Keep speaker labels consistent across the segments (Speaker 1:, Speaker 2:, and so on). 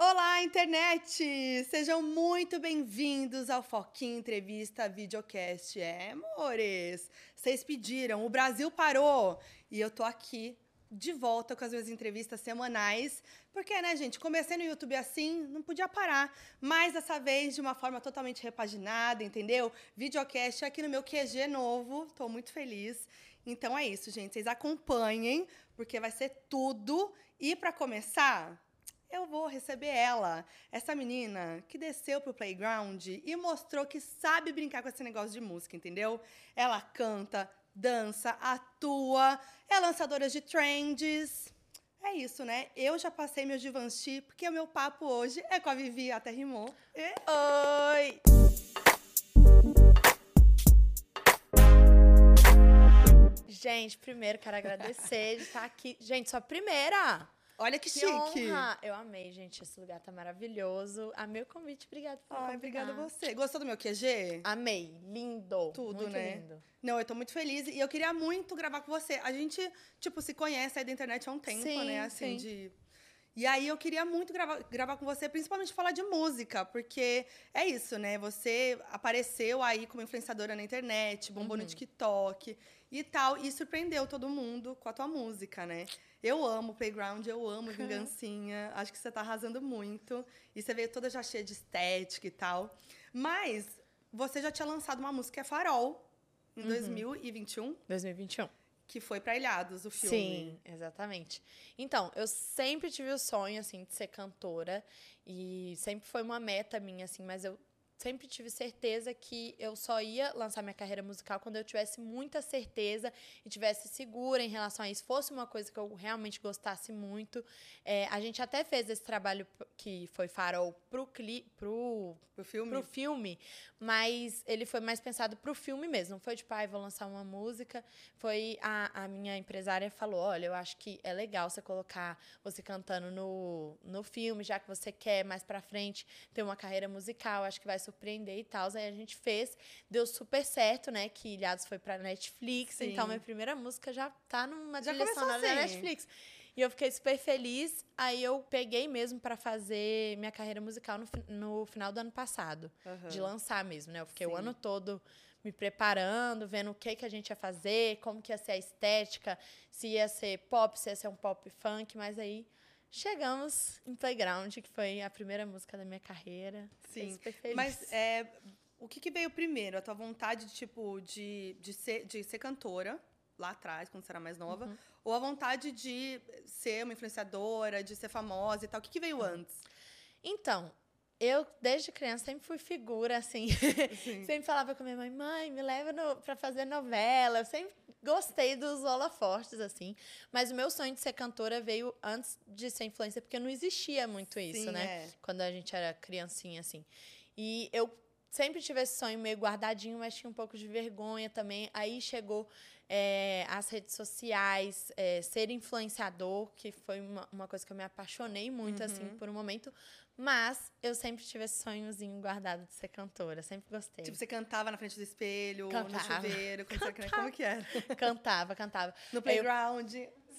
Speaker 1: Olá, internet! Sejam muito bem-vindos ao Foquinha Entrevista Videocast. É, amores! Vocês pediram, o Brasil parou! E eu tô aqui de volta com as minhas entrevistas semanais, porque, né, gente, comecei no YouTube assim, não podia parar, mas dessa vez de uma forma totalmente repaginada, entendeu? Videocast é aqui no meu QG novo, tô muito feliz. Então é isso, gente, vocês acompanhem, porque vai ser tudo. E para começar, eu vou receber ela, essa menina que desceu pro playground e mostrou que sabe brincar com esse negócio de música, entendeu? Ela canta, dança, atua, é lançadora de trends. É isso, né? Eu já passei meu Givenchy, porque o meu papo hoje é com a Vivi, até rimou. E- Oi!
Speaker 2: Gente, primeiro quero agradecer de estar aqui. Gente, sua primeira!
Speaker 1: Olha que
Speaker 2: Que
Speaker 1: chique!
Speaker 2: honra! Eu amei, gente. Esse lugar tá maravilhoso. Amei o convite. Obrigada por
Speaker 1: Ai, obrigada a você. Gostou do meu QG?
Speaker 2: Amei. Lindo.
Speaker 1: Tudo,
Speaker 2: Muito
Speaker 1: né?
Speaker 2: lindo.
Speaker 1: Não, eu tô muito feliz e eu queria muito gravar com você. A gente, tipo, se conhece aí da internet há um tempo,
Speaker 2: Sim,
Speaker 1: né? Assim,
Speaker 2: sim.
Speaker 1: de. E aí eu queria muito gravar, gravar com você, principalmente falar de música, porque é isso, né? Você apareceu aí como influenciadora na internet, bombou
Speaker 2: Uhum.
Speaker 1: no TikTok e tal, e surpreendeu todo mundo com a tua música, né? Eu amo Playground, eu amo Vingancinha, acho que você tá arrasando muito. E você veio toda já cheia de estética e tal. Mas você já tinha lançado uma música que é Farol
Speaker 2: Uhum.
Speaker 1: em 2021,
Speaker 2: 2021.
Speaker 1: que foi pra Ilhados, o filme.
Speaker 2: Sim, exatamente. Então, eu sempre tive o sonho, assim, de ser cantora. E sempre foi uma meta minha, assim, mas eu sempre tive certeza que eu só ia lançar minha carreira musical quando eu tivesse muita certeza e tivesse segura em relação a isso, fosse uma coisa que eu realmente gostasse muito. É, a gente até fez esse trabalho p- que foi farol pro, cli, pro
Speaker 1: O filme.
Speaker 2: pro filme, mas ele foi mais pensado pro filme mesmo. Não foi tipo, ai, vou lançar uma música. Foi a, a minha empresária falou: olha, eu acho que é legal você colocar você cantando no, no filme, já que você quer mais pra frente ter uma carreira musical, acho que vai surpreender e tal. Aí a gente fez, deu super certo, né? Que Ilhados foi pra Netflix,
Speaker 1: Sim.
Speaker 2: então minha primeira música já tá numa
Speaker 1: Já
Speaker 2: trilha
Speaker 1: começou
Speaker 2: sonora da
Speaker 1: assim.
Speaker 2: Netflix. E eu fiquei super feliz. Aí eu peguei mesmo pra fazer minha carreira musical no, fi- no final do ano passado
Speaker 1: Aham.
Speaker 2: de lançar mesmo, né? Eu fiquei
Speaker 1: Sim.
Speaker 2: o ano todo me preparando, vendo o que que a gente ia fazer, como que ia ser a estética, se ia ser pop, se ia ser um pop funk, mas aí chegamos em Playground, que foi a primeira música da minha carreira. Fiquei
Speaker 1: Sim.
Speaker 2: super feliz.
Speaker 1: Mas é, o que, que veio primeiro? A tua vontade, tipo, de, de, ser, de ser cantora, lá atrás, quando você era mais nova,
Speaker 2: Uhum.
Speaker 1: ou a vontade de ser uma influenciadora, de ser famosa e tal? O que, que
Speaker 2: Uhum.
Speaker 1: veio antes?
Speaker 2: Então, eu desde criança sempre fui figura assim.
Speaker 1: Assim,
Speaker 2: Sempre falava com a minha mãe, mãe, me leva no, pra fazer novela. Eu sempre gostei dos holofortes, assim. Mas o meu sonho de ser cantora veio antes de ser influencer, porque não existia muito isso,
Speaker 1: sim,
Speaker 2: né?
Speaker 1: é.
Speaker 2: Quando a gente era criancinha, assim. E eu sempre tive esse sonho meio guardadinho, mas tinha um pouco de vergonha também. Aí chegou é, as redes sociais, é, ser influenciador, que foi uma, uma coisa que eu me apaixonei muito, assim,
Speaker 1: Uhum.
Speaker 2: por um momento. Mas eu sempre tive esse sonhozinho guardado de ser cantora, sempre gostei.
Speaker 1: Tipo, você cantava na frente do espelho, no
Speaker 2: Cantava.
Speaker 1: chuveiro, quando você era criança, como que era?
Speaker 2: Cantava, cantava.
Speaker 1: No playground.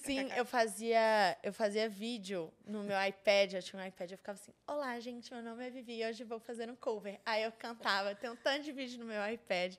Speaker 2: Sim, eu fazia, eu fazia vídeo no meu iPad, eu tinha um iPad, eu ficava assim, olá, gente, meu nome é Vivi e hoje vou fazer um cover. Aí eu cantava, tem um tanto de vídeo no meu iPad,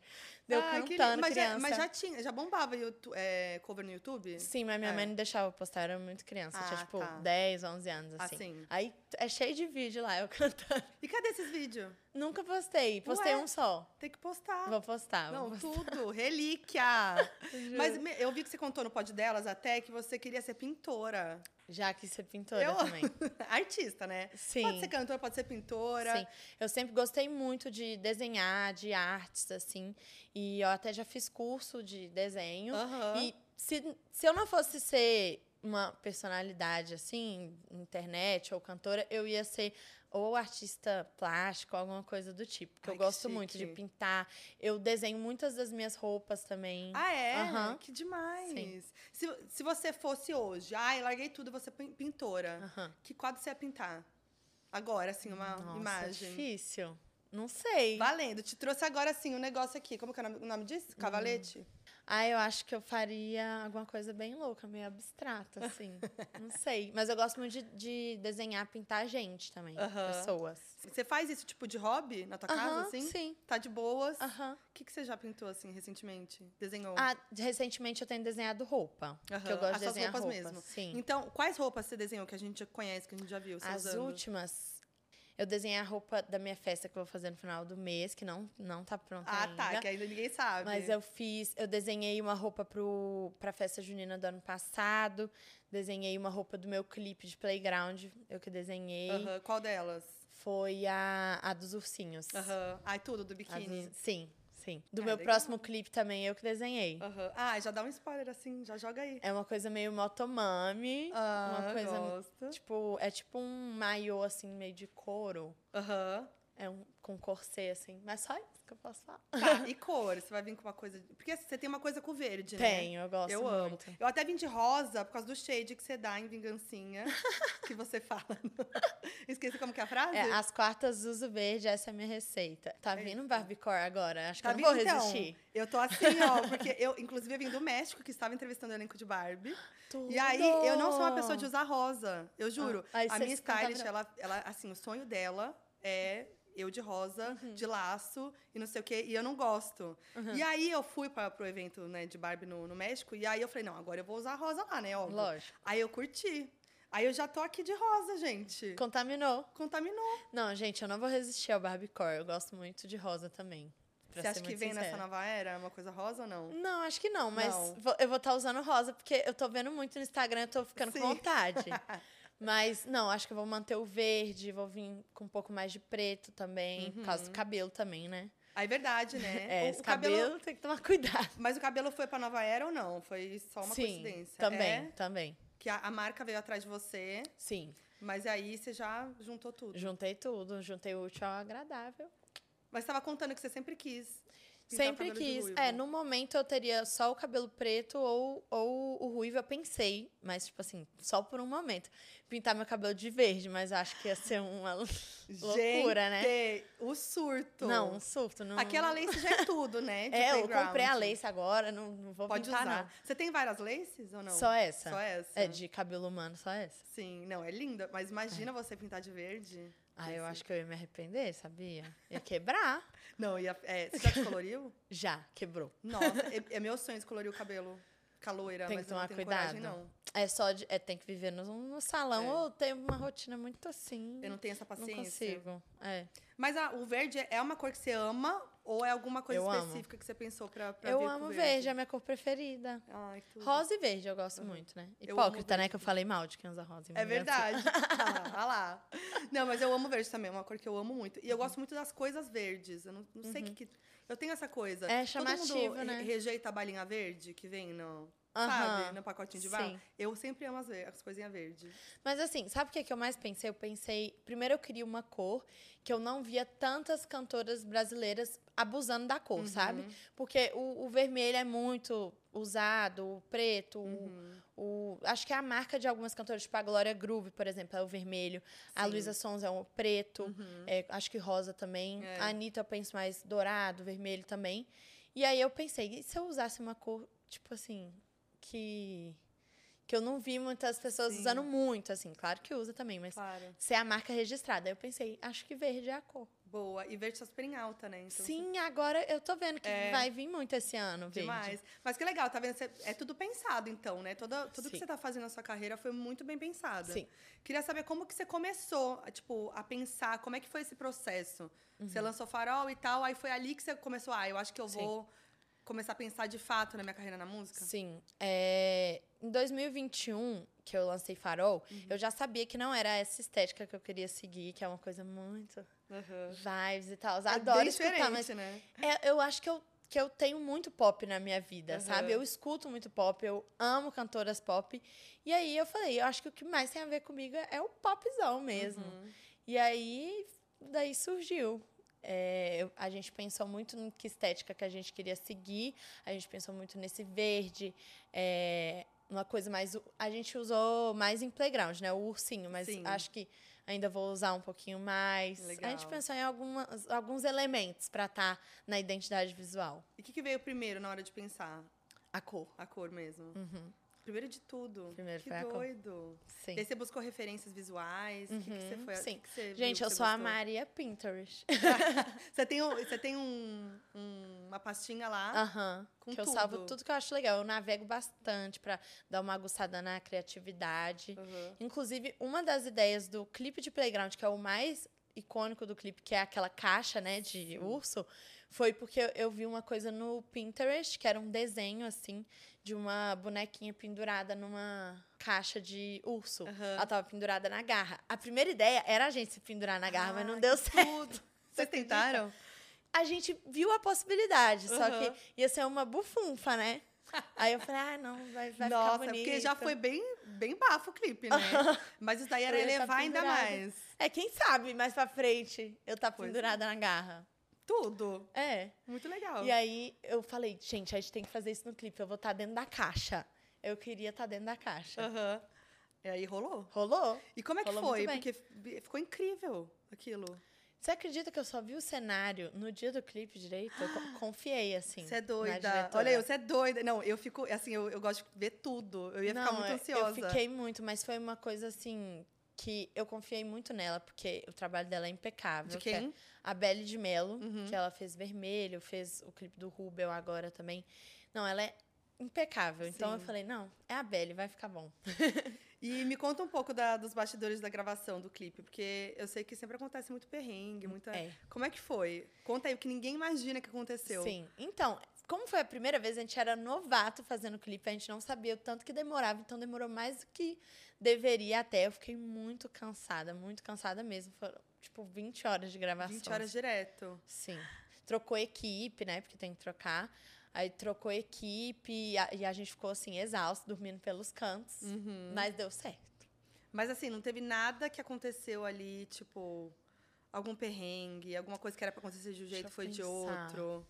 Speaker 2: deu
Speaker 1: Ai, Ah, que
Speaker 2: cantando,
Speaker 1: lindo. mas
Speaker 2: criança.
Speaker 1: já, mas já tinha, já bombava YouTube, é, cover no YouTube?
Speaker 2: Sim, mas minha
Speaker 1: É.
Speaker 2: mãe não deixava eu postar, eu era muito criança, eu tinha
Speaker 1: Ah,
Speaker 2: tipo
Speaker 1: tá.
Speaker 2: 10, 11 anos, assim.
Speaker 1: Assim.
Speaker 2: Aí é cheio de vídeo lá, eu cantando.
Speaker 1: E cadê esses vídeos?
Speaker 2: Nunca postei, postei
Speaker 1: Ué.
Speaker 2: um só.
Speaker 1: Tem que postar.
Speaker 2: Vou postar. vou
Speaker 1: Não,
Speaker 2: postar.
Speaker 1: tudo, relíquia. Mas me- eu vi que você contou no pod delas até que você queria ser pintora.
Speaker 2: Já que ser pintora
Speaker 1: Eu-
Speaker 2: também.
Speaker 1: Artista, né?
Speaker 2: Sim.
Speaker 1: Pode ser cantora, pode ser pintora.
Speaker 2: Sim, eu sempre gostei muito de desenhar, de artes, assim. E eu até já fiz curso de desenho.
Speaker 1: Aham.
Speaker 2: E se, se eu não fosse ser uma personalidade, assim, internet ou cantora, eu ia ser ou artista plástico, alguma coisa do tipo. Porque
Speaker 1: Ai,
Speaker 2: eu
Speaker 1: que
Speaker 2: gosto muito de
Speaker 1: chique.
Speaker 2: pintar. Eu desenho muitas das minhas roupas também.
Speaker 1: Ah, é?
Speaker 2: Aham.
Speaker 1: Que demais. Se, se você fosse hoje, ai, larguei tudo, você pintora.
Speaker 2: Aham.
Speaker 1: Que quadro você ia pintar? Agora, assim, uma
Speaker 2: Ah. Nossa,
Speaker 1: imagem.
Speaker 2: difícil. Não sei. Hum.
Speaker 1: Valendo, te trouxe agora assim um negócio aqui. Como que é o nome, o nome disso? Cavalete?
Speaker 2: Ah, eu acho que eu faria alguma coisa bem louca, meio abstrata, assim. Não sei. Mas eu gosto muito de, de desenhar, pintar gente também,
Speaker 1: Aham.
Speaker 2: pessoas.
Speaker 1: Você faz esse tipo de hobby na tua casa,
Speaker 2: Aham,
Speaker 1: assim?
Speaker 2: Sim. Ah,
Speaker 1: Tá de boas? O
Speaker 2: Aham.
Speaker 1: que, que você já pintou, assim, recentemente? Desenhou?
Speaker 2: Ah, de- recentemente eu tenho desenhado roupa. Que
Speaker 1: Aham,
Speaker 2: eu gosto
Speaker 1: as
Speaker 2: de
Speaker 1: suas
Speaker 2: desenhar
Speaker 1: roupas
Speaker 2: roupas.
Speaker 1: mesmo.
Speaker 2: Sim.
Speaker 1: Então, quais roupas você desenhou que a gente já conhece, que a gente já viu você tá
Speaker 2: As
Speaker 1: usando?
Speaker 2: últimas. Eu desenhei a roupa da minha festa que eu vou fazer no final do mês, que não, não tá pronta
Speaker 1: Ah,
Speaker 2: ainda.
Speaker 1: tá, que ainda ninguém sabe.
Speaker 2: Mas eu fiz, eu desenhei uma roupa pro, pra festa junina do ano passado, desenhei uma roupa do meu clipe de playground, eu que desenhei.
Speaker 1: Aham, Qual delas?
Speaker 2: Foi a, a dos ursinhos.
Speaker 1: Aham. Ai, tudo, do
Speaker 2: A dos-
Speaker 1: biquíni.
Speaker 2: sim, sim. Do
Speaker 1: Ah,
Speaker 2: meu
Speaker 1: legal.
Speaker 2: próximo clipe também eu que desenhei.
Speaker 1: Aham. Ah, já dá um spoiler, assim, já joga aí.
Speaker 2: É uma coisa meio motomami.
Speaker 1: Ah,
Speaker 2: uma coisa
Speaker 1: gosto.
Speaker 2: Tipo, é tipo um maiô, assim, meio de couro.
Speaker 1: Aham.
Speaker 2: É um com corset, assim. Mas só isso que eu posso falar.
Speaker 1: Tá, e cor? Você vai vir com uma coisa... Porque você tem uma coisa com verde, né?
Speaker 2: Tenho, eu gosto
Speaker 1: Eu amo.
Speaker 2: muito.
Speaker 1: Eu até vim de rosa por causa do shade que você dá em Vingancinha, que você fala. Esqueci como que é a frase?
Speaker 2: É, as quartas uso verde, essa é a minha receita. Tá vindo um barbecue agora? Acho que
Speaker 1: É Tá
Speaker 2: eu não vou
Speaker 1: vindo, então?
Speaker 2: resistir.
Speaker 1: Eu tô assim, ó, porque eu, inclusive, eu vim do México, que estava entrevistando o elenco de Barbie. então. E aí, eu não sou uma pessoa de usar rosa, eu juro.
Speaker 2: Ah, aí
Speaker 1: a
Speaker 2: você
Speaker 1: minha
Speaker 2: se contamina.
Speaker 1: stylist, ela, ela, assim, o sonho dela é eu de rosa,
Speaker 2: Uhum.
Speaker 1: de laço e não sei o quê, e eu não gosto. E aí, eu fui para pro evento né, de Barbie no, no México, e aí eu falei, não, agora eu vou usar rosa lá, né, óbvio.
Speaker 2: Lógico.
Speaker 1: Aí eu curti. Aí eu já tô aqui de rosa, gente.
Speaker 2: Contaminou.
Speaker 1: Contaminou.
Speaker 2: Não, gente, eu não vou resistir ao barbicor. Eu gosto muito de rosa também. pra
Speaker 1: Você
Speaker 2: ser
Speaker 1: acha que
Speaker 2: muito
Speaker 1: vem nessa
Speaker 2: sincera.
Speaker 1: nova era É uma coisa rosa ou não?
Speaker 2: Não, acho que não, mas
Speaker 1: Não.
Speaker 2: vou- eu vou estar usando rosa, porque eu tô vendo muito no Instagram, eu tô ficando
Speaker 1: Sim.
Speaker 2: com vontade. mas, não, acho que eu vou manter o verde, vou vir com um pouco mais de preto também, por causa do cabelo também, né?
Speaker 1: Ah, Uhum. é verdade, né?
Speaker 2: É, esse cabelo, tem que tomar cuidado.
Speaker 1: Mas o cabelo foi pra nova era ou não? Foi só uma
Speaker 2: Sim,
Speaker 1: coincidência.
Speaker 2: também,
Speaker 1: É
Speaker 2: também.
Speaker 1: que a, a marca veio atrás de você,
Speaker 2: Sim,
Speaker 1: mas aí você já juntou tudo.
Speaker 2: juntei tudo, juntei o útil ao agradável.
Speaker 1: Mas estava contando que você sempre quis. pintar o
Speaker 2: Sempre
Speaker 1: cabelo de
Speaker 2: quis.
Speaker 1: ruivo.
Speaker 2: É, no momento eu teria só o cabelo preto ou, ou o ruivo, eu pensei. Mas, tipo assim, só por um momento. Pintar meu cabelo de verde, mas acho que ia ser um uma loucura, né?
Speaker 1: Gente, O surto.
Speaker 2: Não, um surto. Não...
Speaker 1: Aquela lace já é tudo, né? de
Speaker 2: É, eu
Speaker 1: playground.
Speaker 2: comprei a lace agora, não, não vou
Speaker 1: Pode
Speaker 2: pintar,
Speaker 1: usar.
Speaker 2: não.
Speaker 1: Você tem várias laces ou não?
Speaker 2: Só essa.
Speaker 1: Só essa?
Speaker 2: É de cabelo humano, só essa.
Speaker 1: Sim, não, é linda. Mas imagina você pintar de verde.
Speaker 2: Ah, eu
Speaker 1: Esse-
Speaker 2: acho que eu ia me arrepender, sabia? Ia quebrar.
Speaker 1: Não, ia, é, você já descoloriu?
Speaker 2: Já, quebrou.
Speaker 1: Nossa, é, é meu sonho descolorir o cabelo. Caloeira,
Speaker 2: Tem
Speaker 1: mas
Speaker 2: que
Speaker 1: eu não
Speaker 2: tomar
Speaker 1: tenho coragem,
Speaker 2: cuidado.
Speaker 1: não.
Speaker 2: É só de. É, tem que viver no, no salão
Speaker 1: É.
Speaker 2: ou ter uma rotina muito assim.
Speaker 1: Eu não tenho essa
Speaker 2: não
Speaker 1: paciência.
Speaker 2: consigo. É.
Speaker 1: Mas a- o verde é uma cor que você ama ou é alguma coisa
Speaker 2: Eu amo.
Speaker 1: específica que você pensou pra, pra
Speaker 2: Eu
Speaker 1: vir com
Speaker 2: amo
Speaker 1: o
Speaker 2: verde. é a minha cor preferida.
Speaker 1: Ai, que tudo. Uhum.
Speaker 2: Rosa e verde eu gosto muito, né?
Speaker 1: Eu amo
Speaker 2: Hipócrita, né? Que eu falei mal de quem usa rosa. em assim.
Speaker 1: É
Speaker 2: vingança.
Speaker 1: verdade. Olha lá, olha lá. Não, mas eu amo verde também, é uma cor que eu amo muito. E eu gosto muito das coisas verdes. Eu não, não sei o que, que- Eu tenho essa coisa.
Speaker 2: Uhum. É
Speaker 1: Todo
Speaker 2: chamativo,
Speaker 1: mundo
Speaker 2: né?
Speaker 1: re- rejeita a balinha verde que vem no,
Speaker 2: Aham.
Speaker 1: sabe, no pacotinho de bala.
Speaker 2: Sim.
Speaker 1: Eu sempre amo as, ver- as coisinhas verdes.
Speaker 2: Mas assim, sabe o que, que eu mais pensei? Eu pensei. Primeiro, eu queria uma cor que eu não via tantas cantoras brasileiras abusando da
Speaker 1: Uhum.
Speaker 2: cor, sabe? Porque o, o vermelho é muito usado, o preto, o-
Speaker 1: Uhum.
Speaker 2: o, Acho que é a marca de algumas cantoras, tipo a Glória Groove, por exemplo, é o vermelho. A
Speaker 1: Sim. Uhum.
Speaker 2: Luísa Sons é o preto. é, acho que rosa também.
Speaker 1: É.
Speaker 2: A Anitta eu penso mais dourado, vermelho também. E aí eu pensei, e se eu usasse uma cor, tipo assim, que. Que eu não vi muitas pessoas
Speaker 1: Sim.
Speaker 2: usando muito, assim. Claro que usa também, mas
Speaker 1: Claro.
Speaker 2: ser a marca registrada. Aí eu pensei, acho que verde é a cor.
Speaker 1: Boa. E verde tá super em alta, né? Então,
Speaker 2: Sim, agora eu tô vendo que
Speaker 1: É.
Speaker 2: vai vir muito esse ano, verde.
Speaker 1: Demais. Mas que legal, tá vendo? Cê- É tudo pensado, então, né? Toda, tudo que
Speaker 2: Sim.
Speaker 1: você tá fazendo na sua carreira foi muito bem pensado.
Speaker 2: Sim.
Speaker 1: Queria saber como que você começou, a, tipo, a pensar, como é que foi esse processo? Você lançou Farol e tal, aí foi ali que você começou, ah, eu acho que eu
Speaker 2: Uhum. Sim.
Speaker 1: vou começar a pensar de fato na minha carreira na música?
Speaker 2: Sim. É, em 2021, que eu lancei Farol,
Speaker 1: Uhum.
Speaker 2: eu já sabia que não era essa estética que eu queria seguir, que é uma coisa muito
Speaker 1: Uhum.
Speaker 2: vibes e tal.
Speaker 1: É
Speaker 2: Adoro
Speaker 1: bem
Speaker 2: escutar,
Speaker 1: diferente,
Speaker 2: mas
Speaker 1: né?
Speaker 2: é, eu acho que eu, que eu tenho muito pop na minha vida,
Speaker 1: Aham.
Speaker 2: sabe? Eu escuto muito pop, eu amo cantoras pop. E aí eu falei, eu acho que o que mais tem a ver comigo é o popzão mesmo.
Speaker 1: Uhum.
Speaker 2: E aí, daí surgiu. É, eu- a gente pensou muito no que estética que a gente queria seguir, a gente pensou muito nesse verde, é, uma coisa mais. A gente usou mais em playground, né? O ursinho, mas
Speaker 1: Sim.
Speaker 2: acho que ainda vou usar um pouquinho mais. A gente
Speaker 1: Legal.
Speaker 2: pensou em algumas, alguns elementos para estar tá na identidade visual.
Speaker 1: E o que, que veio primeiro na hora de pensar?
Speaker 2: A cor.
Speaker 1: A cor mesmo.
Speaker 2: Uhum.
Speaker 1: Primeiro de tudo.
Speaker 2: Primeiro
Speaker 1: que
Speaker 2: foi a cor.
Speaker 1: doido.
Speaker 2: Sim.
Speaker 1: E aí você buscou referências visuais? O que, que você
Speaker 2: Uhum,
Speaker 1: foi? o
Speaker 2: sim.
Speaker 1: que que você viu
Speaker 2: Gente,
Speaker 1: que
Speaker 2: eu
Speaker 1: você
Speaker 2: sou a
Speaker 1: gostou?
Speaker 2: Maria Pinterest.
Speaker 1: Você tem, um- você tem um- um- uma pastinha lá.
Speaker 2: Aham.
Speaker 1: com
Speaker 2: que eu salvo
Speaker 1: tudo.
Speaker 2: tudo que eu acho legal. Eu navego bastante pra dar uma aguçada na criatividade.
Speaker 1: Uhum.
Speaker 2: Inclusive, uma das ideias do clipe de Playground, que é o mais icônico do clipe, que é aquela caixa, né, de urso, foi porque eu- eu vi uma coisa no Pinterest, que era um desenho, assim, de uma bonequinha pendurada numa caixa de urso.
Speaker 1: Aham.
Speaker 2: Ela tá tava pendurada na garra. A primeira ideia era a gente se pendurar na garra, mas
Speaker 1: Ah,
Speaker 2: não deu
Speaker 1: que
Speaker 2: certo.
Speaker 1: tudo. Vocês tentaram?
Speaker 2: A gente viu a possibilidade, só
Speaker 1: Aham.
Speaker 2: que ia ser uma bufunfa, né? Aí eu falei, ah, não, vai, vai
Speaker 1: Nossa,
Speaker 2: ficar bonito.
Speaker 1: porque já foi bem, bem bafo o clipe, né? Mas isso daí era
Speaker 2: Pra ele tá
Speaker 1: elevar ainda
Speaker 2: pendurado.
Speaker 1: mais.
Speaker 2: É, quem sabe mais pra frente eu tá
Speaker 1: Pois é.
Speaker 2: pendurada na garra.
Speaker 1: Tudo.
Speaker 2: É.
Speaker 1: Muito legal.
Speaker 2: E aí eu falei, gente, a gente tem que fazer isso no clipe. Eu vou estar dentro da caixa. Eu queria estar dentro da caixa.
Speaker 1: Aham. E aí rolou.
Speaker 2: Rolou.
Speaker 1: E como é que
Speaker 2: Rolou
Speaker 1: foi?
Speaker 2: muito bem.
Speaker 1: Porque f- ficou incrível aquilo.
Speaker 2: Você acredita que eu só vi o cenário no dia do clipe direito? Eu co- confiei, assim.
Speaker 1: Você é
Speaker 2: na
Speaker 1: doida.
Speaker 2: diretora.
Speaker 1: Olha, aí, você é doida. Não, eu fico. Assim, eu, eu gosto de ver tudo. Eu ia
Speaker 2: Não, é,
Speaker 1: ficar muito
Speaker 2: eu-
Speaker 1: ansiosa.
Speaker 2: Eu fiquei muito, mas foi uma coisa assim que eu confiei muito nela, porque o trabalho dela é impecável.
Speaker 1: De
Speaker 2: que é
Speaker 1: quem?
Speaker 2: a Belle de Mello,
Speaker 1: Uhum.
Speaker 2: que ela fez vermelho, fez o clipe do Rubel agora também. Não, ela é impecável. Então eu
Speaker 1: Sim.
Speaker 2: falei, não, é a Belle, vai ficar bom.
Speaker 1: E me conta um pouco da- dos bastidores da gravação do clipe, porque eu sei que sempre acontece muito perrengue, muita.
Speaker 2: É.
Speaker 1: Como é que foi? Conta aí o que ninguém imagina que aconteceu.
Speaker 2: Sim. Então, como foi a primeira vez, a gente era novato fazendo clipe, a gente não sabia o tanto que demorava, então demorou mais do que deveria até. Eu fiquei muito cansada, muito cansada mesmo. Foram, tipo, 20 horas de gravação.
Speaker 1: 20 horas direto.
Speaker 2: Sim. Trocou equipe, né? Porque tem que trocar. Aí trocou equipe e a, e a gente ficou assim, exausto, dormindo pelos cantos.
Speaker 1: Uhum.
Speaker 2: Mas deu certo.
Speaker 1: Mas assim, não teve nada que aconteceu ali, tipo, algum perrengue, alguma coisa que era pra acontecer de um
Speaker 2: Deixa
Speaker 1: jeito
Speaker 2: eu
Speaker 1: foi de
Speaker 2: pensar.
Speaker 1: outro.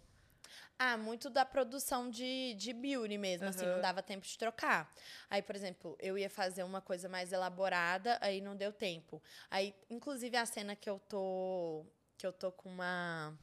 Speaker 2: Ah, muito da produção de, de beauty mesmo, assim,
Speaker 1: Aham.
Speaker 2: não dava tempo de trocar. Aí, por exemplo, eu ia fazer uma coisa mais elaborada, aí não deu tempo. Aí, inclusive, a cena que eu tô. que eu tô com uma.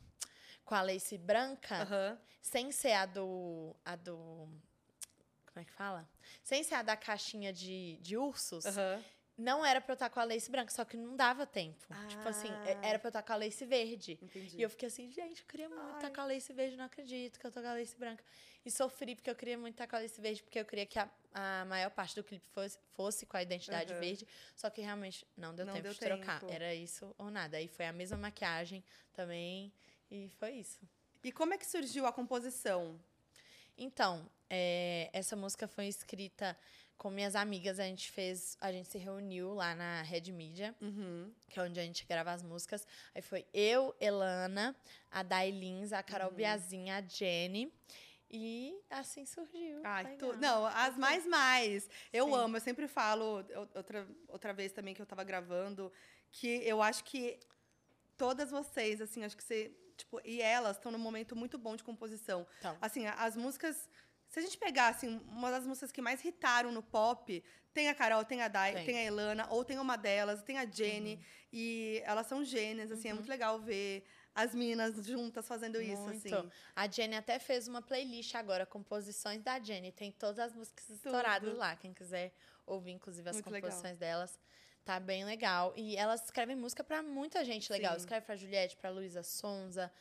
Speaker 2: com a lace branca,
Speaker 1: Aham.
Speaker 2: sem ser a do. a do. Como é que fala? Sem ser a da caixinha de, de ursos,
Speaker 1: Aham.
Speaker 2: não era pra eu estar com a lace branca, só que não dava tempo. Tipo assim, é-
Speaker 1: Ah.
Speaker 2: era pra eu estar com a lace verde.
Speaker 1: Entendi.
Speaker 2: E eu fiquei assim, gente, eu queria muito estar
Speaker 1: Ai.
Speaker 2: com a lace verde, não acredito que eu tô com a lace branca. E sofri porque eu queria muito estar com a lace verde, porque eu queria que a, a maior parte do clipe fosse, fosse com a identidade
Speaker 1: Aham.
Speaker 2: verde. Só que realmente não deu
Speaker 1: Não
Speaker 2: tempo
Speaker 1: deu
Speaker 2: de trocar.
Speaker 1: tempo.
Speaker 2: Era isso ou nada. Aí foi a mesma maquiagem também. E foi isso.
Speaker 1: E como é que surgiu a composição?
Speaker 2: Então, é, essa música foi escrita com minhas amigas. A gente fez. A gente se reuniu lá na Red Media.
Speaker 1: Uhum.
Speaker 2: que é onde a gente grava as músicas. Aí foi eu, Elana, a Dai Lins, a Carol
Speaker 1: Uhum.
Speaker 2: Biazinha, a Jenny. E assim surgiu.
Speaker 1: Ai, tu...
Speaker 2: Legal.
Speaker 1: Não, as mais mais. Eu
Speaker 2: Sim.
Speaker 1: amo, eu sempre falo, eu- outra, outra vez também que eu tava gravando, que eu acho que todas vocês, assim, acho que você. Tipo, e elas estão num momento muito bom de composição.
Speaker 2: Então,
Speaker 1: Assim, a- as músicas. Se a gente pegar, assim, uma das músicas que mais irritaram no pop, tem a Carol, tem a Dai, tem,
Speaker 2: Tem. Uhum.
Speaker 1: a Elana, ou tem uma delas, tem a Jenny. E elas são gênias, assim, é muito legal ver as minas juntas fazendo isso,
Speaker 2: Muito.
Speaker 1: assim.
Speaker 2: a Jenny até fez uma playlist agora, composições da Jenny. Tem todas as músicas estouradas
Speaker 1: Tudo.
Speaker 2: lá. Quem quiser ouvir, inclusive, as
Speaker 1: Muito legal.
Speaker 2: composições delas. Tá bem legal. E elas escrevem música pra muita gente legal.
Speaker 1: Sim.
Speaker 2: Escreve pra Juliette, pra Luísa Sonza,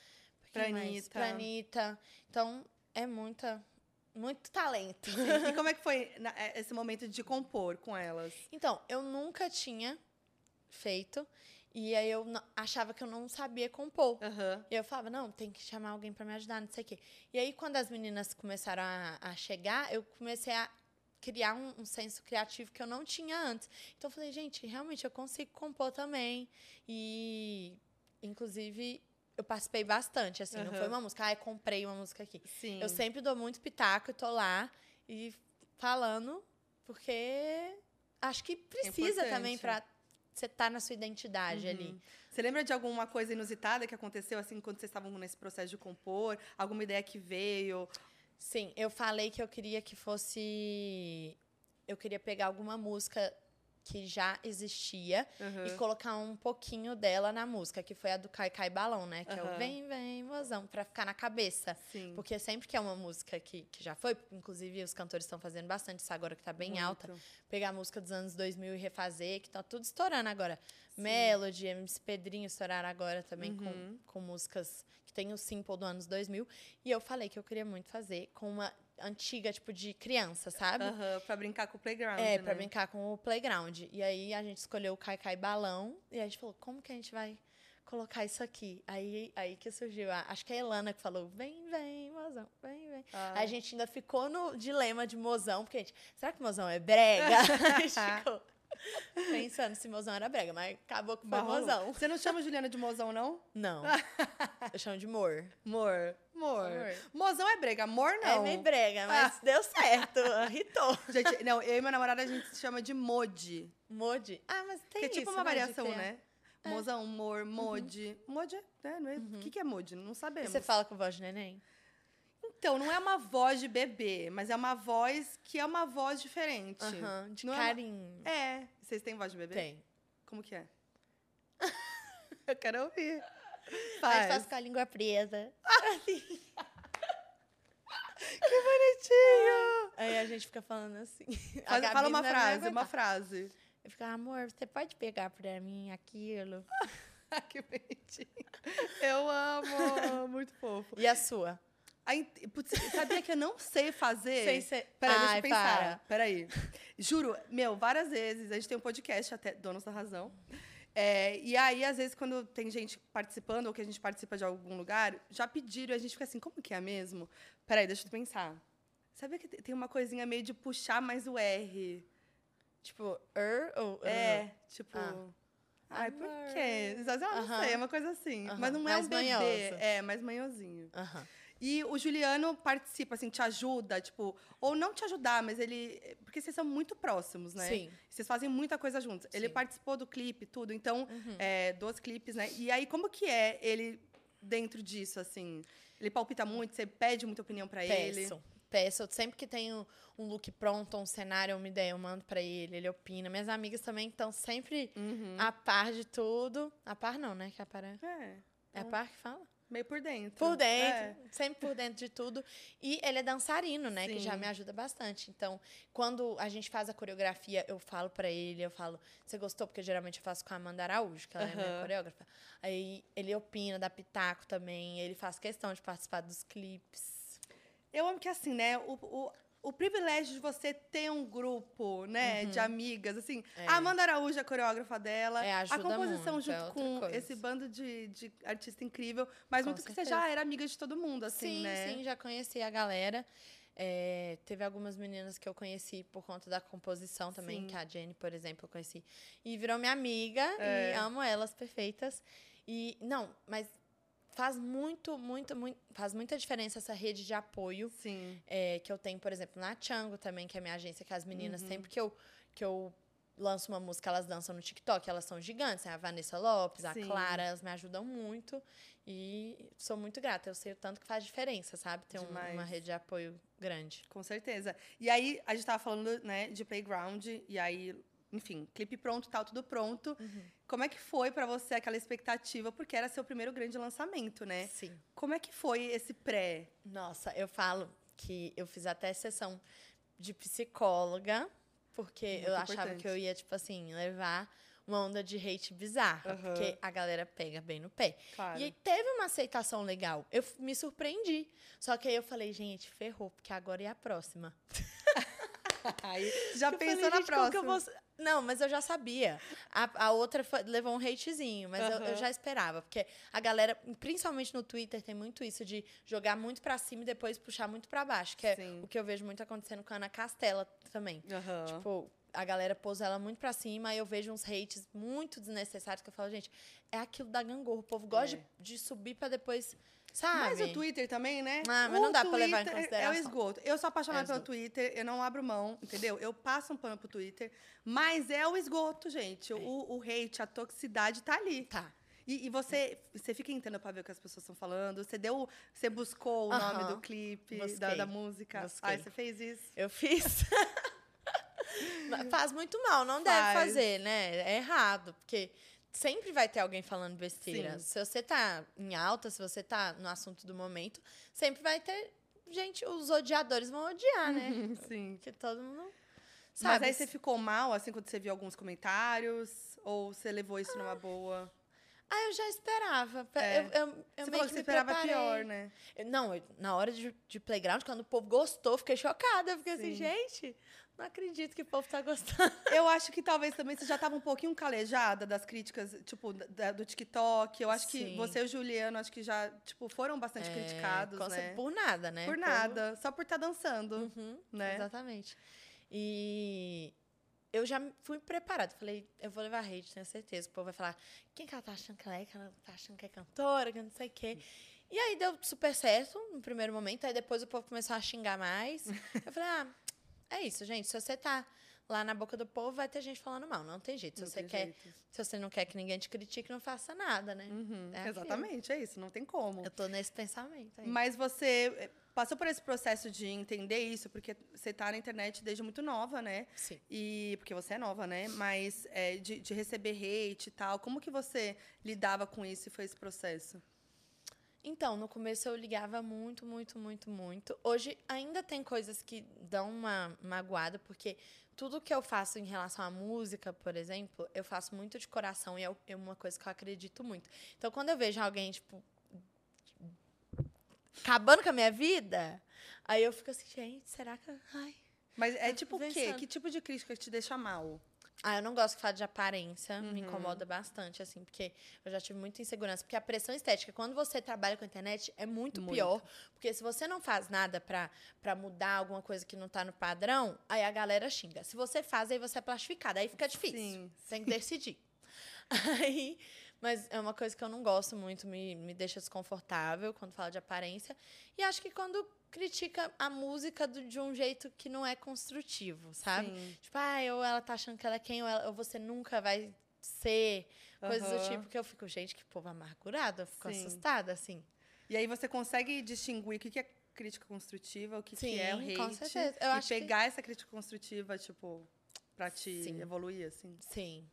Speaker 1: Pra
Speaker 2: quem mais?
Speaker 1: Anitta.
Speaker 2: pra Anitta. Então, é muita, muito talento.
Speaker 1: E como é que foi na- eh, esse momento de compor com elas?
Speaker 2: Então, eu nunca tinha feito. E aí eu n- achava que eu não sabia compor.
Speaker 1: Aham.
Speaker 2: E eu falava, não, tem que chamar alguém pra me ajudar, não sei o quê. E aí, quando as meninas começaram a, a chegar, eu comecei a criar um, um senso criativo que eu não tinha antes. Então, eu falei, gente, realmente eu consigo compor também. E, inclusive, eu participei bastante, assim. Não
Speaker 1: Aham.
Speaker 2: foi uma música, ah, eu comprei uma música aqui.
Speaker 1: Sim.
Speaker 2: Eu sempre dou muito pitaco e tô lá e falando, porque acho que precisa
Speaker 1: importante. Uhum.
Speaker 2: também pra você estar na sua identidade ali.
Speaker 1: Você lembra de alguma coisa inusitada que aconteceu, assim, quando vocês estavam nesse processo de compor? Alguma ideia que veio?
Speaker 2: Sim, eu falei que eu queria que fosse. Eu queria pegar alguma música que já existia e
Speaker 1: Aham.
Speaker 2: colocar um pouquinho dela na música, que foi a do Cai Cai Balão, né? Que é
Speaker 1: Aham.
Speaker 2: o Vem, Vem, Mozão, pra ficar na cabeça.
Speaker 1: Sim.
Speaker 2: Porque sempre que é uma música que, que já foi, inclusive os cantores estão fazendo bastante isso agora que tá bem alta,
Speaker 1: muito.
Speaker 2: pegar a música dos anos 2000 e refazer, que tá tudo estourando agora.
Speaker 1: Sim.
Speaker 2: Melody, MC Pedrinho estouraram agora também
Speaker 1: Uhum.
Speaker 2: com, com músicas que tem o simple do anos 2000. E eu falei que eu queria muito fazer com uma antiga, tipo, de criança, sabe?
Speaker 1: Aham, pra brincar com o playground,
Speaker 2: É,
Speaker 1: né?
Speaker 2: pra brincar com o playground. E aí a gente escolheu o Cai Cai Balão. E a gente falou, como que a gente vai colocar isso aqui? Aí, aí que surgiu. A, acho que é a Elana que falou, vem, vem, mozão, vem, vem.
Speaker 1: Ah,
Speaker 2: A gente ainda ficou no dilema de mozão, porque a gente, será que mozão é brega? a gente ficou pensando se mozão era brega, mas acabou que foi
Speaker 1: mas rolou.
Speaker 2: mozão.
Speaker 1: Você não chama a Juliana de mozão, não?
Speaker 2: Não. Eu chamo de mor.
Speaker 1: Mor. Mor.
Speaker 2: Mor.
Speaker 1: Mozão é brega, amor
Speaker 2: É
Speaker 1: não. Ah.
Speaker 2: meio brega, mas deu certo. Irritou.
Speaker 1: Gente, não, eu e minha namorada a gente se chama de mode.
Speaker 2: Mode. Ah, mas tem
Speaker 1: que é tipo
Speaker 2: isso,
Speaker 1: uma
Speaker 2: né, de
Speaker 1: variação,
Speaker 2: criar.
Speaker 1: né? Mozão, mor, mode. Mode é, né? Não é- O que, que é mode? Não
Speaker 2: E
Speaker 1: sabemos.
Speaker 2: você fala com voz de neném?
Speaker 1: Então, não é uma voz de bebê, mas é uma voz que é uma voz diferente.
Speaker 2: Aham, Tipo, de
Speaker 1: Não é uma-
Speaker 2: carinho.
Speaker 1: É. Vocês têm voz de bebê?
Speaker 2: Tem.
Speaker 1: Como que é? eu quero ouvir.
Speaker 2: Mas
Speaker 1: Faz.
Speaker 2: faz com a língua presa.
Speaker 1: Bonitinho.
Speaker 2: Aí a gente fica falando assim. A
Speaker 1: Faz-
Speaker 2: Gabi
Speaker 1: fala uma
Speaker 2: não vai
Speaker 1: frase, uma
Speaker 2: aguentar.
Speaker 1: frase.
Speaker 2: Eu fico, amor, você pode pegar pra mim aquilo?
Speaker 1: Ah, que bonitinho. Eu amo. Muito fofo.
Speaker 2: E a sua?
Speaker 1: Aí, putz, sabia que eu não sei fazer?
Speaker 2: Sem ser-
Speaker 1: Peraí, deixa
Speaker 2: Ai,
Speaker 1: eu pensar.
Speaker 2: para.
Speaker 1: Peraí. Juro, meu, várias vezes. A gente tem um podcast até, Donos da Razão. É, e aí, às vezes, quando tem gente participando ou que a gente participa de algum lugar, já pediram e a gente fica assim, como que é mesmo? Peraí, deixa eu pensar. Sabia que te- tem uma coisinha meio de puxar mais o R?
Speaker 2: Tipo, er ou
Speaker 1: É, tipo.
Speaker 2: Ah.
Speaker 1: Ai, por
Speaker 2: Amor.
Speaker 1: quê? Às vezes, ah, não
Speaker 2: Aham.
Speaker 1: sei, é uma coisa assim.
Speaker 2: Aham,
Speaker 1: Mas não é
Speaker 2: mais
Speaker 1: um bebê.
Speaker 2: manhoso.
Speaker 1: É, mais manhosinho.
Speaker 2: Aham.
Speaker 1: E o Juliano participa, assim, te ajuda, tipo, ou não te ajudar, mas ele. Porque vocês são muito próximos, né?
Speaker 2: Sim.
Speaker 1: Vocês fazem muita coisa juntos. Ele
Speaker 2: Sim. Uhum.
Speaker 1: participou do clipe, tudo, então, é, dos clipes, né? E aí, como que é ele dentro disso, assim? Ele palpita muito, você pede muita opinião pra ele.
Speaker 2: Peço. Peço. Eu Sempre que tenho um look pronto, um cenário, uma ideia, eu mando pra ele, ele opina. Minhas amigas também estão sempre
Speaker 1: Uhum.
Speaker 2: a par de tudo. A par não, né? Que a par é...
Speaker 1: É,
Speaker 2: é a par que fala?
Speaker 1: meio por dentro.
Speaker 2: Por
Speaker 1: É.
Speaker 2: dentro, sempre por dentro de tudo. E ele é dançarino, né? Que já
Speaker 1: Sim.
Speaker 2: me ajuda bastante. Então, quando a gente faz a coreografia, eu falo pra ele, eu falo, você gostou? Porque geralmente eu faço com a Amanda Araújo, que ela é minha
Speaker 1: Aham.
Speaker 2: coreógrafa. Aí ele opina, dá pitaco também, ele faz questão de participar dos clipes.
Speaker 1: Eu amo que assim, né? O, o, o privilégio de você ter um grupo, né? De amigas, assim.
Speaker 2: Uhum. É.
Speaker 1: A Amanda Araújo, é a coreógrafa dela.
Speaker 2: É,
Speaker 1: a
Speaker 2: ajuda
Speaker 1: composição
Speaker 2: muito, é
Speaker 1: junto
Speaker 2: outra
Speaker 1: com
Speaker 2: coisa.
Speaker 1: esse bando de, de artista incrível. Mas
Speaker 2: Com
Speaker 1: muito que você
Speaker 2: certeza.
Speaker 1: já era amiga de todo mundo, assim,
Speaker 2: sim,
Speaker 1: né?
Speaker 2: sim, já conheci a galera. É, teve algumas meninas que eu conheci por conta da composição também,
Speaker 1: Sim.
Speaker 2: que a Jenny, por exemplo, eu conheci. E virou minha amiga, e
Speaker 1: É.
Speaker 2: amo elas perfeitas. E, não, mas faz muito, muito, muito, faz muita diferença essa rede de apoio
Speaker 1: Sim.
Speaker 2: é, que eu tenho, por exemplo, na Chango também, que é minha agência, que as
Speaker 1: Uhum.
Speaker 2: meninas, sempre que eu, que eu lanço uma música, elas dançam no TikTok, elas são gigantes, né? a Vanessa Lopes, a
Speaker 1: Sim.
Speaker 2: Clara, elas me ajudam muito e sou muito grata, eu sei o tanto que faz diferença, sabe? Ter um- uma
Speaker 1: Demais.
Speaker 2: rede de apoio grande.
Speaker 1: Com certeza. E aí, a gente tava falando, né, de playground, e aí, enfim, clipe pronto e tal, tudo pronto.
Speaker 2: Uhum.
Speaker 1: Como é que foi pra você aquela expectativa? Porque era seu primeiro grande lançamento, né?
Speaker 2: Sim.
Speaker 1: Como é que foi esse pré?
Speaker 2: Nossa, eu falo que eu fiz até sessão de psicóloga, porque eu
Speaker 1: Muito
Speaker 2: achava que eu
Speaker 1: importante.
Speaker 2: ia, tipo assim, levar uma onda de hate bizarra,
Speaker 1: Aham.
Speaker 2: porque a galera pega bem no pé.
Speaker 1: Claro.
Speaker 2: E aí teve uma aceitação legal. Eu f- me surpreendi. Só que aí eu falei, gente, ferrou, porque agora é a próxima.
Speaker 1: Aí, já
Speaker 2: Eu falei,
Speaker 1: pensou Tá na
Speaker 2: "Gente, como que
Speaker 1: próxima.
Speaker 2: eu vou sa-" Não, mas eu já sabia. A, a outra foi- levou um hatezinho, mas eu- eu,
Speaker 1: Aham.
Speaker 2: já esperava. Porque a galera, principalmente no Twitter, tem muito isso de jogar muito pra cima e depois puxar muito pra baixo. Que é
Speaker 1: Sim.
Speaker 2: o que eu vejo muito acontecendo com a Ana Castela também.
Speaker 1: Aham.
Speaker 2: Tipo, a galera pôs ela muito pra cima e eu vejo uns hates muito desnecessários que eu falo, gente, é aquilo da gangorra. O povo gosta
Speaker 1: É.
Speaker 2: de, de subir pra depois, sabe?
Speaker 1: Mas o Twitter também, né?
Speaker 2: Ah, mas
Speaker 1: O
Speaker 2: não dá pra levar em
Speaker 1: Twitter É o
Speaker 2: consideração.
Speaker 1: esgoto. Eu sou apaixonada
Speaker 2: É
Speaker 1: pelo
Speaker 2: esgoto.
Speaker 1: Twitter, eu não abro mão, entendeu? Eu passo um pano pro Twitter, mas é o esgoto, gente. O, o hate, a toxicidade tá ali.
Speaker 2: Tá.
Speaker 1: E, e você, você fica entrando pra ver o que as pessoas estão falando. Você deu, você buscou o nome
Speaker 2: Aham.
Speaker 1: do clipe, da,
Speaker 2: Busquei.
Speaker 1: da música.
Speaker 2: Busquei.
Speaker 1: Ai, você fez isso.
Speaker 2: Eu fiz. Faz muito mal,
Speaker 1: Faz.
Speaker 2: não deve fazer, né? É errado, porque sempre vai ter alguém falando
Speaker 1: Sim.
Speaker 2: besteira. Se você tá em alta, se você tá no assunto do momento, sempre vai ter gente, os odiadores vão odiar, né?
Speaker 1: Sim.
Speaker 2: Porque todo mundo sabe.
Speaker 1: Uhum. Mas aí você ficou mal, assim, quando você viu alguns comentários? Ou você levou isso numa boa?
Speaker 2: Ah, eu já esperava. Pe-
Speaker 1: É.
Speaker 2: Eu, eu, eu
Speaker 1: você falou
Speaker 2: meio que,
Speaker 1: que
Speaker 2: me
Speaker 1: você esperava
Speaker 2: preparei.
Speaker 1: pior, né?
Speaker 2: Eu- Não, eu- na hora de, de playground, quando o povo gostou, eu fiquei chocada. Eu Fiquei assim,
Speaker 1: Sim.
Speaker 2: gente, não acredito que o povo tá gostando.
Speaker 1: Eu acho que talvez também você já estava um pouquinho calejada das críticas, tipo, da- do TikTok. Eu acho que
Speaker 2: Sim. É,
Speaker 1: você e o Juliano, acho que já, tipo, foram bastante criticados,
Speaker 2: Com cer-
Speaker 1: né? Por,
Speaker 2: Por nada, né? O povo-
Speaker 1: nada, só por estar dançando,
Speaker 2: Uhum,
Speaker 1: né?
Speaker 2: Exatamente. E eu já fui preparada. Falei, eu vou levar rede, tenho certeza. O povo vai falar, quem que ela tá achando que ela é? Que ela tá achando que é cantora, que não sei o quê. E aí deu super certo no primeiro momento. Aí depois o povo começou a xingar mais. Eu falei, ah, é isso, gente. Se você tá lá na boca do povo, vai ter gente falando mal. Não tem jeito. Se,
Speaker 1: Não
Speaker 2: você,
Speaker 1: tem
Speaker 2: quer,
Speaker 1: jeito.
Speaker 2: se você não quer que ninguém te critique, não faça nada, né?
Speaker 1: Uhum,
Speaker 2: É aquilo.
Speaker 1: Exatamente, é isso, não tem como.
Speaker 2: Eu tô nesse pensamento aí.
Speaker 1: Mas você eh, passou por esse processo de entender isso, porque você tá na internet desde muito nova, né?
Speaker 2: Sim.
Speaker 1: E porque você é nova, né? Mas é, de, de receber hate e tal, como que você lidava com isso e foi esse processo?
Speaker 2: Então, no começo eu ligava muito, muito, muito, muito. Hoje ainda tem coisas que dão uma magoada, porque tudo que eu faço em relação à música, por exemplo, eu faço muito de coração e é o- é uma coisa que eu acredito muito. Então, quando eu vejo alguém, tipo, acabando com a minha vida, aí eu fico assim, gente, será que. eu- Ai.
Speaker 1: Mas é
Speaker 2: Eu
Speaker 1: tipo o
Speaker 2: fico
Speaker 1: quê?
Speaker 2: Tá pensando.
Speaker 1: Que tipo de crítica te deixa mal?
Speaker 2: Ah, eu não gosto que fale de aparência, me
Speaker 1: Uhum.
Speaker 2: incomoda bastante, assim, porque eu já tive muita insegurança. Porque a pressão estética, quando você trabalha com a internet, é muito,
Speaker 1: Muito.
Speaker 2: pior. Porque se você não faz nada pra, pra mudar alguma coisa que não tá no padrão, aí a galera xinga. Se você faz, aí você é plastificada, aí fica difícil.
Speaker 1: Sim,
Speaker 2: Tem que decidir. Aí, mas é uma coisa que eu não gosto muito, me, me deixa desconfortável quando fala de aparência. E acho que quando critica a música do- de um jeito que não é construtivo, sabe?
Speaker 1: sim.
Speaker 2: Tipo, ah, ou ela tá achando que ela é quem, ou, ela- ou você nunca vai ser. Coisas do
Speaker 1: Aham.
Speaker 2: tipo que eu fico, gente, que povo amargurado. Eu fico
Speaker 1: Sim.
Speaker 2: assustada, assim.
Speaker 1: E aí você consegue distinguir o que que é crítica construtiva, o que, que é o hate.
Speaker 2: com certeza. Eu
Speaker 1: e
Speaker 2: acho que-
Speaker 1: pegar essa crítica construtiva, tipo, pra te
Speaker 2: Sim.
Speaker 1: evoluir, assim.
Speaker 2: Sim.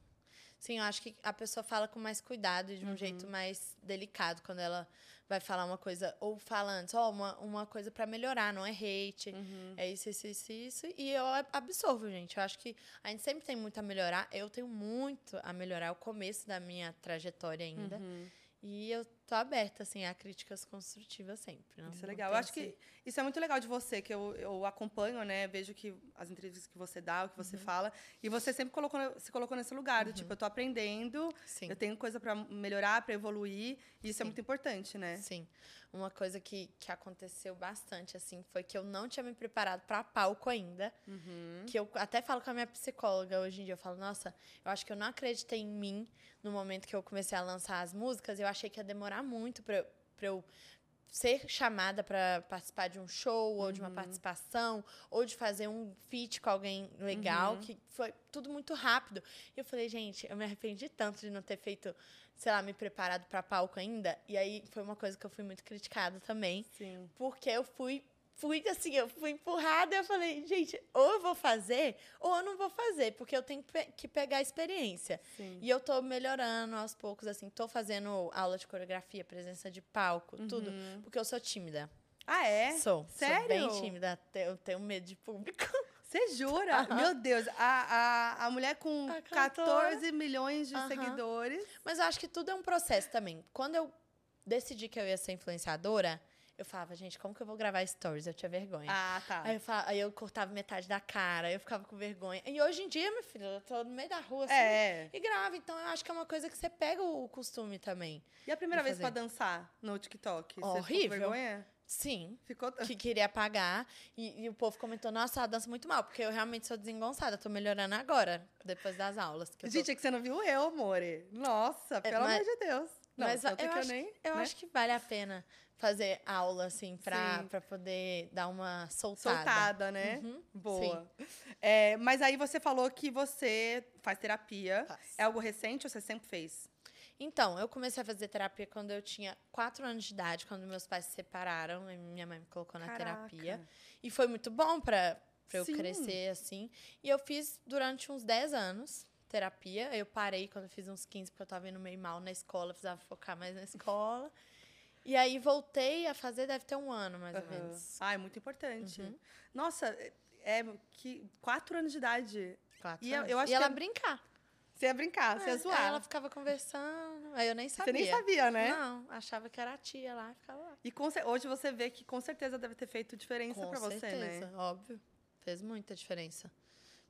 Speaker 2: Sim, eu acho que a pessoa fala com mais cuidado e de um
Speaker 1: Uhum.
Speaker 2: jeito mais delicado quando ela vai falar uma coisa, ou fala antes, ó, uma, uma coisa pra melhorar, não é hate,
Speaker 1: Uhum.
Speaker 2: é isso, isso, isso, isso. E eu a- absorvo, gente. Eu acho que a gente sempre tem muito a melhorar. Eu tenho muito a melhorar, é o começo da minha trajetória ainda.
Speaker 1: Uhum.
Speaker 2: E eu tô aberta, assim, a críticas construtivas sempre. não-
Speaker 1: Isso é
Speaker 2: não
Speaker 1: legal. Eu
Speaker 2: tem
Speaker 1: acho
Speaker 2: esse-
Speaker 1: que isso é muito legal de você, que eu, eu acompanho, né? Vejo que as entrevistas que você dá, o que você
Speaker 2: Uhum.
Speaker 1: fala. E você sempre colocou, se colocou nesse lugar, do tipo, eu tô aprendendo,
Speaker 2: Sim.
Speaker 1: eu tenho coisa pra melhorar, pra evoluir. E isso é
Speaker 2: Sim.
Speaker 1: muito importante, né?
Speaker 2: Sim. Uma coisa que, que aconteceu bastante, assim, foi que eu não tinha me preparado pra palco ainda.
Speaker 1: Uhum.
Speaker 2: Que eu até falo com a minha psicóloga hoje em dia. Eu falo, nossa, eu acho que eu não acreditei em mim no momento que eu comecei a lançar as músicas. Eu achei que ia demorar muito pra, eu- pra eu ser chamada pra participar de um show ou de uma participação ou de fazer um feat com alguém legal, que foi tudo muito rápido. E eu falei, gente, eu me arrependi tanto de não ter feito, sei lá, me preparado pra palco ainda. E aí foi uma coisa que eu fui muito criticada também,
Speaker 1: Sim.
Speaker 2: porque eu fui fui assim, eu fui empurrada, eu falei, gente, ou eu vou fazer ou eu não vou fazer, porque eu tenho que pe- que pegar a experiência.
Speaker 1: Sim.
Speaker 2: E eu tô melhorando aos poucos, assim, tô fazendo aula de coreografia, presença de palco, tudo, porque eu sou tímida.
Speaker 1: Uhum. Ah, é?
Speaker 2: Sou. Sou bem
Speaker 1: Sério?
Speaker 2: tímida. até Eu tenho medo de público.
Speaker 1: Você jura?
Speaker 2: Aham.
Speaker 1: Meu Deus, a, a, a mulher com
Speaker 2: A cantora.
Speaker 1: 14 milhões de
Speaker 2: Aham.
Speaker 1: seguidores.
Speaker 2: Mas eu acho que tudo é um processo também. Quando eu decidi que eu ia ser influenciadora, eu falava, gente, como que eu vou gravar stories? Eu tinha vergonha.
Speaker 1: Ah, tá.
Speaker 2: Aí, eu falava- aí eu cortava metade da cara, eu ficava com vergonha. E hoje em dia, meu filho, eu tô no meio da rua, assim,
Speaker 1: É.
Speaker 2: e grava. Então, eu acho que é uma coisa que você pega o costume também.
Speaker 1: E a primeira
Speaker 2: Vou
Speaker 1: vez pra
Speaker 2: fazer.
Speaker 1: dançar no TikTok? Você ficou com
Speaker 2: Horrível.
Speaker 1: vergonha?
Speaker 2: Sim,
Speaker 1: Ficou.
Speaker 2: que queria apagar. E, e o povo comentou, nossa, ela dança muito mal. Porque eu realmente sou desengonçada, tô melhorando agora, depois das aulas. que eu tô
Speaker 1: Gente, é que você não viu eu, amore. Nossa, pelo
Speaker 2: É, mas-
Speaker 1: amor de Deus. Não,
Speaker 2: Mas
Speaker 1: tanto
Speaker 2: eu,
Speaker 1: que
Speaker 2: acho,
Speaker 1: nem.
Speaker 2: eu
Speaker 1: né?
Speaker 2: acho que vale a pena fazer aula, assim, pra,
Speaker 1: Sim.
Speaker 2: pra poder dar uma é soltada.
Speaker 1: Soltada, né?
Speaker 2: Uhum,
Speaker 1: Boa. É, mas aí você falou que você faz terapia.
Speaker 2: Faço.
Speaker 1: É algo recente ou você sempre fez?
Speaker 2: Então, eu comecei a fazer terapia quando eu tinha 4 anos de idade, quando meus pais se separaram, e minha mãe me colocou na terapia.
Speaker 1: Caraca.
Speaker 2: E foi muito bom pra, pra eu
Speaker 1: Sim.
Speaker 2: crescer assim. E eu fiz durante uns 10 anos terapia. Eu parei quando eu fiz uns 15, porque eu tava indo meio mal na escola, precisava focar mais na escola. E aí voltei a fazer, deve ter um ano mais ou
Speaker 1: Aham.
Speaker 2: menos.
Speaker 1: Ah, é muito importante.
Speaker 2: Uhum.
Speaker 1: Nossa, é- é que quatro anos de idade.
Speaker 2: Quatro
Speaker 1: E eu-
Speaker 2: anos.
Speaker 1: eu acho
Speaker 2: e ela
Speaker 1: que- é
Speaker 2: brincar.
Speaker 1: Você ia brincar, você
Speaker 2: É,
Speaker 1: ia zoar.
Speaker 2: Aí ela ficava conversando, aí eu nem sabia.
Speaker 1: Você nem sabia, né?
Speaker 2: Não, achava que era a tia lá, ficava lá.
Speaker 1: E com cer- hoje você vê que com certeza deve ter feito diferença pra você, né?
Speaker 2: óbvio. Fez muita diferença.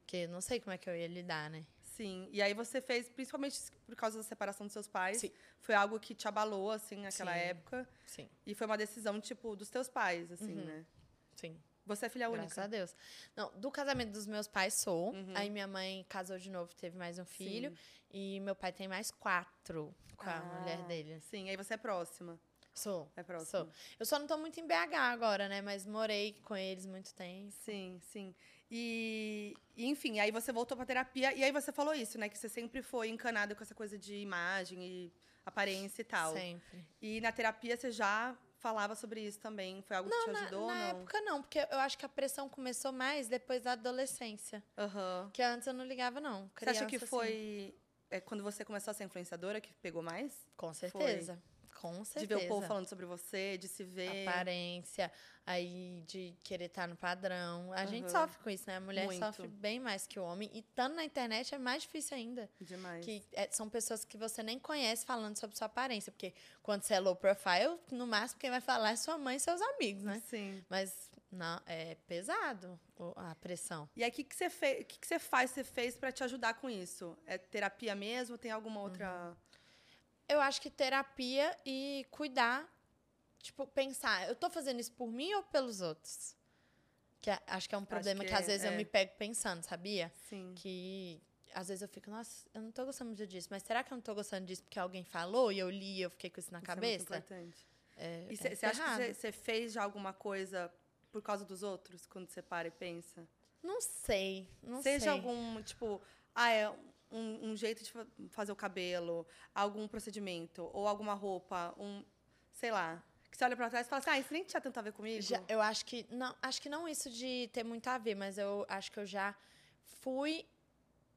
Speaker 2: Porque eu não sei como é que eu ia lidar, né?
Speaker 1: Sim. E aí você fez, principalmente por causa da separação dos seus pais,
Speaker 2: Sim.
Speaker 1: foi algo que te abalou, assim, naquela
Speaker 2: Sim.
Speaker 1: época.
Speaker 2: Sim,
Speaker 1: E foi uma decisão, tipo, dos teus pais, assim,
Speaker 2: Uhum.
Speaker 1: né?
Speaker 2: sim.
Speaker 1: Você é filha
Speaker 2: Graças a
Speaker 1: única.
Speaker 2: Deus. Não, do casamento dos meus pais sou.
Speaker 1: Uhum.
Speaker 2: Aí minha mãe casou de novo, teve mais um filho.
Speaker 1: Sim.
Speaker 2: E meu pai tem mais quatro com a mulher
Speaker 1: Ah.
Speaker 2: dele.
Speaker 1: Sim, aí você é próxima.
Speaker 2: Sou.
Speaker 1: É próxima.
Speaker 2: Sou. Eu só não tô muito em BH agora, né? Mas morei com eles muito tempo.
Speaker 1: Sim, sim. E, e, enfim, aí você voltou pra terapia e aí você falou isso, né? Que você sempre foi encanada com essa coisa de imagem e aparência e tal.
Speaker 2: Sempre.
Speaker 1: E na terapia você já falava sobre isso também. Foi algo que te
Speaker 2: Na-
Speaker 1: ajudou ou
Speaker 2: na
Speaker 1: não?
Speaker 2: época não, porque eu acho que a pressão começou mais depois da adolescência.
Speaker 1: Aham.
Speaker 2: Que antes eu não ligava, não.
Speaker 1: Você acha que
Speaker 2: Criança, assim.
Speaker 1: foi é, quando você começou a ser influenciadora que pegou mais?
Speaker 2: Com certeza. Com certeza.
Speaker 1: De ver o povo falando sobre você, de se ver.
Speaker 2: Aparência, aí de querer estar no padrão. A gente
Speaker 1: Aham.
Speaker 2: sofre com isso, né? A mulher
Speaker 1: Muito.
Speaker 2: sofre bem mais que o homem. E estando na internet é mais difícil ainda.
Speaker 1: Demais.
Speaker 2: Que é, são pessoas que você nem conhece falando sobre sua aparência. Porque quando você é low profile, no máximo quem vai falar é sua mãe e seus amigos, né?
Speaker 1: Sim.
Speaker 2: Mas não, é pesado o- a pressão.
Speaker 1: E aí, o que, que, você fez, que, que você faz, você fez pra te ajudar com isso? É terapia mesmo? Tem alguma outra.
Speaker 2: Eu acho que terapia e cuidar, tipo, pensar, eu tô fazendo isso por mim ou pelos outros? Que a- acho que é um problema que,
Speaker 1: que
Speaker 2: às vezes
Speaker 1: é.
Speaker 2: eu me pego pensando, sabia?
Speaker 1: Sim.
Speaker 2: Que às vezes eu fico, nossa, eu não tô gostando muito disso, mas será que eu não tô gostando disso porque alguém falou e eu li e eu fiquei com isso na
Speaker 1: Isso é muito
Speaker 2: cabeça?
Speaker 1: importante.
Speaker 2: É,
Speaker 1: E
Speaker 2: é
Speaker 1: você acha que
Speaker 2: ferrado.
Speaker 1: você- você fez já alguma coisa por causa dos outros quando você para e pensa?
Speaker 2: Não sei, não
Speaker 1: Seja
Speaker 2: sei.
Speaker 1: algum, tipo, ah, é um, um jeito de fa- fazer o cabelo, algum procedimento, ou alguma roupa, um. Sei lá. Que você olha pra trás e fala assim, ah, isso nem tinha tanto a ver comigo.
Speaker 2: Já- eu acho que não, acho que não isso de ter muito a ver, mas eu acho que eu já fui,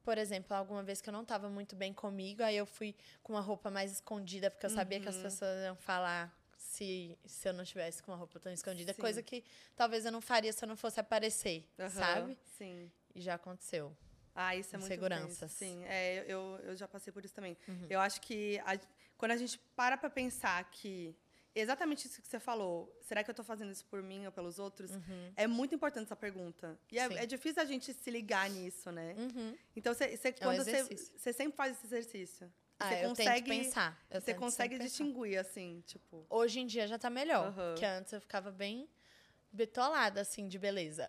Speaker 2: por exemplo, alguma vez que eu não estava muito bem comigo, aí eu fui com uma roupa mais escondida porque eu sabia que as
Speaker 1: Uhum.
Speaker 2: pessoas iam falar se, se eu não tivesse com uma roupa tão escondida,
Speaker 1: Sim.
Speaker 2: coisa que talvez eu não faria se eu não fosse aparecer,
Speaker 1: Aham,
Speaker 2: sabe?
Speaker 1: Sim.
Speaker 2: E já aconteceu.
Speaker 1: Ah, isso é muito
Speaker 2: Inseguranças.
Speaker 1: intenso. Sim, é, eu, eu já passei por isso também.
Speaker 2: Uhum.
Speaker 1: Eu acho que a- quando a gente para pra pensar que exatamente isso que você falou, será que eu tô fazendo isso por mim ou pelos outros?
Speaker 2: Uhum.
Speaker 1: É muito importante essa pergunta. E é,
Speaker 2: Sim.
Speaker 1: é difícil a gente se ligar nisso, né?
Speaker 2: Uhum.
Speaker 1: Então, você, você- quando você,
Speaker 2: exercício.
Speaker 1: você sempre faz esse exercício.
Speaker 2: Ah,
Speaker 1: você
Speaker 2: eu tento pensar. Eu
Speaker 1: Você
Speaker 2: tento sempre
Speaker 1: consegue
Speaker 2: pensar.
Speaker 1: distinguir, assim, tipo.
Speaker 2: Hoje em dia já tá melhor,
Speaker 1: Aham.
Speaker 2: que antes eu ficava bem betolada assim de beleza.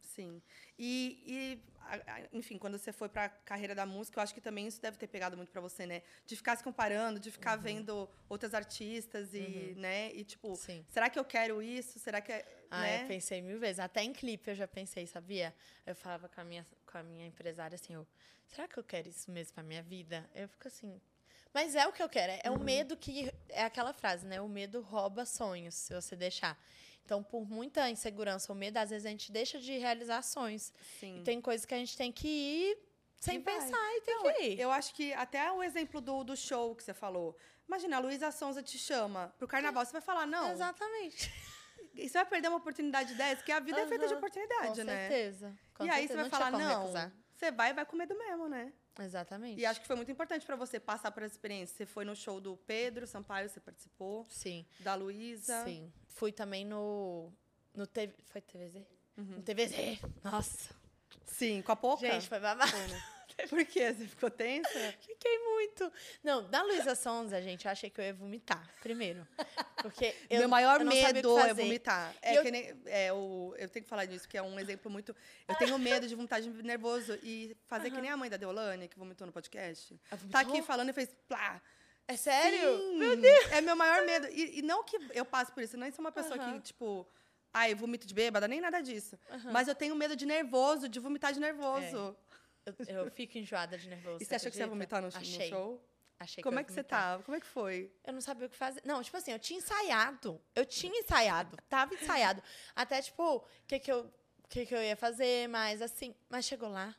Speaker 1: Sim. E, e, a- a- enfim, quando você foi pra carreira da música, eu acho que também isso deve ter pegado muito pra você, né? De ficar se comparando, de ficar
Speaker 2: Uhum.
Speaker 1: vendo outras artistas e, né? E tipo,
Speaker 2: Sim.
Speaker 1: será que eu quero isso? Será que. é-
Speaker 2: Ah,
Speaker 1: né?
Speaker 2: eu pensei mil vezes. Até em clipe eu já pensei, sabia? Eu falava com a minha, com a minha empresária assim, eu, será que eu quero isso mesmo pra minha vida? Eu fico assim. Mas é o que eu quero. É, é o
Speaker 1: Uhum.
Speaker 2: medo que. É aquela frase, né? O medo rouba sonhos, se você deixar. Então, por muita insegurança ou medo, às vezes a gente deixa de realizar sonhos.
Speaker 1: Sim.
Speaker 2: E tem coisas que a gente tem que ir sem
Speaker 1: E vai.
Speaker 2: pensar e tem que ir.
Speaker 1: Eu acho que até o exemplo do, do show que você falou. Imagina, a Luísa Sonza te chama pro carnaval, você vai falar, não.
Speaker 2: Exatamente.
Speaker 1: E você vai perder uma oportunidade dessa, porque a vida é feita de
Speaker 2: Aham.
Speaker 1: oportunidade,
Speaker 2: com
Speaker 1: né?
Speaker 2: certeza. Com
Speaker 1: e aí você
Speaker 2: certeza.
Speaker 1: vai falar,
Speaker 2: tinha como
Speaker 1: não,
Speaker 2: recusar.
Speaker 1: você vai e vai com medo mesmo, né?
Speaker 2: Exatamente.
Speaker 1: E acho que foi muito importante pra você passar por essa experiência. Você foi no show do Pedro Sampaio, você participou,
Speaker 2: Sim.
Speaker 1: da Luísa.
Speaker 2: Sim. Fui também no. No TV. Foi TVZ?
Speaker 1: Uhum.
Speaker 2: No TVZ. Nossa.
Speaker 1: Sim, com a Poca?
Speaker 2: Gente, foi babado.
Speaker 1: Foi, né? Por quê? Você ficou tensa?
Speaker 2: Fiquei muito. Não, da Luísa Sonza, gente, eu achei que eu ia vomitar, primeiro. Porque eu.
Speaker 1: Meu maior
Speaker 2: eu não sabia o que
Speaker 1: medo é
Speaker 2: fazer.
Speaker 1: vomitar.
Speaker 2: E
Speaker 1: É
Speaker 2: eu-
Speaker 1: que nem, é, o, eu tenho que falar disso, porque é um exemplo muito... Eu tenho medo de vomitar de nervoso. E fazer que nem a mãe da Deolane, que vomitou no podcast.
Speaker 2: Ela vomitou?
Speaker 1: Tá aqui falando e fez... Plá,
Speaker 2: É sério?
Speaker 1: Meu Deus! É meu maior medo. E, e não que eu passe por isso, eu nem sou uma pessoa
Speaker 2: Aham.
Speaker 1: que, tipo, ai, vomito de bêbada, nem nada disso. Mas eu tenho medo de nervoso, de vomitar de nervoso.
Speaker 2: Eu, eu fico enjoada de nervoso.
Speaker 1: E você achou que você ia
Speaker 2: É. acredita?
Speaker 1: vomitar no, sh- no
Speaker 2: Achei.
Speaker 1: show?
Speaker 2: Achei
Speaker 1: Como
Speaker 2: eu
Speaker 1: é
Speaker 2: ia
Speaker 1: que você
Speaker 2: vomitar.
Speaker 1: tava? Como é que foi?
Speaker 2: Eu não sabia o que fazer. Não, tipo assim, eu tinha ensaiado. Eu tinha ensaiado. Tava ensaiado. Até, tipo, o que que eu... o que, que eu ia fazer, mas assim. Mas chegou lá.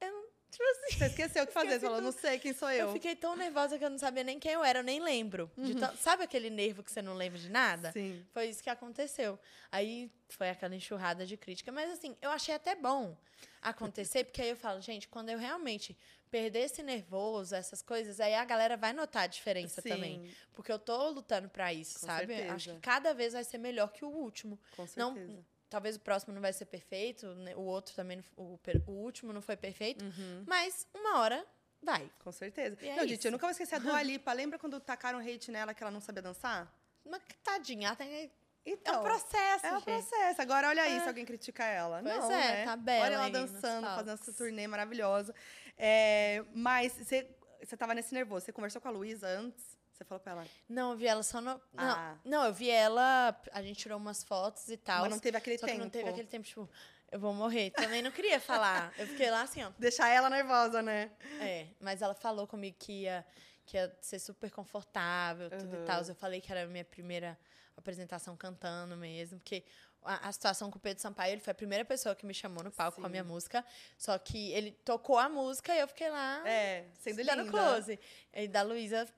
Speaker 2: Eu não. Tipo assim.
Speaker 1: Você esqueceu o que fazer, você
Speaker 2: Esqueci
Speaker 1: falou, não sei quem sou eu. Uhum.
Speaker 2: Eu fiquei tão nervosa que eu não sabia nem quem eu era, eu nem lembro. De tão- sabe aquele nervo que você não lembra de nada?
Speaker 1: Sim.
Speaker 2: Foi isso que aconteceu. Aí foi aquela enxurrada de crítica. Mas assim, eu achei até bom acontecer, porque aí eu falo, gente, quando eu realmente perder esse nervoso, essas coisas, aí a galera vai notar a diferença
Speaker 1: Sim,
Speaker 2: também. Porque eu tô lutando pra isso,
Speaker 1: Com
Speaker 2: sabe?
Speaker 1: certeza.
Speaker 2: Acho que cada vez vai ser melhor que o último.
Speaker 1: Com
Speaker 2: Não-
Speaker 1: certeza.
Speaker 2: Talvez o próximo não vai ser perfeito, né? o outro também, não f- o, per- o último não foi perfeito,
Speaker 1: Uhum.
Speaker 2: mas uma hora vai.
Speaker 1: Com certeza.
Speaker 2: E é
Speaker 1: não, gente, eu
Speaker 2: isso.
Speaker 1: nunca vou esquecer a Dua Lipa. Lembra quando tacaram hate nela que ela não sabia dançar?
Speaker 2: Uma tadinha, ela tem... é
Speaker 1: Então,
Speaker 2: um processo,
Speaker 1: É um
Speaker 2: gente.
Speaker 1: processo. Agora olha aí
Speaker 2: É.
Speaker 1: se alguém critica ela.
Speaker 2: Pois
Speaker 1: não,
Speaker 2: é,
Speaker 1: né?
Speaker 2: tá bela
Speaker 1: Olha ela
Speaker 2: aí nos
Speaker 1: dançando, fazendo
Speaker 2: palcos.
Speaker 1: essa turnê maravilhosa. É, mas você, você tava nesse nervoso. Você conversou com a Luísa antes? Você falou pra ela.
Speaker 2: Não, eu vi ela só no...
Speaker 1: Ah.
Speaker 2: Não, não, eu vi ela, a gente tirou umas fotos e tal.
Speaker 1: Mas não teve aquele
Speaker 2: só
Speaker 1: tempo.
Speaker 2: que não teve aquele tempo, tipo, eu vou morrer. Também não queria falar. Eu fiquei lá assim, ó.
Speaker 1: Deixar ela nervosa, né?
Speaker 2: É, mas ela falou comigo que ia, que ia ser super confortável, tudo
Speaker 1: Aham.
Speaker 2: e tal. Eu falei que era a minha primeira apresentação cantando mesmo, porque a, a situação com o Pedro Sampaio, ele foi a primeira pessoa que me chamou no palco com a minha
Speaker 1: Sim.
Speaker 2: música. Só que ele tocou a música e eu fiquei lá
Speaker 1: É, sendo
Speaker 2: dando
Speaker 1: linda.
Speaker 2: close. E da Luísa,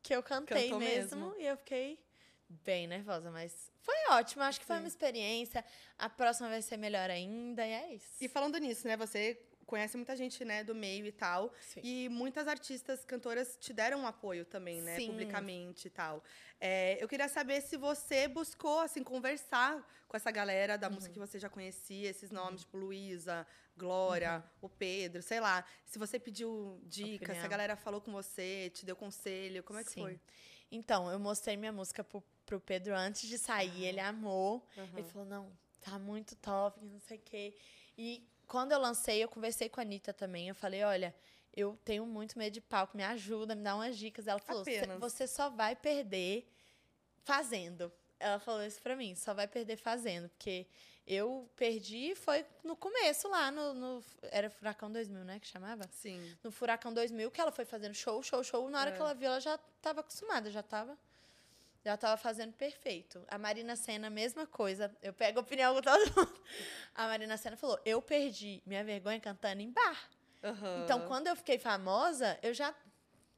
Speaker 2: que eu cantei
Speaker 1: Cantou
Speaker 2: mesmo,
Speaker 1: mesmo.
Speaker 2: e eu fiquei bem nervosa, mas foi ótimo. Acho que foi
Speaker 1: Sim.
Speaker 2: uma experiência. A próxima vai ser melhor ainda, e é isso.
Speaker 1: E falando nisso, né? Você conhece muita gente, né, do meio e tal.
Speaker 2: Sim.
Speaker 1: E muitas artistas, cantoras te deram um apoio também, né?
Speaker 2: Sim.
Speaker 1: Publicamente e tal. É, eu queria saber se você buscou, assim, conversar com essa galera da
Speaker 2: Uhum.
Speaker 1: música que você já conhecia, esses nomes, tipo Luísa, Glória, o Pedro, sei lá. Se você pediu dicas, se a
Speaker 2: Uhum. Opinião.
Speaker 1: galera falou com você, te deu conselho, como é que
Speaker 2: Sim.
Speaker 1: foi?
Speaker 2: Então, eu mostrei minha música pro, pro Pedro antes de sair, ele amou. Ele falou, não, tá muito top, não sei o quê. E quando eu lancei, eu conversei com a Anitta também. Eu falei, olha, eu tenho muito medo de palco, me ajuda, me dá umas dicas. Ela falou, "Cê-
Speaker 1: Apenas.
Speaker 2: você só vai perder fazendo. Ela falou isso pra mim, só vai perder fazendo, porque eu perdi foi no começo lá, no, no era Furacão 2000, né, que chamava?
Speaker 1: Sim.
Speaker 2: no Furacão 2000, que ela foi fazendo show, show, show. Na hora
Speaker 1: É.
Speaker 2: que ela viu, ela já estava acostumada, já estava já tava fazendo perfeito. A Marina Senna, mesma coisa. Eu pego a opinião de todo mundo. A Marina Senna falou, eu perdi minha vergonha cantando em bar.
Speaker 1: Aham.
Speaker 2: Então, quando eu fiquei famosa, eu já,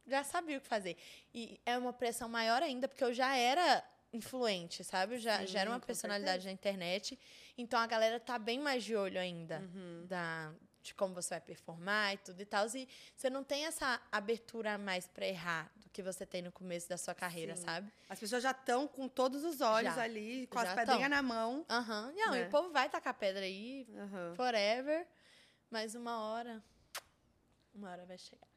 Speaker 2: já sabia o que fazer. E é uma pressão maior ainda, porque eu já era influente, sabe? Eu já, já era
Speaker 1: Sim,
Speaker 2: uma
Speaker 1: com
Speaker 2: personalidade na internet. Então, a galera tá bem mais de olho ainda
Speaker 1: Uhum.
Speaker 2: da, de como você vai performar e tudo e tal. E você não tem essa abertura mais pra errar do que você tem no começo da sua carreira,
Speaker 1: Sim.
Speaker 2: sabe?
Speaker 1: As pessoas já estão com todos os olhos
Speaker 2: Já.
Speaker 1: ali, com as
Speaker 2: Já
Speaker 1: pedrinhas
Speaker 2: tão.
Speaker 1: na mão.
Speaker 2: Aham. Não, e
Speaker 1: Né?
Speaker 2: o povo vai tacar pedra aí
Speaker 1: Aham.
Speaker 2: forever, mas uma hora. Uma hora vai chegar.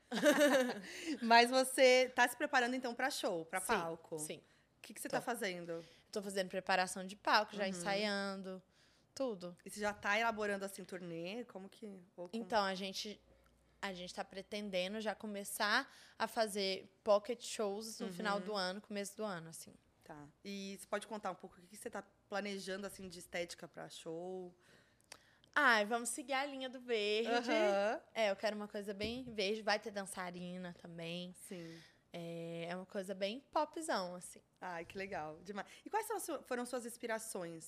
Speaker 1: Mas você tá se preparando então pra show, pra
Speaker 2: Sim,
Speaker 1: palco.
Speaker 2: Sim.
Speaker 1: O que, que você tá
Speaker 2: Tô.
Speaker 1: fazendo?
Speaker 2: Tô fazendo preparação de palco,
Speaker 1: Uhum.
Speaker 2: já ensaiando, tudo.
Speaker 1: E você já tá elaborando assim turnê? Como que? ou como-
Speaker 2: Então, a gente a gente tá pretendendo já começar a fazer pocket shows no final
Speaker 1: Uhum.
Speaker 2: do ano, começo do ano, assim.
Speaker 1: Tá. E você pode contar um pouco o que que você tá planejando assim de estética pra show?
Speaker 2: Ai, Ah, vamos seguir a linha do verde.
Speaker 1: Aham.
Speaker 2: É, eu quero uma coisa bem verde. Vai ter dançarina também.
Speaker 1: Sim.
Speaker 2: É, é uma coisa bem popzão, assim.
Speaker 1: Ai, que legal. Demais. E quais são su- foram suas inspirações?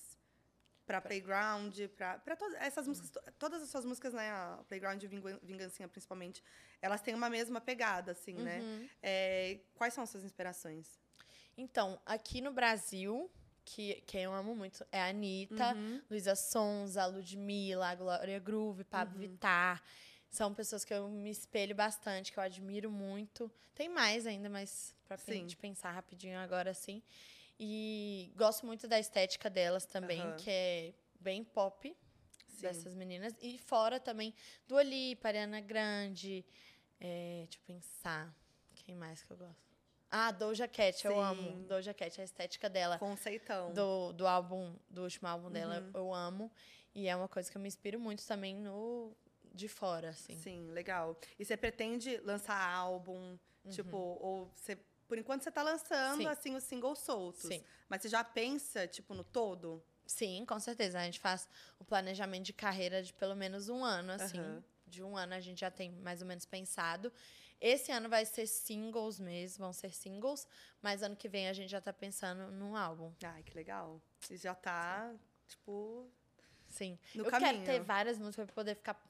Speaker 1: Pra Playground, pra, pra todas essas músicas, to- todas as suas músicas, né? A Playground e Vingan- Vingancinha, principalmente, elas têm uma mesma pegada, assim, né?
Speaker 2: Uhum.
Speaker 1: É, quais são as suas inspirações?
Speaker 2: Então, aqui no Brasil, que quem eu amo muito é a Anitta,
Speaker 1: Uhum.
Speaker 2: Luísa Sonza, Ludmilla, Glória Groove,
Speaker 1: Uhum.
Speaker 2: Pablo Vittar. São pessoas que eu me espelho bastante, que eu admiro muito. Tem mais ainda, mas pra
Speaker 1: Sim.
Speaker 2: gente pensar rapidinho agora, assim. E gosto muito da estética delas também,
Speaker 1: Aham.
Speaker 2: que é bem pop.
Speaker 1: Sim.
Speaker 2: dessas meninas. E fora também do Ali, Ariana Grande. É, deixa eu pensar. Quem mais que eu gosto? Ah, Doja Cat, eu
Speaker 1: Sim.
Speaker 2: amo. Doja Cat, a estética dela.
Speaker 1: Conceitão.
Speaker 2: Do, do álbum, do último álbum dela,
Speaker 1: Uhum.
Speaker 2: eu amo. E é uma coisa que eu me inspiro muito também no de fora, assim.
Speaker 1: Sim, legal. E você pretende lançar álbum, tipo, ou você. Por enquanto você tá lançando,
Speaker 2: Uhum. Sim.
Speaker 1: assim, os singles soltos.
Speaker 2: Sim.
Speaker 1: Mas você já pensa, tipo, no todo?
Speaker 2: Sim, com certeza. A gente faz o planejamento de carreira de pelo menos um ano, assim.
Speaker 1: Aham.
Speaker 2: De um ano a gente já tem mais ou menos pensado. Esse ano vai ser singles mesmo, vão ser singles, mas ano que vem a gente já tá pensando num álbum.
Speaker 1: Ai, que legal. E já tá, tipo,
Speaker 2: Sim.
Speaker 1: No
Speaker 2: eu
Speaker 1: caminho.
Speaker 2: quero ter várias músicas pra poder ficar,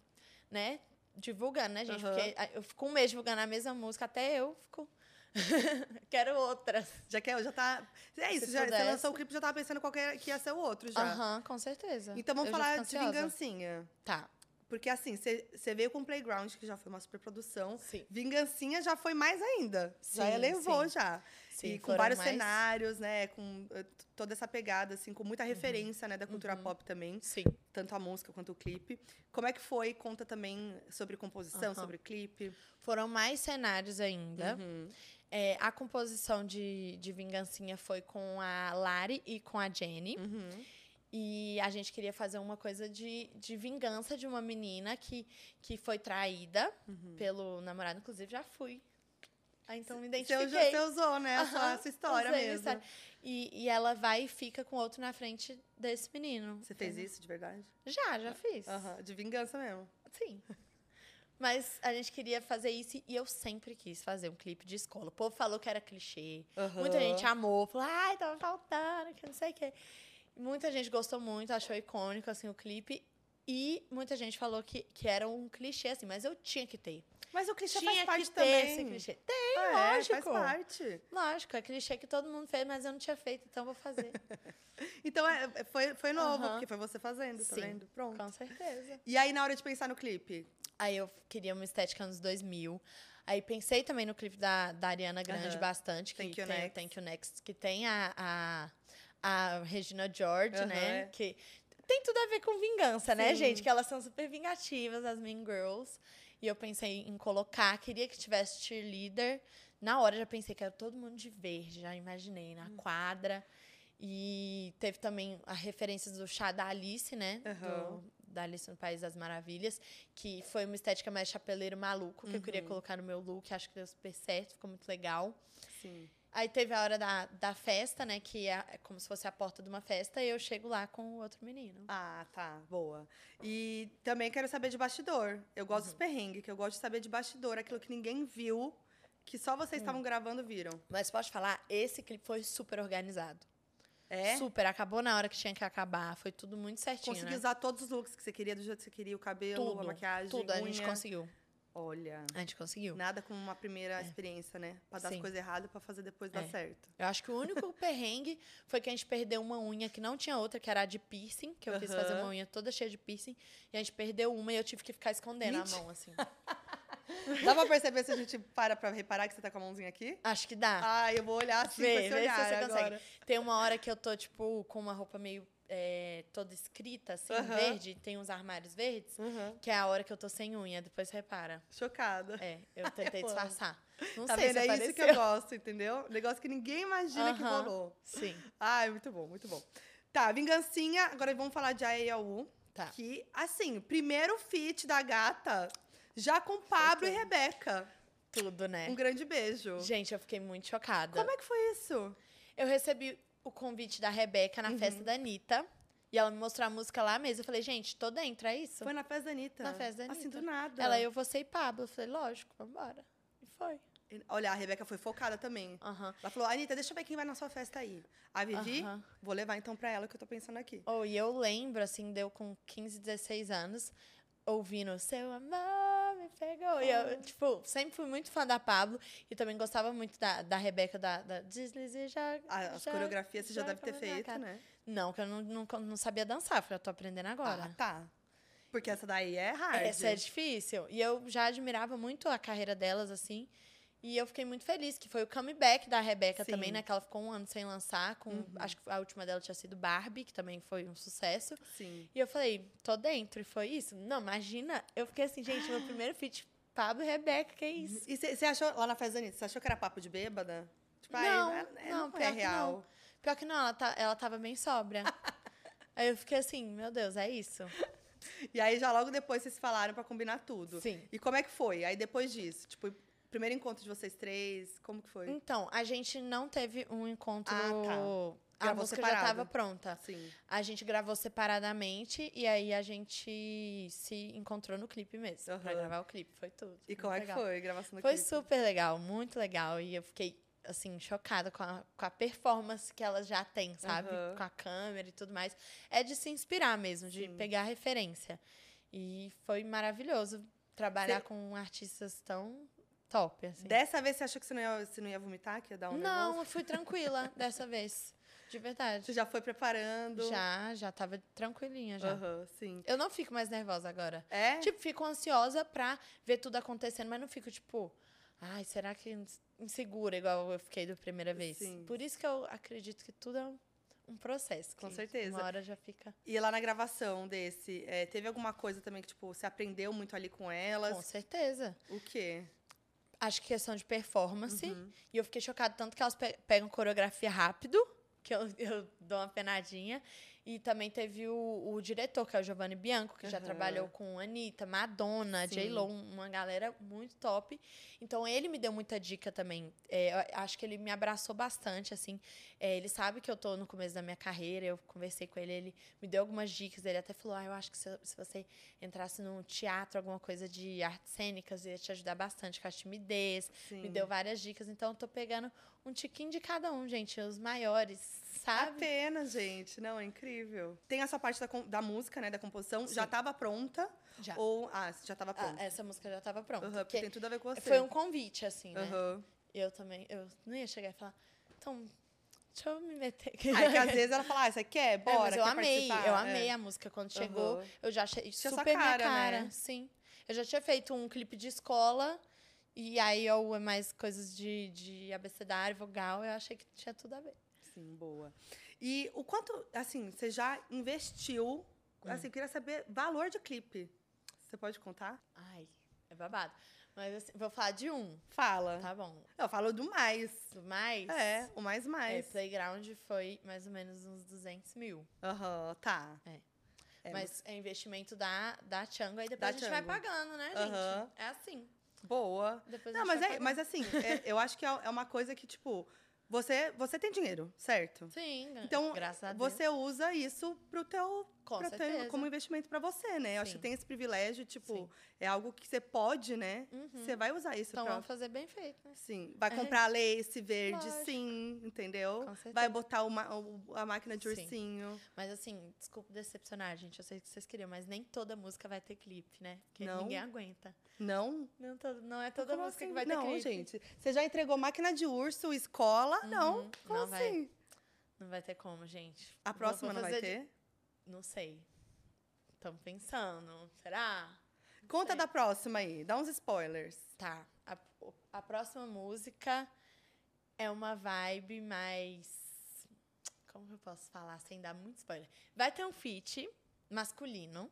Speaker 2: né, divulgando, né, gente?
Speaker 1: Aham.
Speaker 2: Porque ah, eu fico um mês divulgando a mesma música, até eu fico. quero outras.
Speaker 1: Já quer, já tá. É isso,
Speaker 2: Se
Speaker 1: já, você
Speaker 2: pudesse.
Speaker 1: lançou o clipe já tava pensando qual que era- que ia ser o outro já.
Speaker 2: Aham, com certeza.
Speaker 1: Então vamos
Speaker 2: Eu já
Speaker 1: falar
Speaker 2: fico
Speaker 1: de
Speaker 2: ansiosa.
Speaker 1: vingancinha.
Speaker 2: Tá.
Speaker 1: Porque assim, você veio com Playground, que já foi uma superprodução.
Speaker 2: Sim.
Speaker 1: Vingancinha já foi mais ainda. já
Speaker 2: Sim,
Speaker 1: elevou
Speaker 2: sim.
Speaker 1: já.
Speaker 2: Sim,
Speaker 1: e com
Speaker 2: foram
Speaker 1: vários
Speaker 2: mais-
Speaker 1: cenários, né? Com eh, t- toda essa pegada, assim, com
Speaker 2: Uhum.
Speaker 1: muita referência, né, da cultura pop também.
Speaker 2: Sim.
Speaker 1: Tanto a música quanto o clipe. Como é que foi? Conta também sobre composição,
Speaker 2: Aham.
Speaker 1: sobre clipe.
Speaker 2: Foram mais cenários ainda.
Speaker 1: Uhum.
Speaker 2: É, a composição de, de Vingancinha foi com a Lari e com a Jenny.
Speaker 1: Uhum.
Speaker 2: E a gente queria fazer uma coisa de, de vingança de uma menina que, que foi traída
Speaker 1: Uhum.
Speaker 2: pelo namorado. Inclusive, já fui. Ah, então me identifiquei.
Speaker 1: Você, já- você usou, né? a sua-
Speaker 2: Aham,
Speaker 1: a sua história
Speaker 2: usei a
Speaker 1: mesmo.
Speaker 2: história. E, e ela vai e fica com outro na frente desse menino.
Speaker 1: Você fez isso de verdade?
Speaker 2: Já, já fiz.
Speaker 1: Aham, De vingança mesmo.
Speaker 2: Sim. Mas a gente queria fazer isso e eu sempre quis fazer um clipe de escola. O povo falou que era clichê. Muita gente amou, falou, ai, tava faltando, que não sei o quê. Muita gente gostou muito, achou icônico, assim, o clipe. E muita gente falou que, que era um clichê, assim, mas eu tinha que ter.
Speaker 1: Mas o clichê
Speaker 2: tinha
Speaker 1: faz parte
Speaker 2: que ter
Speaker 1: também.
Speaker 2: esse clichê. Tem,
Speaker 1: Ah, é,
Speaker 2: lógico.
Speaker 1: Faz parte.
Speaker 2: lógico, é clichê que todo mundo fez, mas eu não tinha feito, então vou fazer.
Speaker 1: Então é, é, foi, foi novo,
Speaker 2: Aham.
Speaker 1: porque foi você fazendo, tá
Speaker 2: Sim.
Speaker 1: vendo? Pronto.
Speaker 2: Com certeza.
Speaker 1: E aí, na hora de pensar no clipe?
Speaker 2: Aí eu queria uma estética anos 2000. Aí pensei também no clipe da, da Ariana Grande
Speaker 1: Aham.
Speaker 2: bastante, que
Speaker 1: Thank you,
Speaker 2: tem o
Speaker 1: Next.
Speaker 2: Thank You Next, que tem a, a, a Regina George,
Speaker 1: Aham,
Speaker 2: né?
Speaker 1: é.
Speaker 2: Que tem tudo a ver com vingança, né,
Speaker 1: Sim.
Speaker 2: gente? Que elas são super vingativas, as Mean Girls. E eu pensei em colocar, queria que tivesse cheerleader. Na hora já pensei que era todo mundo de verde, já imaginei, na
Speaker 1: Hum.
Speaker 2: quadra. E teve também a referência do chá da Alice, né?
Speaker 1: Aham.
Speaker 2: Do- da Alice no País das Maravilhas, que foi uma estética mais chapeleiro maluco, que eu queria colocar no meu look, acho que deu super certo, ficou muito legal.
Speaker 1: Sim.
Speaker 2: Aí teve a hora da, da festa, né? Que é é como se fosse a porta de uma festa, e eu chego lá com o outro menino.
Speaker 1: Ah, tá. Boa. E também quero saber de bastidor. Eu gosto dos perrengues, que eu gosto de saber de bastidor, aquilo que ninguém viu, que só vocês estavam gravando viram.
Speaker 2: Mas posso falar, esse clipe foi super organizado.
Speaker 1: É?
Speaker 2: Super, acabou na hora que tinha que acabar, foi tudo muito certinho,
Speaker 1: Consegui
Speaker 2: né?
Speaker 1: usar todos os looks que você queria, do jeito que você queria, o cabelo, a
Speaker 2: Tudo,
Speaker 1: maquiagem,
Speaker 2: Tudo, a
Speaker 1: unha.
Speaker 2: gente conseguiu.
Speaker 1: Olha,
Speaker 2: A gente conseguiu.
Speaker 1: nada como uma primeira experiência, né? Pra dar as
Speaker 2: Sim.
Speaker 1: coisas erradas, pra fazer depois dar
Speaker 2: É.
Speaker 1: certo.
Speaker 2: Eu acho que o único perrengue foi que a gente perdeu uma unha que não tinha outra, que era a de piercing, que eu quis fazer
Speaker 1: Aham.
Speaker 2: uma unha toda cheia de piercing, e a gente perdeu uma e eu tive que ficar escondendo
Speaker 1: Mentira.
Speaker 2: a mão, assim.
Speaker 1: Dá pra perceber se a gente para pra reparar que você tá com a mãozinha aqui?
Speaker 2: Acho que dá.
Speaker 1: Ai, eu vou olhar assim com
Speaker 2: Vê,
Speaker 1: esse
Speaker 2: vê se
Speaker 1: olhar
Speaker 2: você consegue.
Speaker 1: agora.
Speaker 2: Tem uma hora que eu tô, tipo, com uma roupa meio é, toda escrita, assim,
Speaker 1: Aham.
Speaker 2: verde, e tem uns armários verdes,
Speaker 1: Uhum.
Speaker 2: que é a hora que eu tô sem unha, depois repara.
Speaker 1: Chocada.
Speaker 2: É, eu tentei
Speaker 1: amo.
Speaker 2: disfarçar. Não
Speaker 1: tá
Speaker 2: sei
Speaker 1: vendo?
Speaker 2: se
Speaker 1: É
Speaker 2: apareceu.
Speaker 1: isso que eu gosto, entendeu? Negócio que ninguém imagina que
Speaker 2: Aham.
Speaker 1: rolou.
Speaker 2: Sim,
Speaker 1: Ai, muito bom, muito bom. Tá, vingancinha. Agora vamos falar de Aeiaú.
Speaker 2: tá.
Speaker 1: Que, assim, primeiro feat da gata, já com Pablo e
Speaker 2: tudo.
Speaker 1: Rebeca.
Speaker 2: Tudo, né?
Speaker 1: Um grande beijo.
Speaker 2: Gente, eu fiquei muito chocada.
Speaker 1: Como é que foi isso?
Speaker 2: Eu recebi o convite da Rebeca na festa
Speaker 1: Uhum.
Speaker 2: da Anitta. E ela me mostrou a música lá mesmo. Eu falei, gente, tô dentro, é isso?
Speaker 1: Foi na festa da Anitta.
Speaker 2: Na festa da
Speaker 1: Assim, do
Speaker 2: Anitta.
Speaker 1: nada.
Speaker 2: Ela, eu, você e Pablo. Eu falei, lógico, vambora. E foi.
Speaker 1: Olha, a Rebeca foi focada também.
Speaker 2: Aham.
Speaker 1: Ela falou, Anitta, deixa eu ver quem vai na sua festa aí. A Vivi,
Speaker 2: Aham.
Speaker 1: vou levar então pra ela o que eu tô pensando aqui.
Speaker 2: Oh, e eu lembro, assim, deu com 15, 16 anos, ouvindo Seu amor me pegou. E eu, tipo, sempre fui muito fã da Pablo e também gostava muito da, da Rebeca, da, da Deslize e joga.
Speaker 1: Ah, As
Speaker 2: joga-
Speaker 1: coreografias você já
Speaker 2: joga
Speaker 1: deve ter
Speaker 2: pra tá minha
Speaker 1: feito,
Speaker 2: cara.
Speaker 1: né?
Speaker 2: Não, que eu não, não, não sabia dançar, porque eu tô aprendendo agora.
Speaker 1: Ah, tá. Porque essa daí é hard.
Speaker 2: Essa é difícil. E eu já admirava muito a carreira delas, assim. E eu fiquei muito feliz, que foi o comeback da Rebeca
Speaker 1: Sim. Uhum.
Speaker 2: também, né? Que ela ficou um ano sem lançar. Com, Acho que a última dela tinha sido Barbie, que também foi um sucesso.
Speaker 1: Sim.
Speaker 2: E eu falei, tô dentro, e foi isso? Não, imagina. Eu fiquei assim, gente, meu primeiro feat, Pablo e Rebeca, que é isso?
Speaker 1: E você achou, lá na festa da Anitta, você achou que era papo de bêbada? Tipo,
Speaker 2: Não,
Speaker 1: ai, é- é-
Speaker 2: não,
Speaker 1: é
Speaker 2: pior que
Speaker 1: real.
Speaker 2: Pior que não, ela, tá, ela tava bem sóbria. Aí eu fiquei assim, meu Deus, é isso?
Speaker 1: E aí, já logo depois, vocês falaram pra combinar tudo.
Speaker 2: Sim.
Speaker 1: E como é que foi? Aí, depois disso, tipo, primeiro encontro de vocês três, como que foi?
Speaker 2: Então, a gente não teve um encontro.
Speaker 1: Ah,
Speaker 2: A
Speaker 1: Gravou
Speaker 2: música já
Speaker 1: separado.
Speaker 2: tava pronta.
Speaker 1: Assim,
Speaker 2: A gente gravou separadamente e aí a gente se encontrou no clipe mesmo. Pra
Speaker 1: Aham.
Speaker 2: gravar o clipe, foi tudo.
Speaker 1: e como
Speaker 2: muito
Speaker 1: é que
Speaker 2: legal.
Speaker 1: foi a gravação do
Speaker 2: Foi
Speaker 1: clipe?
Speaker 2: super legal, muito legal. E eu fiquei assim, chocada com a, com a performance que ela já tem, sabe?
Speaker 1: Aham.
Speaker 2: Com a câmera e tudo mais. É de se inspirar mesmo, de
Speaker 1: Sim.
Speaker 2: pegar referência. E foi maravilhoso trabalhar
Speaker 1: Cê-
Speaker 2: com artistas tão top, assim.
Speaker 1: Dessa vez você achou que você não ia, você não ia vomitar, que ia dar um
Speaker 2: Não,
Speaker 1: nervoso?
Speaker 2: eu fui tranquila dessa vez. De verdade.
Speaker 1: Você já foi preparando?
Speaker 2: Já, já tava tranquilinha já.
Speaker 1: Aham, sim.
Speaker 2: Eu não fico mais nervosa agora.
Speaker 1: É?
Speaker 2: Tipo, fico ansiosa pra ver tudo acontecendo, mas não fico tipo, ai, será que insegura igual eu fiquei da primeira vez?
Speaker 1: Sim.
Speaker 2: Por isso que eu acredito que tudo é um, um processo.
Speaker 1: Com
Speaker 2: que
Speaker 1: certeza.
Speaker 2: Uma hora já fica.
Speaker 1: E lá na gravação desse, é, teve alguma coisa também que, tipo, você aprendeu muito ali com
Speaker 2: Com
Speaker 1: elas?
Speaker 2: certeza.
Speaker 1: O quê?
Speaker 2: Acho que questão de performance.
Speaker 1: Uhum.
Speaker 2: E eu fiquei chocada tanto que elas pe- pegam coreografia rápido, que eu, eu dou uma penadinha. E também teve o, o diretor, que é o Giovanni Bianco, que já
Speaker 1: Aham.
Speaker 2: trabalhou com Anitta, Madonna,
Speaker 1: Sim.
Speaker 2: J-Lo, uma galera muito top. Então ele me deu muita dica também. É, eu acho que ele me abraçou bastante, assim. É, ele sabe que eu tô no começo da minha carreira, eu conversei com ele, ele me deu algumas dicas. Ele até falou: ah, eu acho que se, se você entrasse num teatro, alguma coisa de artes cênicas, ia te ajudar bastante com a timidez.
Speaker 1: Sim.
Speaker 2: Me deu várias dicas, então eu tô pegando um tiquinho de cada um, gente. Os maiores, sabe?
Speaker 1: Apenas, gente. Não, é incrível. Tem essa parte da, com- da música, né? Da composição. Já
Speaker 2: Sim.
Speaker 1: tava pronta?
Speaker 2: Já.
Speaker 1: Ou. Ah, já tava
Speaker 2: Ah,
Speaker 1: pronta.
Speaker 2: essa música já tava pronta.
Speaker 1: Aham, porque
Speaker 2: porque
Speaker 1: tem tudo a ver com você.
Speaker 2: foi um convite, assim, né?
Speaker 1: Aham.
Speaker 2: Eu também, eu não ia chegar e falar, então, deixa eu me meter aqui.
Speaker 1: Aí que às vezes ela fala, ah, você quer?
Speaker 2: É, mas
Speaker 1: Bora,
Speaker 2: eu
Speaker 1: quer
Speaker 2: amei,
Speaker 1: participar?"
Speaker 2: eu
Speaker 1: É.
Speaker 2: amei a música. Quando chegou,
Speaker 1: Aham.
Speaker 2: eu já achei
Speaker 1: Tinha sua
Speaker 2: super minha
Speaker 1: cara,
Speaker 2: cara,
Speaker 1: né?
Speaker 2: sim. Eu já tinha feito um clipe de escola, e aí eu é mais coisas de, de abecedário, vogal, eu achei que tinha tudo a ver.
Speaker 1: Sim, boa. E o quanto, assim, você já investiu?
Speaker 2: Hum.
Speaker 1: Assim, eu queria saber valor de clipe. Você pode contar?
Speaker 2: Ai, é babado. Mas assim, vou falar de um,
Speaker 1: Fala.
Speaker 2: tá bom.
Speaker 1: Eu falo do mais.
Speaker 2: Do mais,
Speaker 1: É, o mais
Speaker 2: é,
Speaker 1: mais.
Speaker 2: Playground foi mais ou menos uns 200 mil.
Speaker 1: Aham, tá.
Speaker 2: É.
Speaker 1: É,
Speaker 2: mas é investimento da, da Chango, aí depois
Speaker 1: Da
Speaker 2: a gente vai
Speaker 1: Chango.
Speaker 2: pagando, né,
Speaker 1: Aham.
Speaker 2: gente? É assim.
Speaker 1: Boa.
Speaker 2: Depois a
Speaker 1: Não,
Speaker 2: gente
Speaker 1: mas,
Speaker 2: vai
Speaker 1: é,
Speaker 2: pagando.
Speaker 1: mas assim, é- eu acho que é é uma coisa que, tipo, você, você tem dinheiro, certo?
Speaker 2: Sim, gra-
Speaker 1: Então,
Speaker 2: graças a Deus.
Speaker 1: Você usa isso pro teu,
Speaker 2: Com
Speaker 1: pra teu-
Speaker 2: certeza.
Speaker 1: como investimento pra você, né? Eu acho
Speaker 2: Sim.
Speaker 1: que tem esse privilégio, tipo,
Speaker 2: Sim.
Speaker 1: é algo que você pode, né?
Speaker 2: Uhum.
Speaker 1: Você vai usar isso
Speaker 2: Então
Speaker 1: pra
Speaker 2: vamos fazer bem feito, né?
Speaker 1: Sim, vai
Speaker 2: É.
Speaker 1: comprar lace verde,
Speaker 2: Lógico.
Speaker 1: sim, entendeu?
Speaker 2: Com certeza.
Speaker 1: Então, Vai botar uma, o- a máquina de
Speaker 2: Sim.
Speaker 1: ursinho.
Speaker 2: Mas assim, desculpa decepcionar, gente. Eu sei que vocês queriam, mas nem toda música vai ter clipe, né? Porque
Speaker 1: Não.
Speaker 2: ninguém aguenta.
Speaker 1: Não?
Speaker 2: Não, to- não é toda
Speaker 1: Como
Speaker 2: música
Speaker 1: assim?
Speaker 2: que vai ter
Speaker 1: Não,
Speaker 2: clipe.
Speaker 1: gente. Você já entregou máquina de urso, escola? Não.
Speaker 2: Uhum,
Speaker 1: Como
Speaker 2: não vai.
Speaker 1: assim?
Speaker 2: Não vai ter como, gente.
Speaker 1: A
Speaker 2: Vou-
Speaker 1: próxima não
Speaker 2: vou
Speaker 1: vai
Speaker 2: fazer de-
Speaker 1: ter?
Speaker 2: Não sei. Estamos pensando. Será?
Speaker 1: Conta
Speaker 2: sei.
Speaker 1: da próxima aí, dá uns spoilers.
Speaker 2: Tá. A, o- a próxima música é uma vibe mais. Como que eu posso falar sem dar muito spoiler? Vai ter um feat masculino.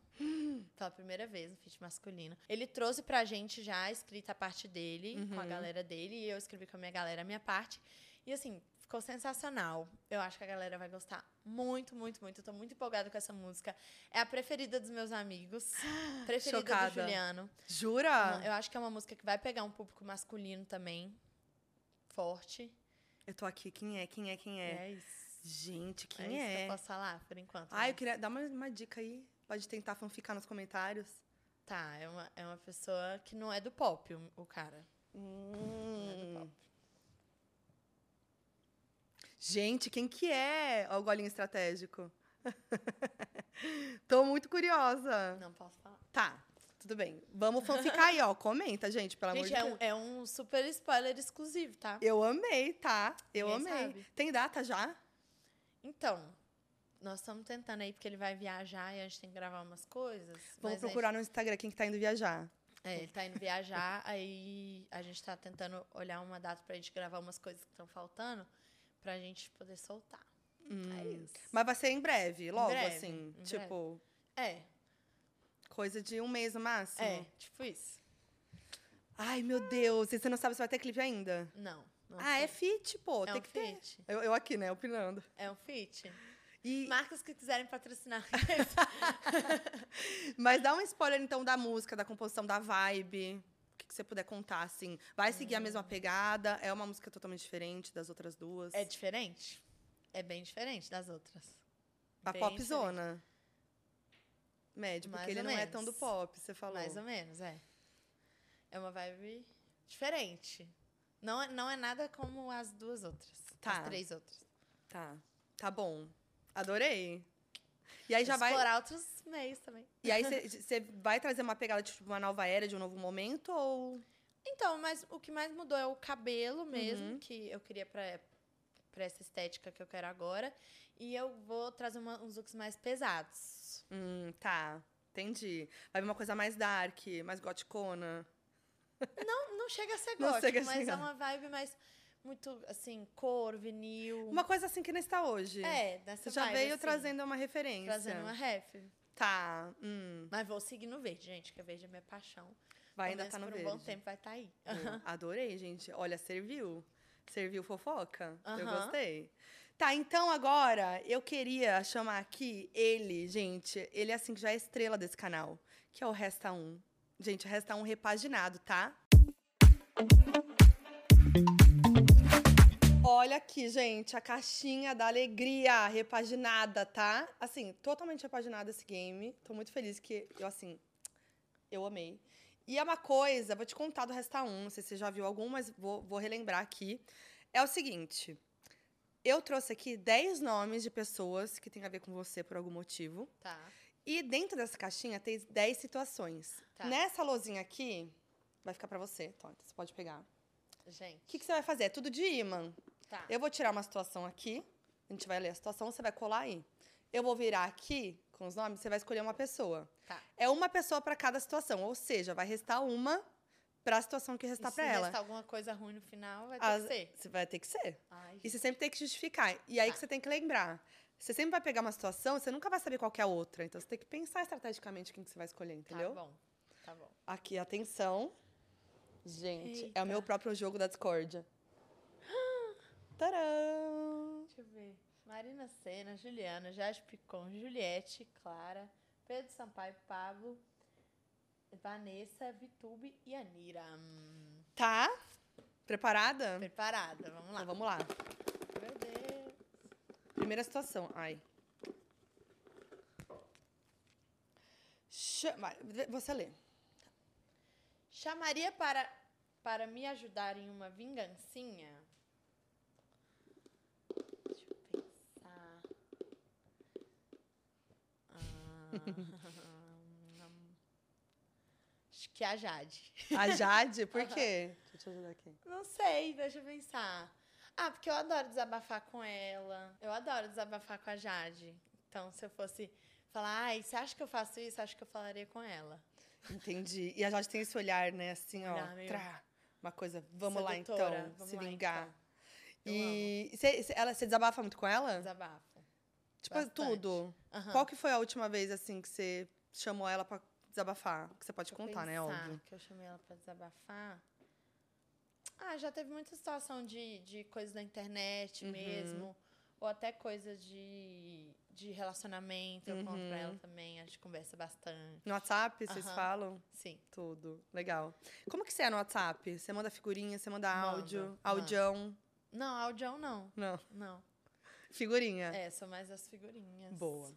Speaker 2: Pela primeira vez, um feat masculino. Ele trouxe pra gente já escrita a parte dele, com a
Speaker 1: Uhum.
Speaker 2: galera dele, e eu escrevi com a minha galera a minha parte. E assim, ficou sensacional. Eu acho que a galera vai gostar muito, muito, muito. Eu tô muito empolgada com essa música. É a preferida dos meus amigos. Preferida
Speaker 1: Chocada.
Speaker 2: do Juliano.
Speaker 1: Jura?
Speaker 2: Uma- Eu acho que é uma música que vai pegar um público masculino também. Forte.
Speaker 1: Eu tô aqui, quem é, quem é, quem
Speaker 2: É,
Speaker 1: é?
Speaker 2: isso.
Speaker 1: Gente,
Speaker 2: é
Speaker 1: quem
Speaker 2: isso que
Speaker 1: é?
Speaker 2: eu posso falar por enquanto.
Speaker 1: Ai,
Speaker 2: né?
Speaker 1: eu queria dar uma, uma dica aí. Pode tentar fanficar nos comentários.
Speaker 2: Tá, é uma, é uma pessoa que não é do pop, o, o cara. Não é do
Speaker 1: Hum.
Speaker 2: pop.
Speaker 1: Gente, quem que é? Ó, o golinho estratégico. Tô muito curiosa.
Speaker 2: Não posso falar.
Speaker 1: Tá, tudo bem. Vamos fanficar aí, ó. Comenta, gente, pelo
Speaker 2: Gente, é
Speaker 1: amor de
Speaker 2: um,
Speaker 1: Deus.
Speaker 2: é um super spoiler exclusivo, tá?
Speaker 1: Eu amei, tá? Eu
Speaker 2: Ninguém
Speaker 1: amei.
Speaker 2: sabe.
Speaker 1: Tem data já?
Speaker 2: Então, nós estamos tentando aí, porque ele vai viajar e a gente tem que gravar umas coisas.
Speaker 1: Vamos
Speaker 2: mas é a
Speaker 1: procurar no Instagram quem que tá indo viajar.
Speaker 2: É, ele tá indo viajar, aí a gente tá tentando olhar uma data pra gente gravar umas coisas que estão faltando, pra gente poder soltar.
Speaker 1: Hum.
Speaker 2: É isso.
Speaker 1: Mas vai ser em breve, logo,
Speaker 2: breve, em
Speaker 1: assim.
Speaker 2: breve.
Speaker 1: tipo,
Speaker 2: É,
Speaker 1: coisa de um mês no máximo.
Speaker 2: é, tipo isso.
Speaker 1: Ai, meu Deus. E você não sabe se vai ter clipe ainda?
Speaker 2: Não, não
Speaker 1: ah, é
Speaker 2: sei.
Speaker 1: fit, pô.
Speaker 2: é
Speaker 1: tem
Speaker 2: um
Speaker 1: que ter.
Speaker 2: fit.
Speaker 1: Eu, eu aqui, né, opinando.
Speaker 2: É um fit.
Speaker 1: E,
Speaker 2: Marcas que quiserem patrocinar.
Speaker 1: Mas dá um spoiler, então, da música, da composição, da vibe. O que, que você puder contar, assim. Vai seguir a mesma pegada? É uma música totalmente diferente das outras duas?
Speaker 2: Hum. é diferente? É bem diferente das outras.
Speaker 1: a
Speaker 2: bem
Speaker 1: Tá popzona. Médio,
Speaker 2: Mais
Speaker 1: porque ele
Speaker 2: ou
Speaker 1: não é tão do
Speaker 2: menos.
Speaker 1: pop, você falou.
Speaker 2: Mais ou menos, é. É uma vibe diferente. Não, é- não é nada como as duas outras.
Speaker 1: Tá.
Speaker 2: As três outras.
Speaker 1: Tá. Tá bom. Adorei. E aí já vai.
Speaker 2: Explorar outros meios também.
Speaker 1: E aí você vai trazer uma pegada de tipo, uma nova era, de um novo momento? Ou.
Speaker 2: Então, mas o que mais mudou é o cabelo mesmo,
Speaker 1: Uhum.
Speaker 2: que eu queria pra, pra essa estética que eu quero agora. E eu vou trazer uma- uns looks mais pesados.
Speaker 1: Hum, tá. Entendi. Vai vir uma coisa mais dark, mais goticona.
Speaker 2: Não, não chega a ser
Speaker 1: Não chega
Speaker 2: gótico,
Speaker 1: a ser
Speaker 2: mas é
Speaker 1: gótico.
Speaker 2: uma vibe mais muito assim, cor, vinil.
Speaker 1: Uma coisa assim que não está hoje.
Speaker 2: Hum. É, dessa
Speaker 1: Você já
Speaker 2: vibe,
Speaker 1: veio
Speaker 2: assim,
Speaker 1: trazendo uma referência.
Speaker 2: trazendo uma ref.
Speaker 1: Tá. hum,
Speaker 2: Mas vou seguir no verde, gente, que o verde é minha paixão.
Speaker 1: Vai
Speaker 2: Pelo
Speaker 1: ainda tá no
Speaker 2: menos por
Speaker 1: verde.
Speaker 2: um bom tempo vai estar aí.
Speaker 1: Hum, Adorei, gente. Olha, serviu. Serviu fofoca. Eu
Speaker 2: Aham.
Speaker 1: gostei. Tá, então agora eu queria chamar aqui ele, gente. Ele é assim que já é estrela desse canal, que é o Resta 1. Gente, o Resta 1 repaginado, tá? Olha aqui, gente, a caixinha da alegria repaginada, tá? Assim, totalmente repaginada esse game. Tô muito feliz que eu, assim, eu amei. E é uma coisa, vou te contar do Resta 1, não sei se você já viu algum, mas vou, vou relembrar aqui. É o seguinte, eu trouxe aqui 10 nomes de pessoas que têm a ver com você por algum motivo.
Speaker 2: Tá.
Speaker 1: E dentro dessa caixinha tem 10 situações.
Speaker 2: Tá.
Speaker 1: Nessa lozinha aqui, vai ficar pra você, Tom, então você pode pegar.
Speaker 2: Gente,
Speaker 1: O que, que você vai fazer? É tudo de imã.
Speaker 2: tá.
Speaker 1: Eu vou tirar uma situação aqui, a gente vai ler a situação, você vai colar aí. Eu vou virar aqui com os nomes, você vai escolher uma pessoa.
Speaker 2: Tá.
Speaker 1: É uma pessoa para cada situação, ou seja, vai restar uma para a situação que
Speaker 2: E
Speaker 1: restar
Speaker 2: se
Speaker 1: para ela.
Speaker 2: restar alguma coisa ruim no final, vai ter
Speaker 1: As-
Speaker 2: que ser.
Speaker 1: Você vai ter que ser.
Speaker 2: Ai,
Speaker 1: E você sempre tem que justificar. E aí
Speaker 2: Tá.
Speaker 1: que você tem que lembrar. Você sempre vai pegar uma situação, você nunca vai saber qual que é a outra. Então você tem que pensar estrategicamente quem que você vai escolher, entendeu?
Speaker 2: Tá bom. Tá bom.
Speaker 1: Aqui, atenção. Gente, é
Speaker 2: Eita.
Speaker 1: o meu próprio jogo da discórdia. Tcharam!
Speaker 2: Deixa eu ver. Marina Sena, Juliana, Jade Picon, Juliette, Clara, Pedro Sampaio, Pablo, Vanessa, Vitube e Anira. Hum,
Speaker 1: Tá? Preparada?
Speaker 2: Tá Preparada, vamos lá.
Speaker 1: Então vamos lá.
Speaker 2: Meu Deus.
Speaker 1: Primeira situação. Ai. Chama... Você lê.
Speaker 2: Chamaria para, para me ajudar em uma vingancinha? Deixa eu pensar. Ah, acho que é a Jade.
Speaker 1: A Jade, por quê? Deixa eu te ajudar aqui.
Speaker 2: Não sei, deixa eu pensar. Ah, porque eu adoro desabafar com ela. Eu adoro desabafar com a Jade. Então, se eu fosse falar, ai, você acha que eu faço isso? Acho que eu falaria com ela.
Speaker 1: Entendi. E a Jade tem esse olhar, né? Assim, ó.
Speaker 2: Olhar Ah, meio
Speaker 1: trá. Uma coisa, vamos lá então,
Speaker 2: Sedutora, vamos
Speaker 1: se
Speaker 2: lá,
Speaker 1: vingar.
Speaker 2: então. Eu
Speaker 1: E você ela, você desabafa muito com ela?
Speaker 2: Desabafo.
Speaker 1: tipo,
Speaker 2: bastante. Ah.
Speaker 1: tudo.
Speaker 2: Aham.
Speaker 1: Qual que foi a última vez, assim, que você chamou ela pra desabafar? Que você pode
Speaker 2: Deixa eu
Speaker 1: contar, né?
Speaker 2: pensar,
Speaker 1: Óbvio.
Speaker 2: Que eu chamei ela pra desabafar. Ah, já teve muita situação de, de coisas da internet
Speaker 1: Uhum.
Speaker 2: mesmo. Ou até coisa de, de relacionamento. Eu conto
Speaker 1: Uhum.
Speaker 2: pra ela também, a gente conversa bastante.
Speaker 1: No WhatsApp, vocês
Speaker 2: Aham.
Speaker 1: falam?
Speaker 2: Sim.
Speaker 1: Tudo. Legal. Como que você é no WhatsApp? Você manda figurinha, você manda
Speaker 2: Mando,
Speaker 1: áudio,
Speaker 2: mando.
Speaker 1: audião?
Speaker 2: Não, audião não.
Speaker 1: Não.
Speaker 2: Não.
Speaker 1: Figurinha.
Speaker 2: É, são mais as figurinhas.
Speaker 1: Boa.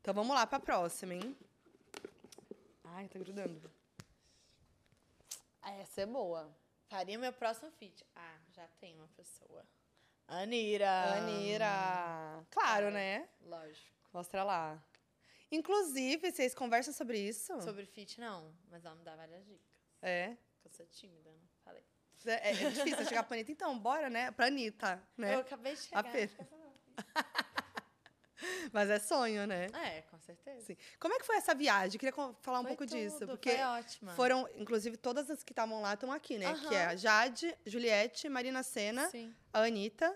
Speaker 1: Então vamos lá pra próxima, hein? Ai, tá grudando.
Speaker 2: Essa é boa. Faria meu próximo feat. Ah, já tem uma pessoa. Anira.
Speaker 1: Ah. Anira! Claro,
Speaker 2: Claro.
Speaker 1: né?
Speaker 2: Lógico.
Speaker 1: Mostra lá. Inclusive, vocês conversam sobre isso?
Speaker 2: Sobre feat, não. Mas ela me dá várias dicas.
Speaker 1: É.
Speaker 2: Porque eu sou tímida, não falei.
Speaker 1: É, é difícil chegar pra Anitta. Então, bora, né? Pra Anitta, né?
Speaker 2: Eu acabei de chegar.
Speaker 1: Pedro.
Speaker 2: fica falando.
Speaker 1: Mas é sonho, né?
Speaker 2: É, com certeza.
Speaker 1: Sim. Como é que foi essa viagem? Queria co- falar um
Speaker 2: Foi
Speaker 1: pouco disso.
Speaker 2: tudo,
Speaker 1: Porque
Speaker 2: foi ótima.
Speaker 1: foram, inclusive, todas as que estavam lá estão aqui, né? Que é a
Speaker 2: Aham.
Speaker 1: Jade, Juliette, Marina Sena,
Speaker 2: Sim.
Speaker 1: a Anitta.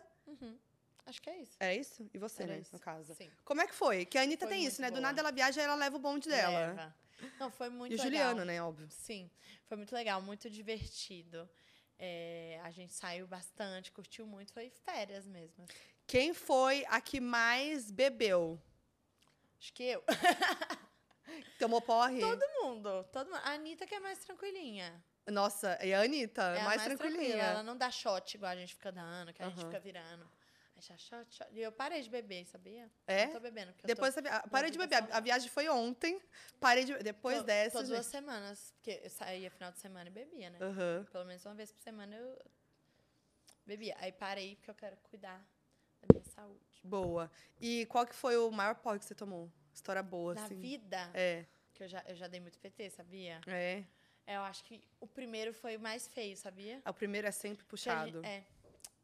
Speaker 2: Acho que é isso.
Speaker 1: É isso? E você,
Speaker 2: Era
Speaker 1: né?
Speaker 2: isso.
Speaker 1: No caso.
Speaker 2: Sim.
Speaker 1: Como é que foi? Que a Anitta
Speaker 2: Foi
Speaker 1: tem isso,
Speaker 2: muito
Speaker 1: né? Do
Speaker 2: boa.
Speaker 1: nada ela viaja e ela leva o bonde dela.
Speaker 2: Leva. Não, foi muito
Speaker 1: E o
Speaker 2: legal.
Speaker 1: Juliano, né? Óbvio.
Speaker 2: Sim, foi muito legal, muito divertido. É, a gente saiu bastante, curtiu muito, foi férias mesmo. assim.
Speaker 1: Quem foi a que mais bebeu?
Speaker 2: Acho que eu.
Speaker 1: Tomou porre?
Speaker 2: Todo mundo, todo mundo. A Anitta que é mais tranquilinha.
Speaker 1: Nossa, e a Anitta?
Speaker 2: É a
Speaker 1: mais, tranquilinha.
Speaker 2: Ela não dá shot igual a gente fica dando, que a gente
Speaker 1: Aham.
Speaker 2: fica virando. Aí já shot, shot. E eu parei de beber, sabia?
Speaker 1: É?
Speaker 2: Não tô bebendo. porque eu tô-
Speaker 1: Depois você- ah, parei de
Speaker 2: vida
Speaker 1: beber. A- A,
Speaker 2: saudável.
Speaker 1: viagem foi ontem. Parei de. Depois
Speaker 2: tô,
Speaker 1: dessa.
Speaker 2: Tô duas
Speaker 1: gente.
Speaker 2: semanas, porque eu saía final de semana e bebia, né?
Speaker 1: Aham.
Speaker 2: Pelo menos uma vez por semana eu Bebia. Aí parei porque eu quero cuidar da minha saúde.
Speaker 1: Boa. E qual que foi o maior pó que você tomou? História boa,
Speaker 2: Da
Speaker 1: assim.
Speaker 2: vida,
Speaker 1: É.
Speaker 2: que eu já, eu já dei muito PT, sabia?
Speaker 1: É.
Speaker 2: É, Eu acho que o primeiro foi o mais feio, sabia?
Speaker 1: O primeiro é sempre
Speaker 2: Que a gen-
Speaker 1: puxado.
Speaker 2: É.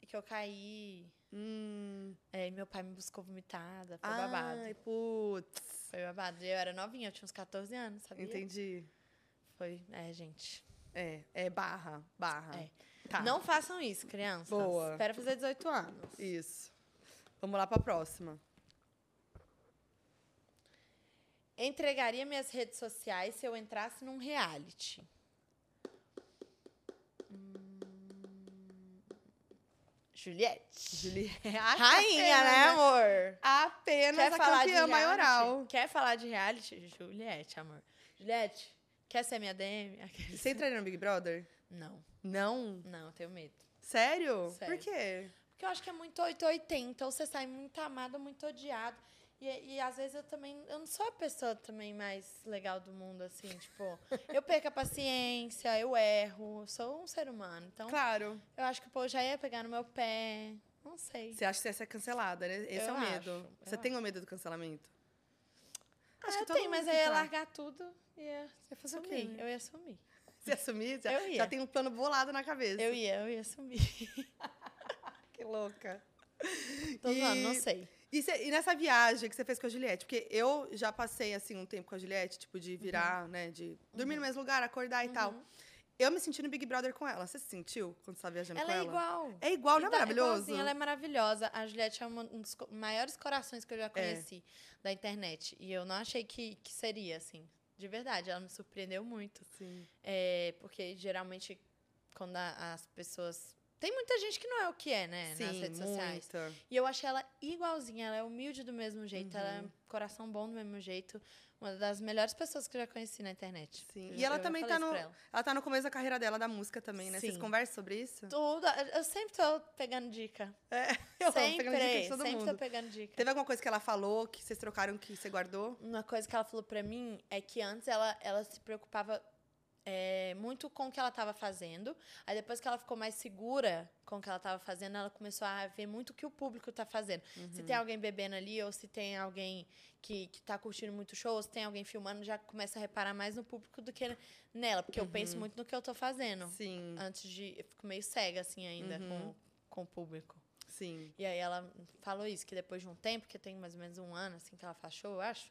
Speaker 2: E Que eu caí.
Speaker 1: Hum.
Speaker 2: É, e meu pai me buscou vomitada. Foi babado.
Speaker 1: Ai, putz.
Speaker 2: Foi babado. E Eu era novinha, eu tinha uns 14 anos, sabia?
Speaker 1: Entendi.
Speaker 2: Foi. É, gente.
Speaker 1: É, é barra, barra.
Speaker 2: É.
Speaker 1: Tá.
Speaker 2: Não façam isso, crianças.
Speaker 1: Boa.
Speaker 2: Espera fazer 18 anos.
Speaker 1: Isso. Vamos lá pra próxima.
Speaker 2: Entregaria minhas redes sociais se eu entrasse num reality. Hum. Juliette.
Speaker 1: Juliette.
Speaker 2: Rainha, né, amor?
Speaker 1: Apenas
Speaker 2: Quer
Speaker 1: a
Speaker 2: falar de
Speaker 1: É campeã
Speaker 2: reality?
Speaker 1: maioral.
Speaker 2: Quer falar de reality? Juliette, amor. Juliette, quer ser minha DM? Aqueles-
Speaker 1: Você entraria no Big Brother?
Speaker 2: Não,
Speaker 1: Não.
Speaker 2: não, eu tenho medo.
Speaker 1: Sério?
Speaker 2: Sério.
Speaker 1: Por quê?
Speaker 2: Porque eu acho que é muito 880, ou então você sai muito amado, muito odiado. E, e às vezes eu também. Eu não sou a pessoa também mais legal do mundo, assim, tipo, eu perco a paciência, eu erro, eu sou um ser humano. Então,
Speaker 1: Claro.
Speaker 2: eu acho que o povo já ia pegar no meu pé. Não sei.
Speaker 1: Você acha que você ia ser cancelada, né? Esse é
Speaker 2: Eu
Speaker 1: o medo.
Speaker 2: acho, eu
Speaker 1: você tem o medo do cancelamento?
Speaker 2: ah, eu
Speaker 1: todo mundo
Speaker 2: tenho, mas
Speaker 1: que
Speaker 2: eu ia
Speaker 1: tá.
Speaker 2: largar tudo e ia
Speaker 1: Você faz o quê? né?
Speaker 2: sumir. Eu ia sumir.
Speaker 1: Se assumir, já,
Speaker 2: Eu ia.
Speaker 1: já tem um plano bolado na cabeça.
Speaker 2: Eu ia, eu ia sumir.
Speaker 1: Que louca.
Speaker 2: Tô
Speaker 1: E-
Speaker 2: zoando, não sei.
Speaker 1: E, cê- e nessa viagem que você fez com a Juliette? Porque eu já passei, assim, um tempo com a Juliette, tipo, de virar,
Speaker 2: Uhum.
Speaker 1: né? De dormir no mesmo lugar, acordar e tal. Eu me senti no Big Brother com ela. Você se sentiu quando você tá viajando
Speaker 2: Ela
Speaker 1: com
Speaker 2: é
Speaker 1: ela?
Speaker 2: igual.
Speaker 1: É igual, não é
Speaker 2: Então,
Speaker 1: maravilhoso?
Speaker 2: igualzinha, ela é maravilhosa. A Juliette é uma- um dos co- maiores corações que eu
Speaker 1: É.
Speaker 2: já conheci da internet. E eu não achei que, que seria, assim. De verdade, ela me surpreendeu muito.
Speaker 1: Sim.
Speaker 2: É, porque geralmente, quando a- as pessoas. Tem muita gente que não é o que é, né? nas
Speaker 1: Sim,
Speaker 2: redes sociais.
Speaker 1: muita.
Speaker 2: E eu achei ela igualzinha, ela é humilde do mesmo jeito, ela é
Speaker 1: Uhum.
Speaker 2: coração bom do mesmo jeito. Uma das melhores pessoas que eu já conheci na internet.
Speaker 1: Sim.
Speaker 2: Eu
Speaker 1: E
Speaker 2: já-
Speaker 1: ela
Speaker 2: eu já
Speaker 1: também
Speaker 2: falei
Speaker 1: tá
Speaker 2: isso
Speaker 1: no-
Speaker 2: pra ela.
Speaker 1: Ela tá no começo da carreira dela, da música também, né? Vocês
Speaker 2: Sim.
Speaker 1: conversam sobre isso?
Speaker 2: Tudo. Eu sempre tô pegando dica.
Speaker 1: Eu tô
Speaker 2: sempre,
Speaker 1: pegando dica de todo
Speaker 2: sempre
Speaker 1: mundo.
Speaker 2: tô pegando dica.
Speaker 1: Teve alguma coisa que ela falou que vocês trocaram que você guardou?
Speaker 2: Uma coisa que ela falou pra mim é que antes ela, ela se preocupava é, muito com o que ela tava fazendo. Aí depois que ela ficou mais segura com o que ela tava fazendo, ela começou a ver muito o que o público tá fazendo. Se
Speaker 1: Uhum.
Speaker 2: tem alguém bebendo ali, ou se tem alguém que, que tá curtindo muito o show, ou se tem alguém filmando, já começa a reparar mais no público do que nela. Porque eu penso muito no que eu tô fazendo.
Speaker 1: Uhum. Sim,
Speaker 2: Antes de. Eu fico meio cega, assim, ainda
Speaker 1: Uhum.
Speaker 2: com, com o público.
Speaker 1: sim.
Speaker 2: E aí ela falou isso, que depois de um tempo, que tem mais ou menos um ano assim que ela faz show, eu acho,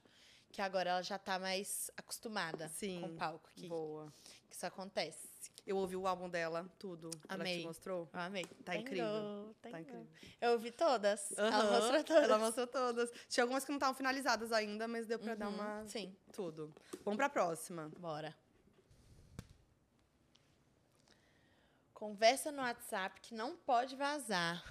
Speaker 2: que agora ela já tá mais acostumada
Speaker 1: Sim.
Speaker 2: com o palco, que,
Speaker 1: Boa.
Speaker 2: que isso acontece.
Speaker 1: Eu ouvi o álbum dela, tudo. Ela
Speaker 2: Amei.
Speaker 1: te mostrou?
Speaker 2: Eu amei.
Speaker 1: Tá incrível.
Speaker 2: Tá,
Speaker 1: Tá
Speaker 2: incrível.
Speaker 1: incrível.
Speaker 2: Eu ouvi todas. Ela
Speaker 1: Aham,
Speaker 2: mostrou todas.
Speaker 1: Ela mostrou todas. Tinha algumas que não estavam finalizadas ainda, mas deu pra dar
Speaker 2: Uhum,
Speaker 1: uma.
Speaker 2: Sim,
Speaker 1: Tudo. Vamos pra próxima.
Speaker 2: bora. Conversa no WhatsApp que não pode vazar.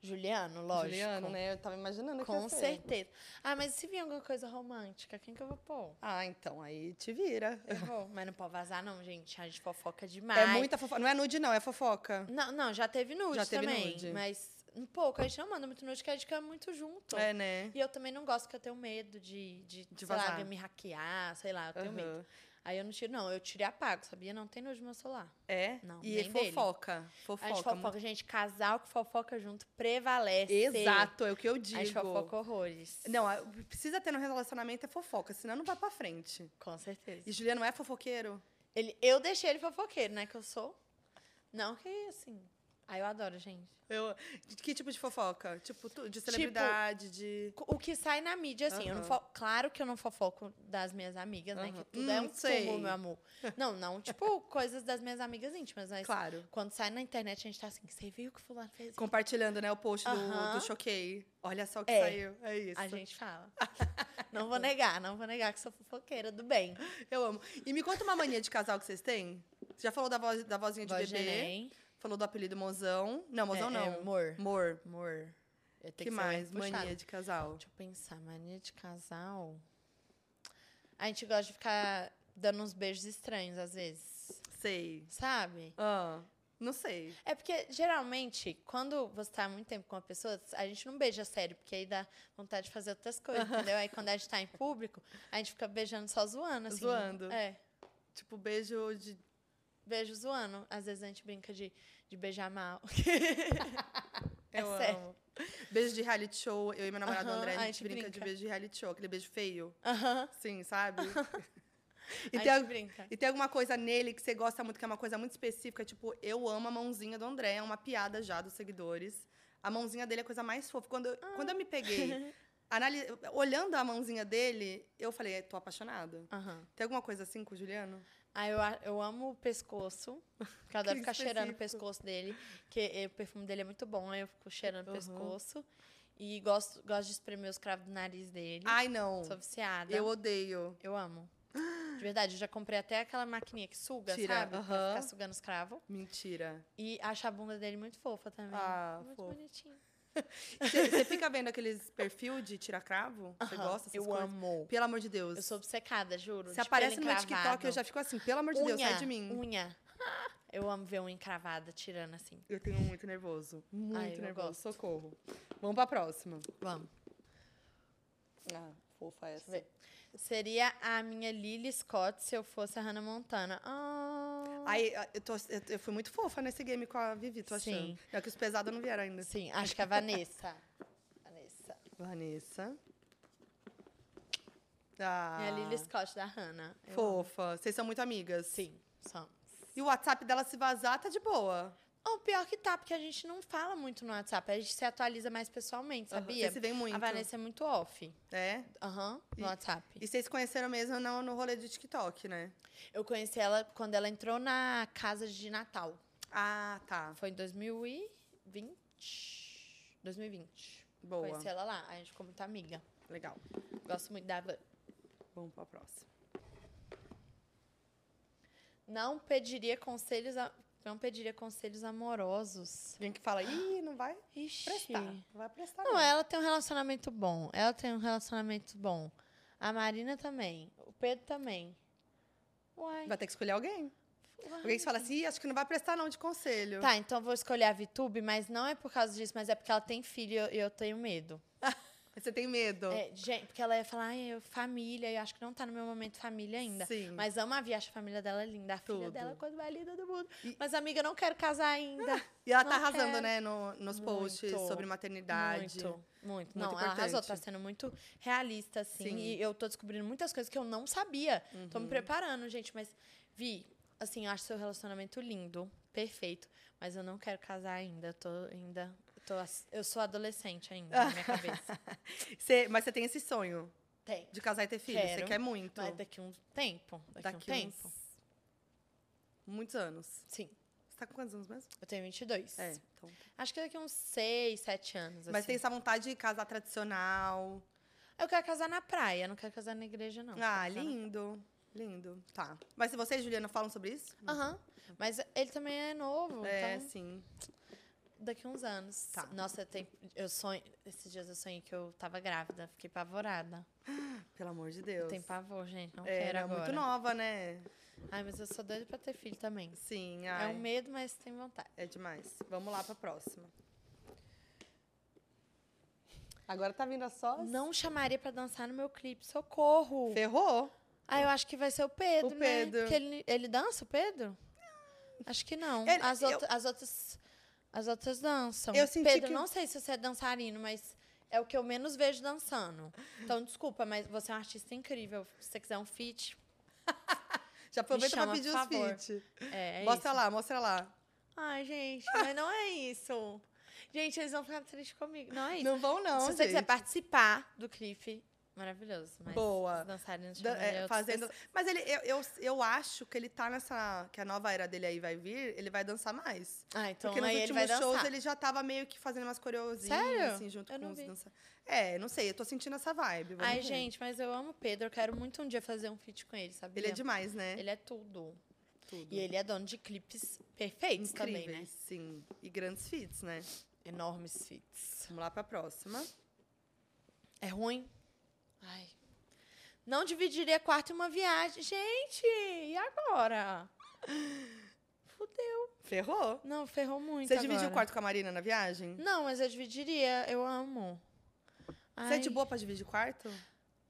Speaker 2: Juliano, lógico.
Speaker 1: Juliano, né? Eu tava imaginando que
Speaker 2: Com
Speaker 1: ia ser.
Speaker 2: certeza. Ah, mas e se vir alguma coisa romântica, quem que eu vou pôr?
Speaker 1: Ah, então, aí te vira.
Speaker 2: Eu vou, mas não pode vazar, não, gente. A gente fofoca demais.
Speaker 1: É muita fofoca. Não é nude, não, é fofoca.
Speaker 2: Não, não, já teve nude
Speaker 1: Já teve
Speaker 2: também.
Speaker 1: nude.
Speaker 2: Mas um pouco. A gente não manda muito nude, porque a gente fica muito junto.
Speaker 1: É, né?
Speaker 2: E eu também não gosto, porque eu tenho medo de, de,
Speaker 1: De
Speaker 2: sei lá,
Speaker 1: vazar.
Speaker 2: alguém me hackear, sei lá, eu tenho medo.
Speaker 1: Aham.
Speaker 2: Aí eu não tiro, não, eu tirei apago, sabia? Não tem nude no meu celular.
Speaker 1: É?
Speaker 2: Não,
Speaker 1: e
Speaker 2: nem dele.
Speaker 1: fofoca.
Speaker 2: a gente
Speaker 1: Fofoca.
Speaker 2: fofoca, gente, casal que fofoca junto prevalece.
Speaker 1: Exato, é o que eu
Speaker 2: A gente
Speaker 1: digo.
Speaker 2: fofoca horrores.
Speaker 1: Não, a- precisa ter no relacionamento é fofoca, senão não vai pra frente.
Speaker 2: Com certeza.
Speaker 1: E Juliano é fofoqueiro?
Speaker 2: Ele, eu deixei ele fofoqueiro, né? Que eu sou. Não que assim. Aí eu adoro, gente.
Speaker 1: Eu... de Que tipo de fofoca? Tipo, tu- de celebridade, de...
Speaker 2: O que sai na mídia, assim, eu não
Speaker 1: Aham.
Speaker 2: fo- claro que eu não fofoco das minhas amigas, né?
Speaker 1: Aham.
Speaker 2: Que tudo é
Speaker 1: Hum,
Speaker 2: um
Speaker 1: sei.
Speaker 2: túmulo, meu amor. Não, não, tipo, coisas das minhas amigas íntimas, mas
Speaker 1: Claro.
Speaker 2: quando sai na internet, a gente tá assim, você viu o que fulano fez?
Speaker 1: Compartilhando, né, o post do,
Speaker 2: Aham.
Speaker 1: do Choquei. Olha só o que
Speaker 2: É.
Speaker 1: saiu. É isso.
Speaker 2: A gente fala. não vou negar, não vou negar que sou fofoqueira do bem.
Speaker 1: Eu amo. E me conta uma mania de casal que vocês têm. Você Já falou da, voz, da vozinha de
Speaker 2: Voz de
Speaker 1: bebê.
Speaker 2: neném.
Speaker 1: Falou do apelido Mozão. Não, Mozão
Speaker 2: É,
Speaker 1: não.
Speaker 2: é, Mor.
Speaker 1: Mor.
Speaker 2: Mor. Eu tenho
Speaker 1: Que,
Speaker 2: ser Tipo,
Speaker 1: mais?
Speaker 2: puxada.
Speaker 1: Mania de casal.
Speaker 2: Deixa eu pensar, mania de casal. A gente gosta de ficar dando uns beijos estranhos, às vezes.
Speaker 1: Sei.
Speaker 2: Sabe?
Speaker 1: Ah, não sei.
Speaker 2: É porque, geralmente, quando você tá há muito tempo com uma pessoa, a gente não beija sério, porque aí dá vontade de fazer outras coisas, entendeu? Aí quando a gente tá em público, a gente fica beijando só zoando, assim.
Speaker 1: Zoando.
Speaker 2: É.
Speaker 1: Tipo, beijo de
Speaker 2: vejo zoando. Às vezes a gente brinca de, de beijar mal. é
Speaker 1: Eu
Speaker 2: sério.
Speaker 1: amo. Beijo de reality show. Eu e meu namorado
Speaker 2: Aham, Ah,
Speaker 1: André, a
Speaker 2: a
Speaker 1: gente
Speaker 2: gente
Speaker 1: brinca, de
Speaker 2: brinca.
Speaker 1: beijo de reality show. Aquele beijo feio.
Speaker 2: Aham.
Speaker 1: Sim, sabe? e,
Speaker 2: a
Speaker 1: tem,
Speaker 2: gente
Speaker 1: al-
Speaker 2: brinca.
Speaker 1: e tem alguma coisa nele que você gosta muito, que é uma coisa muito específica. Tipo, eu amo a mãozinha do André. É uma piada já dos seguidores. A mãozinha dele é a coisa mais fofa. Quando eu, quando eu me peguei anali- olhando a mãozinha dele, eu falei, "É, tô apaixonada.
Speaker 2: Aham.
Speaker 1: Tem alguma coisa assim com o Juliano?
Speaker 2: Ah, eu, a- eu amo o pescoço. Porque eu adoro
Speaker 1: Que
Speaker 2: ficar cheirando o
Speaker 1: específico.
Speaker 2: pescoço dele. Porque eh, o perfume dele é muito bom, aí eu fico cheirando o
Speaker 1: Uhum.
Speaker 2: pescoço. E gosto, gosto de espremer os cravos do nariz dele.
Speaker 1: Ai, não.
Speaker 2: Sou viciada.
Speaker 1: Ah, Eu
Speaker 2: Eu,
Speaker 1: odeio.
Speaker 2: amo. De verdade, eu já comprei até aquela maquininha que suga,
Speaker 1: Tira,
Speaker 2: sabe? Pra
Speaker 1: aham.
Speaker 2: ficar sugando os cravos.
Speaker 1: Mentira.
Speaker 2: E acho a bunda dele muito fofa também.
Speaker 1: Ah,
Speaker 2: muito
Speaker 1: fofo.
Speaker 2: bonitinho.
Speaker 1: Você você fica vendo aqueles perfil de tirar cravo? Você
Speaker 2: Aham,
Speaker 1: gosta dessas
Speaker 2: Eu
Speaker 1: coisas?
Speaker 2: amo.
Speaker 1: Pelo amor de Deus.
Speaker 2: Eu sou obcecada, juro.
Speaker 1: Se
Speaker 2: Tipo,
Speaker 1: aparece
Speaker 2: ele
Speaker 1: no meu TikTok, eu
Speaker 2: encravado.
Speaker 1: já fico assim, pelo amor de Deus, sai de mim.
Speaker 2: Unha. Eu amo ver unha encravada tirando assim.
Speaker 1: Eu tenho muito nervoso. Muito
Speaker 2: Ai, eu
Speaker 1: nervoso.
Speaker 2: gosto.
Speaker 1: Socorro. Vamos pra próxima.
Speaker 2: Vamos.
Speaker 1: Ah, fofa essa.
Speaker 2: ver. Seria a minha Lily Scott se eu fosse a Hannah Montana. Ah.
Speaker 1: Aí, eu, tô- eu- eu fui muito fofa nesse game com a Vivi, tô achando.
Speaker 2: Sim.
Speaker 1: É que os pesados não vieram ainda.
Speaker 2: Sim, acho que é a Vanessa. Vanessa.
Speaker 1: Vanessa. Ah,
Speaker 2: Minha Lily Scott da Hannah. Eu amo.
Speaker 1: fofa. Vocês são muito amigas.
Speaker 2: Sim, somos.
Speaker 1: E o WhatsApp dela se vazar, tá de boa.
Speaker 2: O pior que tá, porque a gente não fala muito no WhatsApp. A gente se atualiza mais pessoalmente, sabia?
Speaker 1: Vocês se vêem muito.
Speaker 2: A Vanessa é muito off.
Speaker 1: É?
Speaker 2: Aham,
Speaker 1: E-
Speaker 2: no WhatsApp.
Speaker 1: E vocês se conheceram mesmo no, no rolê de TikTok, né?
Speaker 2: Eu conheci ela quando ela entrou na casa de Natal.
Speaker 1: Ah, tá.
Speaker 2: Foi em 2020. 2020.
Speaker 1: Boa.
Speaker 2: Conheci ela lá, a gente ficou muito amiga.
Speaker 1: Legal.
Speaker 2: Gosto muito da Van.
Speaker 1: Vamos pra próxima.
Speaker 2: Não pediria conselhos, a- não pediria conselhos amorosos.
Speaker 1: Alguém que fala, ih, não vai
Speaker 2: Ixi.
Speaker 1: prestar. Não vai prestar, não.
Speaker 2: Não, ela tem um relacionamento bom. Ela tem um relacionamento bom. A Marina também. O Pedro também. Uai.
Speaker 1: Vai ter que escolher alguém.
Speaker 2: uai.
Speaker 1: Alguém que fala assim, ih, acho que não vai prestar, não, de conselho.
Speaker 2: Tá, então eu vou escolher a Vitube, mas não é por causa disso, mas é porque ela tem filho e eu- e eu tenho medo.
Speaker 1: Você tem medo?
Speaker 2: É, gente, porque ela ia falar, ai, eu, família, eu acho que não tá no meu momento família ainda.
Speaker 1: Sim.
Speaker 2: Mas amo a Vi, acho a família dela linda. A filha
Speaker 1: Tudo.
Speaker 2: dela é a coisa mais linda do mundo.
Speaker 1: E-
Speaker 2: Mas, amiga, eu não quero casar ainda.
Speaker 1: e ela tá
Speaker 2: não
Speaker 1: arrasando,
Speaker 2: quero.
Speaker 1: né, no- nos posts
Speaker 2: Muito.
Speaker 1: sobre maternidade.
Speaker 2: Muito, muito.
Speaker 1: Muito
Speaker 2: Não, ela arrasou, tá
Speaker 1: importante.
Speaker 2: sendo muito realista, assim.
Speaker 1: Sim. Uhum.
Speaker 2: E eu tô descobrindo muitas coisas que eu não sabia. Tô me preparando, gente, mas Vi, assim, eu acho seu relacionamento lindo, perfeito, mas eu não quero casar ainda. Eu tô ainda. eu tô as- eu sou adolescente ainda na minha cabeça.
Speaker 1: Você- mas você tem esse sonho
Speaker 2: Tem.
Speaker 1: de casar e ter filho. Você
Speaker 2: Quero,
Speaker 1: quer muito.
Speaker 2: Mas daqui um tempo. Daqui, um tempo.
Speaker 1: uns- Muitos anos.
Speaker 2: Sim.
Speaker 1: Você tá com quantos anos mesmo?
Speaker 2: Eu tenho 22.
Speaker 1: É, então.
Speaker 2: Acho que daqui uns 6, 7 anos.
Speaker 1: Mas
Speaker 2: assim.
Speaker 1: tem essa vontade de casar tradicional.
Speaker 2: Eu quero casar na praia, não quero casar na igreja, não.
Speaker 1: ah,
Speaker 2: Quero casar na-
Speaker 1: lindo. Lindo. Tá. Mas se vocês, Juliana, falam sobre isso?
Speaker 2: Aham. Mas ele também é novo.
Speaker 1: É,
Speaker 2: então,
Speaker 1: sim.
Speaker 2: daqui uns anos.
Speaker 1: Tá.
Speaker 2: Nossa, eu, tenho, eu sonho. Esses dias eu sonhei que eu tava grávida, fiquei apavorada.
Speaker 1: Pelo amor de
Speaker 2: Eu
Speaker 1: Deus.
Speaker 2: tenho pavor, gente. Não
Speaker 1: é,
Speaker 2: quero
Speaker 1: ela é
Speaker 2: agora.
Speaker 1: muito nova, né?
Speaker 2: Ai, mas eu sou doida pra ter filho também.
Speaker 1: Sim,
Speaker 2: É
Speaker 1: ai,
Speaker 2: um medo, mas tem vontade.
Speaker 1: é demais. Vamos lá pra próxima. Agora tá vindo a sós?
Speaker 2: Não chamaria pra dançar no meu clipe, socorro!
Speaker 1: Ferrou.
Speaker 2: Ah, eu acho que vai ser o Pedro,
Speaker 1: O
Speaker 2: né?
Speaker 1: Pedro.
Speaker 2: Porque ele, ele dança, o Pedro? Acho que não.
Speaker 1: Ele-
Speaker 2: as,
Speaker 1: eu-
Speaker 2: outra- as outras as outras dançam.
Speaker 1: Eu senti
Speaker 2: Pedro,
Speaker 1: que-
Speaker 2: não sei se você é dançarino, mas é o que eu menos vejo dançando. Então, desculpa, mas você é um artista incrível. Se você quiser um feat,
Speaker 1: Já aproveita
Speaker 2: chama,
Speaker 1: pra pedir
Speaker 2: por
Speaker 1: os
Speaker 2: favor.
Speaker 1: feat.
Speaker 2: é, é
Speaker 1: mostra
Speaker 2: isso.
Speaker 1: lá, mostra lá.
Speaker 2: Ai, gente, mas não é isso. Gente, eles vão ficar tristes comigo. Não é isso.
Speaker 1: Não vão, não,
Speaker 2: se você quiser
Speaker 1: gente.
Speaker 2: participar do clipe, maravilhoso. Mas
Speaker 1: Boa.
Speaker 2: os dançarinos
Speaker 1: Da-
Speaker 2: chamaria
Speaker 1: é,
Speaker 2: outras
Speaker 1: fazendo.
Speaker 2: pessoas.
Speaker 1: Mas ele, eu, eu, eu acho que ele tá nessa. Que a nova era dele aí vai vir, ele vai dançar mais.
Speaker 2: Ah, então
Speaker 1: Porque nos
Speaker 2: aí ele vai
Speaker 1: últimos
Speaker 2: dançar.
Speaker 1: shows ele é já tava meio que fazendo umas coreozinhas,
Speaker 2: Sério?
Speaker 1: assim, junto
Speaker 2: Eu
Speaker 1: com
Speaker 2: não
Speaker 1: os
Speaker 2: vi.
Speaker 1: dança- É, não sei, eu tô sentindo essa vibe. vamos
Speaker 2: Ai,
Speaker 1: ver.
Speaker 2: gente, mas eu amo o Pedro. Eu quero muito um dia fazer um feat com ele, sabia?
Speaker 1: Ele é demais, né?
Speaker 2: Ele é tudo.
Speaker 1: Tudo.
Speaker 2: E ele é dono de clipes perfeitos
Speaker 1: Incríveis,
Speaker 2: também, né?
Speaker 1: sim. E grandes feats, né?
Speaker 2: Enormes feats.
Speaker 1: Vamos lá pra próxima.
Speaker 2: É ruim? Ai. Não dividiria quarto em uma viagem. Gente, e agora? Fudeu.
Speaker 1: Ferrou.
Speaker 2: Não, ferrou muito
Speaker 1: Você dividiu o
Speaker 2: agora.
Speaker 1: quarto com a Marina na viagem?
Speaker 2: Não, mas eu dividiria. Eu amo.
Speaker 1: Você é
Speaker 2: Ai.
Speaker 1: de boa pra dividir quarto?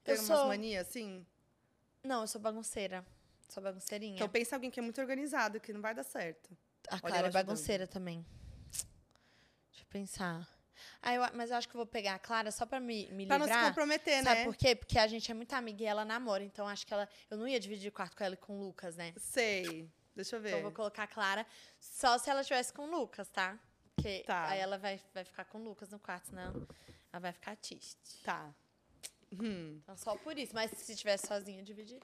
Speaker 1: Tem
Speaker 2: Eu
Speaker 1: umas
Speaker 2: sou.
Speaker 1: manias, assim?
Speaker 2: Não, eu sou bagunceira. Sou bagunceirinha.
Speaker 1: Então pensa em alguém que é muito organizado, que não vai dar certo.
Speaker 2: a
Speaker 1: ela
Speaker 2: Clara é
Speaker 1: ajudando.
Speaker 2: bagunceira também. Deixa eu pensar. Ah, eu a- mas eu acho que eu vou pegar a Clara só pra me, me
Speaker 1: Pra não se
Speaker 2: livrar.
Speaker 1: comprometer,
Speaker 2: Sabe
Speaker 1: né?
Speaker 2: por quê? Porque a gente é muito amiga e ela namora, então acho que ela. Eu não ia dividir quarto com ela e com o Lucas, né?
Speaker 1: Sei. Deixa eu ver.
Speaker 2: Então eu vou colocar a Clara só se ela estivesse com o Lucas, tá? Porque
Speaker 1: Tá.
Speaker 2: aí ela vai, vai ficar com o Lucas no quarto, senão ela vai ficar triste.
Speaker 1: Tá. Hum.
Speaker 2: Então só por isso. Mas se estivesse sozinha, eu dividiria.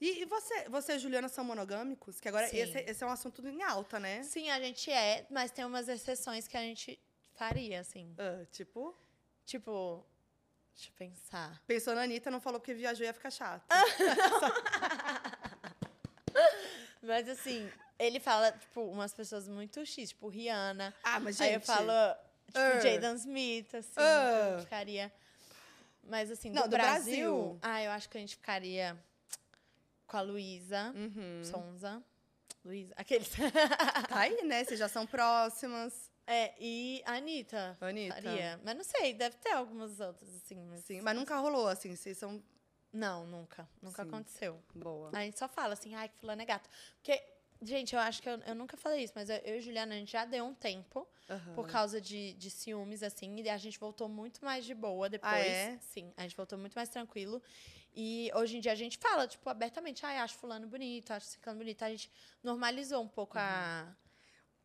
Speaker 1: E, e você, você e Juliana são monogâmicos? Que agora
Speaker 2: Sim.
Speaker 1: esse, esse é um assunto em alta, né?
Speaker 2: Sim, a gente é, mas tem umas exceções que a gente faria, assim.
Speaker 1: Ah, tipo,
Speaker 2: Tipo, deixa eu pensar.
Speaker 1: pensou na Anitta, não falou porque viajou ia ficar chato.
Speaker 2: Ah! Mas assim, ele fala, tipo, umas pessoas muito X, tipo, Rihanna.
Speaker 1: Ah, mas gente.
Speaker 2: Aí eu falo, tipo,
Speaker 1: Ah.
Speaker 2: Jaden Smith, assim,
Speaker 1: Ah.
Speaker 2: a gente ficaria. Mas assim,
Speaker 1: Não,
Speaker 2: do,
Speaker 1: do
Speaker 2: Brasil,
Speaker 1: Brasil.
Speaker 2: Ah, eu acho que a gente ficaria com a Luísa
Speaker 1: Uhum.
Speaker 2: Sonza. Luísa, aqueles.
Speaker 1: Tá aí, né? Vocês já são próximas.
Speaker 2: é, e a Anitta.
Speaker 1: Anitta.
Speaker 2: Faria. Mas não sei, deve ter algumas outras, assim. Mas...
Speaker 1: Sim, mas nunca rolou assim. Vocês são
Speaker 2: Não, nunca. Nunca
Speaker 1: Sim.
Speaker 2: aconteceu.
Speaker 1: boa.
Speaker 2: A gente só fala assim, ai, que fulano é gato. Porque, gente, eu acho que eu, eu nunca falei isso, mas eu, eu e Juliana, a gente já deu um tempo
Speaker 1: Aham.
Speaker 2: por causa de, de ciúmes, assim, e a gente voltou muito mais de boa depois.
Speaker 1: Ah, é?
Speaker 2: Sim, a gente voltou muito mais tranquilo. E hoje em dia a gente fala, tipo, abertamente, ai, acho fulano bonito, acho ciclano bonito. A gente normalizou um pouco a.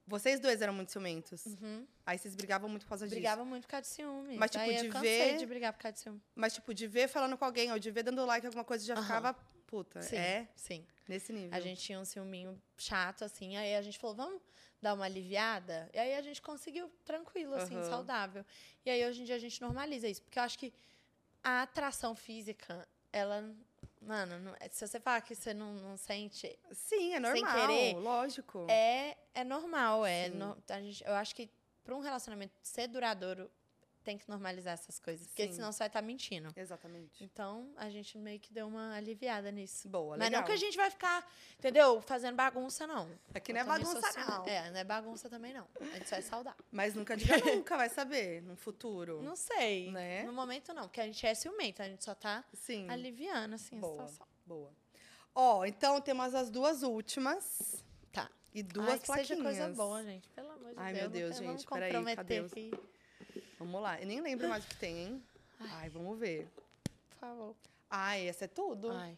Speaker 1: Vocês dois eram muito ciumentos.
Speaker 2: Uhum.
Speaker 1: Aí vocês brigavam muito por causa disso.
Speaker 2: Brigava muito por causa de ciúmes.
Speaker 1: Mas, tipo,
Speaker 2: Aí
Speaker 1: de
Speaker 2: eu cansei
Speaker 1: ver-
Speaker 2: de brigar por causa de ciúme.
Speaker 1: Mas, tipo, de ver falando com alguém ou de ver dando like em alguma coisa, já
Speaker 2: Aham.
Speaker 1: ficava puta.
Speaker 2: Sim,
Speaker 1: É,
Speaker 2: sim.
Speaker 1: nesse nível.
Speaker 2: A gente tinha um ciúminho chato, assim, aí a gente falou, vamos dar uma aliviada? E aí a gente conseguiu, tranquilo, assim,
Speaker 1: Aham.
Speaker 2: saudável. E aí hoje em dia a gente normaliza isso, porque eu acho que a atração física, ela. Mano, não- é, se você falar que você não, não sente,
Speaker 1: Sim, é
Speaker 2: sem
Speaker 1: normal,
Speaker 2: querer,
Speaker 1: lógico.
Speaker 2: é, é normal. É,
Speaker 1: Sim.
Speaker 2: no- a gente, eu acho que para um relacionamento ser duradouro, tem que normalizar essas coisas, porque
Speaker 1: Sim.
Speaker 2: senão você vai estar mentindo.
Speaker 1: Exatamente.
Speaker 2: Então, a gente meio que deu uma aliviada nisso.
Speaker 1: Boa,
Speaker 2: Mas
Speaker 1: legal.
Speaker 2: não que a gente vai ficar, entendeu? Fazendo bagunça, não.
Speaker 1: Aqui
Speaker 2: Eu
Speaker 1: não é
Speaker 2: também sou
Speaker 1: bagunça,
Speaker 2: assim,
Speaker 1: não.
Speaker 2: É, não é bagunça também, não. A gente só é saudável.
Speaker 1: Mas nunca diga nunca, vai saber, no futuro.
Speaker 2: Não sei.
Speaker 1: Né?
Speaker 2: No momento, não. Porque a gente é ciumento. A gente só tá
Speaker 1: Sim,
Speaker 2: aliviando, assim,
Speaker 1: Boa.
Speaker 2: a situação.
Speaker 1: boa. Ó, então temos as duas últimas
Speaker 2: Tá.
Speaker 1: e duas
Speaker 2: Ai, que
Speaker 1: plaquinhas.
Speaker 2: seja coisa boa, né? gente. Pelo amor de
Speaker 1: Ai,
Speaker 2: Deus.
Speaker 1: meu Deus,
Speaker 2: não tem-
Speaker 1: gente,
Speaker 2: Vamos
Speaker 1: peraí, cadê
Speaker 2: comprometer
Speaker 1: os-
Speaker 2: aqui.
Speaker 1: Vamos lá, eu nem lembro mais o que tem, hein? Ai, vamos ver.
Speaker 2: Por favor.
Speaker 1: Ai, essa é tudo?
Speaker 2: Ai.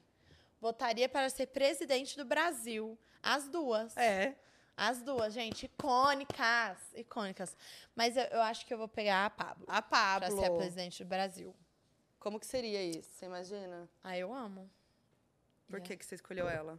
Speaker 2: Votaria para ser presidente do Brasil. As duas.
Speaker 1: É.
Speaker 2: As duas, gente. Icônicas. Icônicas. Mas eu, eu acho que eu vou pegar a Pablo.
Speaker 1: A
Speaker 2: Pra
Speaker 1: Pablo.
Speaker 2: ser a presidente do Brasil.
Speaker 1: Como que seria isso? Você imagina?
Speaker 2: Ah, eu amo.
Speaker 1: Por
Speaker 2: Yeah.
Speaker 1: que, que você escolheu ela?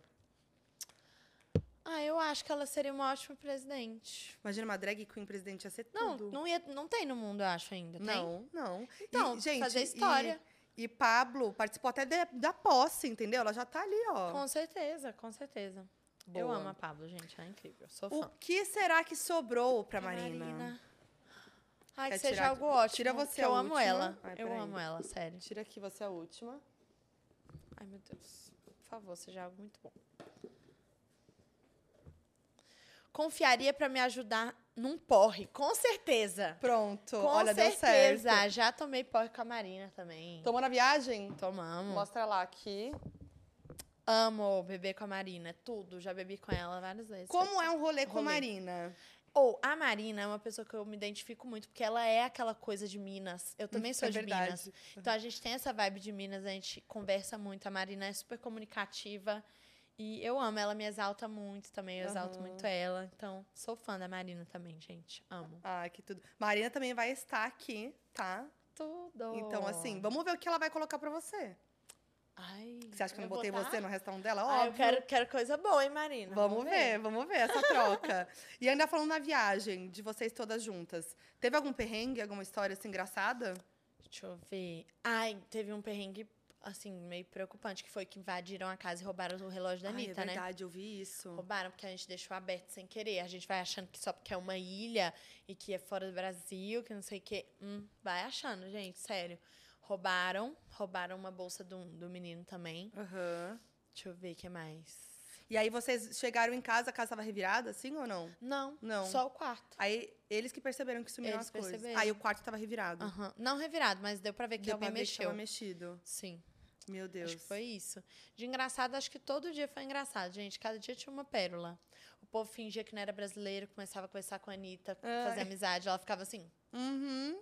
Speaker 2: Ah, eu acho que ela seria uma ótima presidente.
Speaker 1: Imagina uma drag queen presidente ia ser
Speaker 2: Não,
Speaker 1: tudo.
Speaker 2: não, ia, não tem no mundo, eu acho, ainda. Tem?
Speaker 1: Não, não.
Speaker 2: Então,
Speaker 1: E, gente,
Speaker 2: fazer
Speaker 1: e-
Speaker 2: história.
Speaker 1: E, Pablo participou até de- da posse, entendeu? Ela já tá ali, ó.
Speaker 2: Com certeza, com certeza. Eu
Speaker 1: Boa.
Speaker 2: amo a Pablo, gente. Ela é incrível. Sou
Speaker 1: O
Speaker 2: fã.
Speaker 1: que será que sobrou pra
Speaker 2: A
Speaker 1: Marina?
Speaker 2: Ai,
Speaker 1: Quer
Speaker 2: que seja
Speaker 1: tirar-
Speaker 2: algo ótimo.
Speaker 1: tira você
Speaker 2: que eu
Speaker 1: a
Speaker 2: amo
Speaker 1: última.
Speaker 2: ela.
Speaker 1: Ai,
Speaker 2: eu
Speaker 1: peraí.
Speaker 2: amo ela, sério.
Speaker 1: Tira aqui você é a última.
Speaker 2: Ai, meu Deus. Por favor, seja algo muito bom. Confiaria pra me ajudar num porre, com certeza.
Speaker 1: Pronto,
Speaker 2: Com
Speaker 1: olha, deu
Speaker 2: certeza.
Speaker 1: certo.
Speaker 2: Já tomei porre com a Marina também.
Speaker 1: Tomou na viagem?
Speaker 2: Tomamos.
Speaker 1: Mostra lá aqui.
Speaker 2: Amo beber com a Marina, tudo. Já bebi com ela várias vezes.
Speaker 1: Como é um rolê com
Speaker 2: Rolê.
Speaker 1: Marina?
Speaker 2: Ou a Marina é uma pessoa que eu me identifico muito, porque ela é aquela coisa de Minas. Eu também sou
Speaker 1: é
Speaker 2: de
Speaker 1: verdade.
Speaker 2: Minas. Então a gente tem essa vibe de Minas, a gente conversa muito. A Marina é super comunicativa e eu amo. Ela me exalta muito também, eu exalto
Speaker 1: Aham.
Speaker 2: muito ela. Então sou fã da Marina também, gente. Amo.
Speaker 1: Ah, que tudo. Marina também vai estar aqui, tá?
Speaker 2: Tudo.
Speaker 1: Então, assim, vamos ver o que ela vai colocar pra você.
Speaker 2: Ai,
Speaker 1: Você acha que eu não
Speaker 2: vou
Speaker 1: botei
Speaker 2: botar?
Speaker 1: você no restaurante dela? Óbvio.
Speaker 2: Ai, eu quero, quero coisa boa, hein, Marina?
Speaker 1: Vamos ver, vamos ver essa troca. e ainda falando na viagem, de vocês todas juntas, teve algum perrengue, alguma história assim engraçada?
Speaker 2: Deixa eu ver. Ai, teve um perrengue, assim, meio preocupante, que foi que invadiram a casa e roubaram o relógio da Anitta,
Speaker 1: Ai, é
Speaker 2: né?
Speaker 1: verdade, eu vi isso.
Speaker 2: Roubaram porque a gente deixou aberto sem querer. A gente vai achando que só porque é uma ilha e que é fora do Brasil, que não sei o quê. Hum, vai achando, gente, sério. Roubaram, roubaram uma bolsa do, do menino também.
Speaker 1: Aham.
Speaker 2: Deixa eu ver o que mais.
Speaker 1: E aí vocês chegaram em casa, a casa estava revirada, assim ou não?
Speaker 2: Não,
Speaker 1: Não.
Speaker 2: só o quarto.
Speaker 1: Aí eles que perceberam que sumiram
Speaker 2: Eles
Speaker 1: as coisas.
Speaker 2: perceberam.
Speaker 1: Aí o quarto estava revirado.
Speaker 2: Aham. Não revirado, mas deu pra ver que
Speaker 1: Deu
Speaker 2: alguém
Speaker 1: pra ver que
Speaker 2: mexeu.
Speaker 1: tava mexido.
Speaker 2: Sim.
Speaker 1: Meu Deus.
Speaker 2: Acho que foi isso. De engraçado, acho que todo dia foi engraçado, gente. Cada dia tinha uma pérola. O povo fingia que não era brasileiro, começava a conversar com a Anitta,
Speaker 1: Ai.
Speaker 2: fazer amizade. Ela ficava assim.
Speaker 1: Uhum.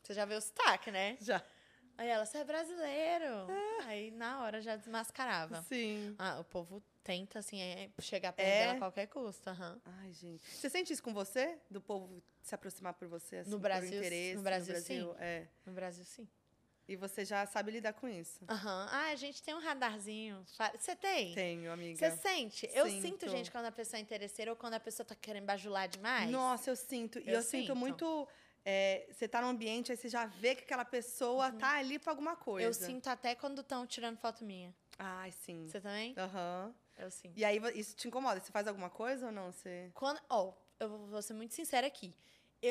Speaker 2: Você já vê o sotaque, né?
Speaker 1: Já.
Speaker 2: Aí ela, você é brasileiro. Aí na hora já desmascarava.
Speaker 1: Sim.
Speaker 2: Ah, o povo tenta, assim, é, chegar perto
Speaker 1: É?
Speaker 2: dela a qualquer custo. aham.
Speaker 1: Ai, gente. Você sente isso com você? Do povo se aproximar por você? Assim,
Speaker 2: No
Speaker 1: por
Speaker 2: Brasil,
Speaker 1: interesse,
Speaker 2: no Brasil,
Speaker 1: É.
Speaker 2: No Brasil, sim.
Speaker 1: E você já sabe lidar com isso?
Speaker 2: Aham. Ah, a gente tem um radarzinho. Fa- Você tem?
Speaker 1: Tenho, amiga.
Speaker 2: Você sente? Eu sinto,
Speaker 1: Sinto.
Speaker 2: gente, quando a pessoa é interesseira ou quando a pessoa tá querendo bajular demais.
Speaker 1: Nossa, eu sinto. E eu,
Speaker 2: Eu
Speaker 1: sinto,
Speaker 2: sinto.
Speaker 1: muito. é, você tá num ambiente, aí você já vê que aquela pessoa tá ali pra alguma coisa.
Speaker 2: Uhum. Eu sinto até quando estão tirando foto minha.
Speaker 1: Ai, sim.
Speaker 2: Você também?
Speaker 1: Aham.
Speaker 2: Eu sinto.
Speaker 1: E aí vo- isso te incomoda? Você faz alguma coisa ou não? Você.
Speaker 2: Quando, ó, eu vou- vou ser muito sincera aqui.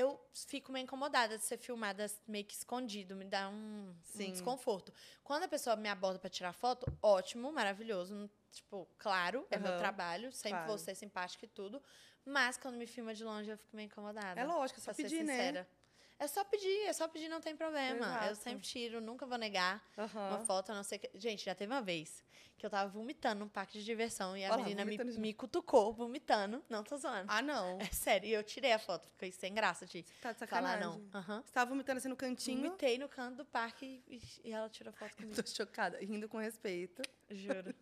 Speaker 2: Eu fico meio incomodada de ser filmada meio que escondido, me dá um, um
Speaker 1: Sim.
Speaker 2: desconforto. Quando a pessoa me aborda pra tirar foto, ótimo, maravilhoso, não- tipo, claro, é meu
Speaker 1: Aham,
Speaker 2: trabalho, sempre
Speaker 1: claro.
Speaker 2: vou ser simpática e tudo, mas quando me filma de longe eu fico meio incomodada.
Speaker 1: É lógico, é só
Speaker 2: pra ser
Speaker 1: pedir, né?
Speaker 2: sincera. É só pedir, é só pedir, não tem problema. Eu
Speaker 1: Exato.
Speaker 2: sempre tiro, nunca vou negar
Speaker 1: Aham.
Speaker 2: uma foto, a não ser que. Gente, já teve uma vez que eu tava vomitando num parque de diversão e a
Speaker 1: Olha lá,
Speaker 2: menina me,
Speaker 1: vomitando de novo.
Speaker 2: me cutucou, vomitando. Não tô zoando.
Speaker 1: Ah, não.
Speaker 2: É sério, e eu tirei a foto, fiquei sem graça de
Speaker 1: Tá de
Speaker 2: falar
Speaker 1: sacanagem.
Speaker 2: não. Aham.
Speaker 1: Você tava vomitando assim no cantinho.
Speaker 2: Vomitei no canto do parque e, e ela tirou
Speaker 1: Eu
Speaker 2: foto comigo,
Speaker 1: Tô chocada, rindo com respeito.
Speaker 2: juro.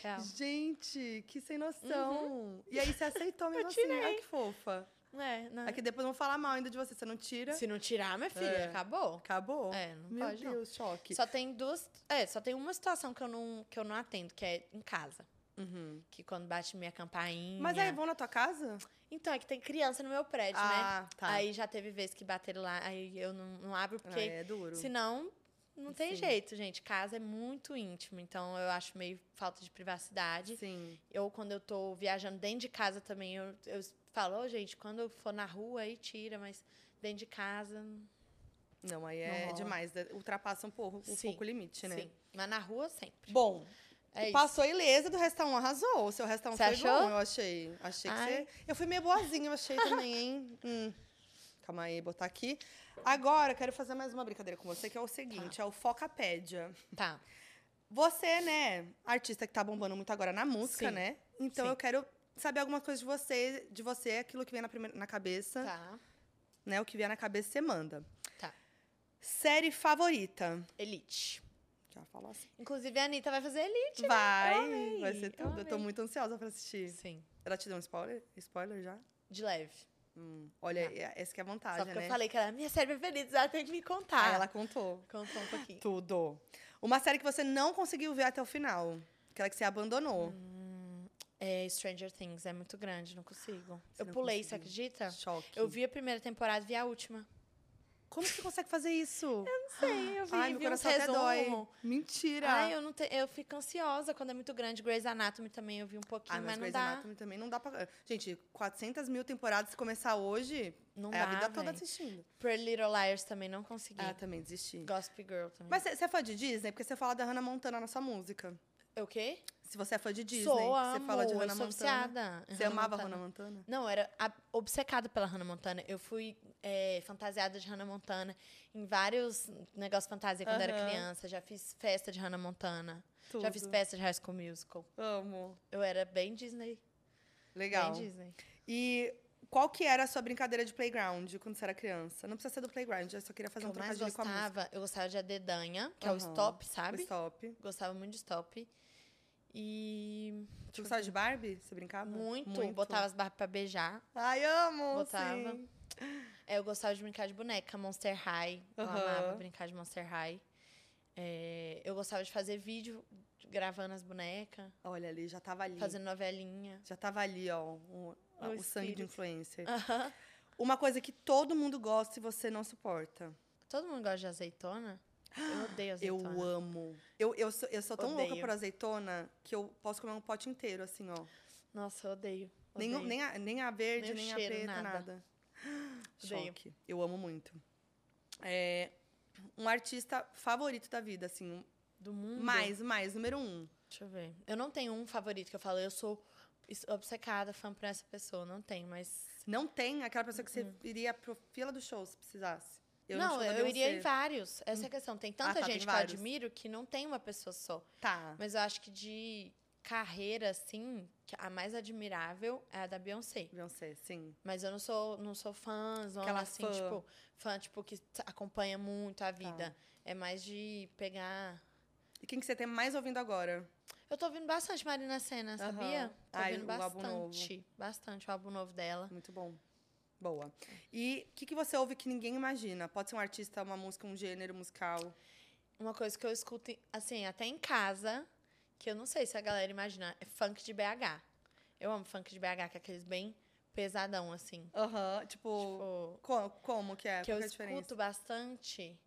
Speaker 2: Real.
Speaker 1: Gente, que sem noção.
Speaker 2: Uhum.
Speaker 1: E aí você aceitou mesmo assim. Ai, que fofa.
Speaker 2: É, não.
Speaker 1: Aqui depois vão falar mal ainda de você. Você não tira,
Speaker 2: Se não tirar, minha filha,
Speaker 1: É.
Speaker 2: acabou.
Speaker 1: acabou.
Speaker 2: É, não
Speaker 1: Meu
Speaker 2: pode
Speaker 1: Deus, choque.
Speaker 2: não. Só tem duas, é, só tem uma situação que eu não que eu não atendo, que é em casa,
Speaker 1: Uhum.
Speaker 2: que quando bate minha campainha.
Speaker 1: Mas aí vão na tua casa?
Speaker 2: Então é que tem criança no meu prédio, Uhum. né?
Speaker 1: ah, tá.
Speaker 2: Aí já teve vezes que bateram lá, aí eu não, não abro
Speaker 1: Ah,
Speaker 2: porque
Speaker 1: é duro.
Speaker 2: Senão, não tem
Speaker 1: Sim.
Speaker 2: jeito, gente. Casa é muito íntimo, então eu acho meio falta de privacidade.
Speaker 1: Sim.
Speaker 2: Ou quando eu tô viajando dentro de casa também, eu, eu falo, "Ô, gente, quando eu for na rua aí tira, mas dentro de casa,
Speaker 1: Não, aí
Speaker 2: Não
Speaker 1: é
Speaker 2: rola.
Speaker 1: demais. né? Ultrapassa um pouco, um
Speaker 2: Sim,
Speaker 1: pouco o limite, né?
Speaker 2: sim. Mas na rua sempre.
Speaker 1: Bom,
Speaker 2: É isso.
Speaker 1: passou ilesa do restaurante, arrasou. O seu restaurante
Speaker 2: Você
Speaker 1: foi
Speaker 2: achou?
Speaker 1: bom, eu achei. Achei que
Speaker 2: Ai.
Speaker 1: você... Eu fui meio boazinha, eu achei também, hein? Hum. Calma aí, botar aqui. Agora, eu quero fazer mais uma brincadeira com você, que é o seguinte, é o Focapédia.
Speaker 2: Tá.
Speaker 1: Você, né, artista que tá bombando muito agora na música,
Speaker 2: Sim.
Speaker 1: né? Então
Speaker 2: Sim.
Speaker 1: eu quero saber alguma coisa de você, de você, aquilo que vem na, primeira- na cabeça,
Speaker 2: Tá.
Speaker 1: né? O que vier na cabeça, você manda.
Speaker 2: Tá.
Speaker 1: Série favorita.
Speaker 2: Elite.
Speaker 1: Já falo assim.
Speaker 2: Inclusive, a Anitta vai fazer Elite.
Speaker 1: Vai,
Speaker 2: amei,
Speaker 1: vai ser
Speaker 2: eu
Speaker 1: tudo. Eu, tô
Speaker 2: amei.
Speaker 1: muito ansiosa pra assistir.
Speaker 2: Sim.
Speaker 1: Ela te deu um spoiler? Spoiler já?
Speaker 2: De leve.
Speaker 1: Hum, Olha, é- essa que é a
Speaker 2: Só
Speaker 1: vantagem,
Speaker 2: porque
Speaker 1: né?
Speaker 2: eu falei que era a minha série preferida, ela tem que me
Speaker 1: Ah,
Speaker 2: contar.
Speaker 1: ela contou.
Speaker 2: contou um pouquinho.
Speaker 1: Tudo. Uma série que você não conseguiu ver até o final. Aquela que você abandonou.
Speaker 2: Hum. É, Stranger Things é muito grande, não consigo.
Speaker 1: Você
Speaker 2: eu
Speaker 1: não
Speaker 2: pulei, você
Speaker 1: conseguiu.
Speaker 2: acredita?
Speaker 1: Choque.
Speaker 2: Eu vi a primeira temporada e vi a última.
Speaker 1: Como que você consegue fazer isso?
Speaker 2: Não sei, eu vi,
Speaker 1: Ai, meu
Speaker 2: vi uns
Speaker 1: coração até dói. Ah,
Speaker 2: resumos.
Speaker 1: Mentira.
Speaker 2: Ai, eu, não te- eu fico ansiosa quando é muito grande. Grey's Anatomy também eu vi um pouquinho,
Speaker 1: Ah, mas
Speaker 2: mas, não
Speaker 1: Grey's
Speaker 2: dá.
Speaker 1: Anatomy também não dá pra... Gente, 400 mil temporadas, se começar hoje,
Speaker 2: Não
Speaker 1: é
Speaker 2: dá,
Speaker 1: a vida toda
Speaker 2: véi.
Speaker 1: assistindo.
Speaker 2: Pretty Little Liars também não consegui.
Speaker 1: Ah, também desisti.
Speaker 2: Gossip Girl também.
Speaker 1: Mas você é fã de Disney? Porque você fala da Hannah Montana na sua música.
Speaker 2: eu o quê?
Speaker 1: Se você é fã de Disney,
Speaker 2: Sou,
Speaker 1: você
Speaker 2: amo,
Speaker 1: fala de
Speaker 2: eu
Speaker 1: Hannah
Speaker 2: sou
Speaker 1: Montana.
Speaker 2: viciada em
Speaker 1: Você
Speaker 2: Hannah
Speaker 1: amava
Speaker 2: Montana.
Speaker 1: Hannah Montana?
Speaker 2: Não, eu era a- obcecada pela Hannah Montana. Eu fui é, fantasiada de Hannah Montana em vários negócios de fantasia quando era
Speaker 1: Aham.
Speaker 2: criança. Já fiz festa de Hannah Montana.
Speaker 1: Tudo.
Speaker 2: Já fiz festa de High School Musical.
Speaker 1: Amo.
Speaker 2: Eu era bem Disney.
Speaker 1: Legal.
Speaker 2: Bem Disney.
Speaker 1: E qual que era a sua brincadeira de playground quando você era criança? Não precisa ser do playground, eu só queria
Speaker 2: O que
Speaker 1: fazer um
Speaker 2: eu mais
Speaker 1: trocadilho com a música.
Speaker 2: gostava, eu gostava de A Dedanha, que é o
Speaker 1: Aham.
Speaker 2: stop,
Speaker 1: O
Speaker 2: sabe?
Speaker 1: Stop.
Speaker 2: Gostava muito de stop. E.
Speaker 1: Você gostava de Barbie? Você brincava?
Speaker 2: Muito, Botava as barras pra beijar.
Speaker 1: Ai, amo!
Speaker 2: Botava.
Speaker 1: sim.
Speaker 2: É, Eu gostava de brincar de boneca, Monster High. Eu
Speaker 1: Aham.
Speaker 2: amava brincar de Monster High. É, eu gostava de fazer vídeo gravando as bonecas,
Speaker 1: Olha ali, já tava ali.
Speaker 2: fazendo novelinha.
Speaker 1: Já tava ali, ó. um, O, a-
Speaker 2: O
Speaker 1: o sangue de
Speaker 2: espírito.
Speaker 1: influencer.
Speaker 2: Aham.
Speaker 1: Uma coisa que todo mundo gosta e você não suporta.
Speaker 2: Todo mundo gosta de azeitona? Eu odeio azeitona.
Speaker 1: Eu amo. Eu, eu, sou, eu sou tão louca
Speaker 2: Odeio.
Speaker 1: por azeitona que eu posso comer um pote inteiro, assim, ó.
Speaker 2: Nossa, eu odeio.
Speaker 1: Nem, o-
Speaker 2: odeio.
Speaker 1: nem, a, nem a verde,
Speaker 2: Nem o
Speaker 1: nem,
Speaker 2: cheiro,
Speaker 1: a preta,
Speaker 2: nada.
Speaker 1: nada.
Speaker 2: Odeio.
Speaker 1: Choque. Eu amo muito. É, um artista favorito da vida, assim. um-
Speaker 2: Do mundo.
Speaker 1: Mais, mais, número um.
Speaker 2: Deixa eu ver. Eu não tenho um favorito que eu falo, eu sou es- obcecada, fã por essa pessoa. Não tenho, mas.
Speaker 1: Não tem aquela pessoa que você iria pro fila do show se precisasse. Eu
Speaker 2: Uhum. não,
Speaker 1: sou da
Speaker 2: eu, iria
Speaker 1: Beyoncé.
Speaker 2: em vários. Essa é a questão. Tem tanta
Speaker 1: tá, tem
Speaker 2: gente que eu
Speaker 1: vários.
Speaker 2: admiro que não tem uma pessoa só.
Speaker 1: Tá.
Speaker 2: Mas eu acho que de carreira, assim, que a mais admirável é a da Beyoncé.
Speaker 1: Beyoncé, sim.
Speaker 2: Mas eu não sou, não sou fã,
Speaker 1: Aquela
Speaker 2: assim,
Speaker 1: fã. Tá.
Speaker 2: tipo, fã, tipo, que t- acompanha muito a vida. É mais de pegar.
Speaker 1: E quem que você tem mais ouvindo agora?
Speaker 2: Eu tô ouvindo bastante Marina Senna,
Speaker 1: Aham.
Speaker 2: sabia? Tô
Speaker 1: Ai,
Speaker 2: ouvindo
Speaker 1: o álbum
Speaker 2: bastante.
Speaker 1: novo.
Speaker 2: Bastante o álbum novo dela.
Speaker 1: Muito bom. Boa. E o que, que você ouve que ninguém imagina? Pode ser um artista, uma música, um gênero musical.
Speaker 2: Uma coisa que eu escuto, assim, até em casa, que eu não sei se a galera imagina, é funk de BH. Eu amo funk de BH, que é aqueles bem pesadão, assim.
Speaker 1: Aham. Tipo,
Speaker 2: Tipo,
Speaker 1: co- como que é?
Speaker 2: que eu
Speaker 1: Qual que é a diferença?
Speaker 2: escuto bastante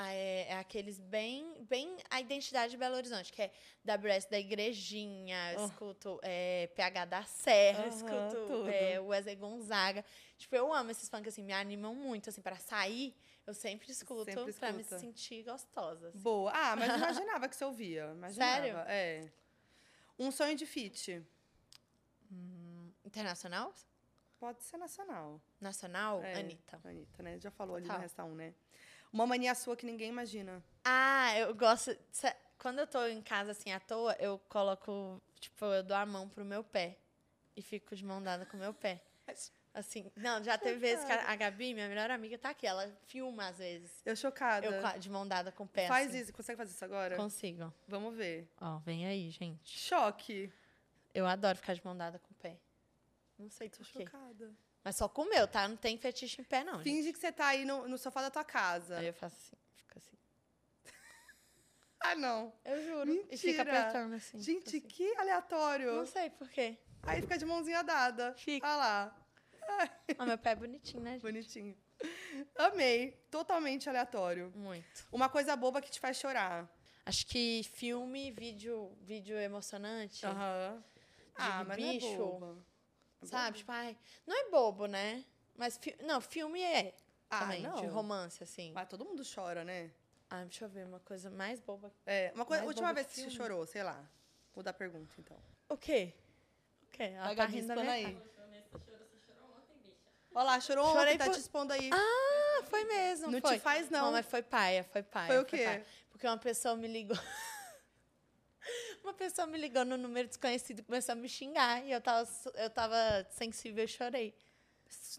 Speaker 2: ah, é, é aqueles bem, bem a identidade de Belo Horizonte, que é da Brest da Igrejinha, eu
Speaker 1: Ah.
Speaker 2: escuto é, PH da Serra, eu
Speaker 1: Aham,
Speaker 2: escuto
Speaker 1: tudo.
Speaker 2: é, Wesley Gonzaga. Tipo, eu amo esses funk, assim, me animam muito, assim, para sair, eu sempre escuto
Speaker 1: Sempre
Speaker 2: pra me
Speaker 1: escuta.
Speaker 2: sentir gostosa. assim.
Speaker 1: Boa. Ah, mas eu imaginava que você ouvia. Imaginava.
Speaker 2: Sério?
Speaker 1: É. Um sonho de feat.
Speaker 2: Internacional?
Speaker 1: Pode ser nacional.
Speaker 2: Nacional?
Speaker 1: É.
Speaker 2: Anitta.
Speaker 1: Anitta, né? Já falou ali
Speaker 2: Total.
Speaker 1: no Resta 1, né? Uma mania sua que ninguém imagina.
Speaker 2: Ah, eu gosto. sa- Quando eu tô em casa assim à toa, eu coloco, tipo, eu dou a mão pro meu pé e fico de mão dada com o meu pé. Assim, não, já teve vezes que a a Gabi, minha melhor amiga, tá aqui, ela filma às vezes.
Speaker 1: Eu chocada.
Speaker 2: Eu co- de mão dada com o pé.
Speaker 1: Faz
Speaker 2: assim.
Speaker 1: isso. Consegue fazer isso agora?
Speaker 2: Consigo.
Speaker 1: Vamos ver.
Speaker 2: Ó, vem aí, gente.
Speaker 1: Choque.
Speaker 2: Eu adoro ficar de mão dada com o pé. Não sei
Speaker 1: Tô
Speaker 2: por quê.
Speaker 1: chocada.
Speaker 2: Mas só com o meu, tá? Não tem fetiche em pé, não. gente.
Speaker 1: Finge que você tá aí no, no sofá da tua casa.
Speaker 2: Aí eu faço assim, fica assim.
Speaker 1: Ah, não.
Speaker 2: Eu juro. E
Speaker 1: Mentira.
Speaker 2: fica apertando assim. fica
Speaker 1: Gente,
Speaker 2: assim.
Speaker 1: que aleatório.
Speaker 2: Não sei por quê.
Speaker 1: Aí fica de mãozinha dada.
Speaker 2: Fica.
Speaker 1: Olha lá.
Speaker 2: Ah, meu pé é bonitinho, né, gente?
Speaker 1: Bonitinho. Amei. Totalmente aleatório.
Speaker 2: Muito.
Speaker 1: Uma coisa boba que te faz chorar.
Speaker 2: Acho que filme, vídeo, vídeo emocionante,
Speaker 1: Aham. Ah, mas não
Speaker 2: bicho.
Speaker 1: é boba. É
Speaker 2: sabe? Tipo, ai, não é bobo, né? Mas fi- não, filme é
Speaker 1: Ah,
Speaker 2: também,
Speaker 1: não.
Speaker 2: de romance assim.
Speaker 1: Mas todo mundo chora, né?
Speaker 2: Ah, deixa eu ver uma coisa mais boba.
Speaker 1: É, uma coisa,
Speaker 2: Mais
Speaker 1: última
Speaker 2: boba
Speaker 1: vez
Speaker 2: que
Speaker 1: que você
Speaker 2: filme.
Speaker 1: chorou, sei lá. Vou dar pergunta, então.
Speaker 2: O quê? O quê? Ela
Speaker 1: Vai,
Speaker 2: tá
Speaker 1: Gabi,
Speaker 2: rindo da
Speaker 1: expõe
Speaker 2: minha
Speaker 1: aí.
Speaker 2: cara.
Speaker 1: Olha lá, chorou
Speaker 2: Chorei
Speaker 1: ontem, tá
Speaker 2: por-
Speaker 1: te expondo aí.
Speaker 2: Ah, foi mesmo,
Speaker 1: não
Speaker 2: foi.
Speaker 1: te faz, não.
Speaker 2: mas foi paia, foi paia.
Speaker 1: Foi o quê?
Speaker 2: paia. Porque uma pessoa me ligou. uma pessoa me ligou no número desconhecido e começou a me xingar. E eu tava, su- eu tava sensível e chorei.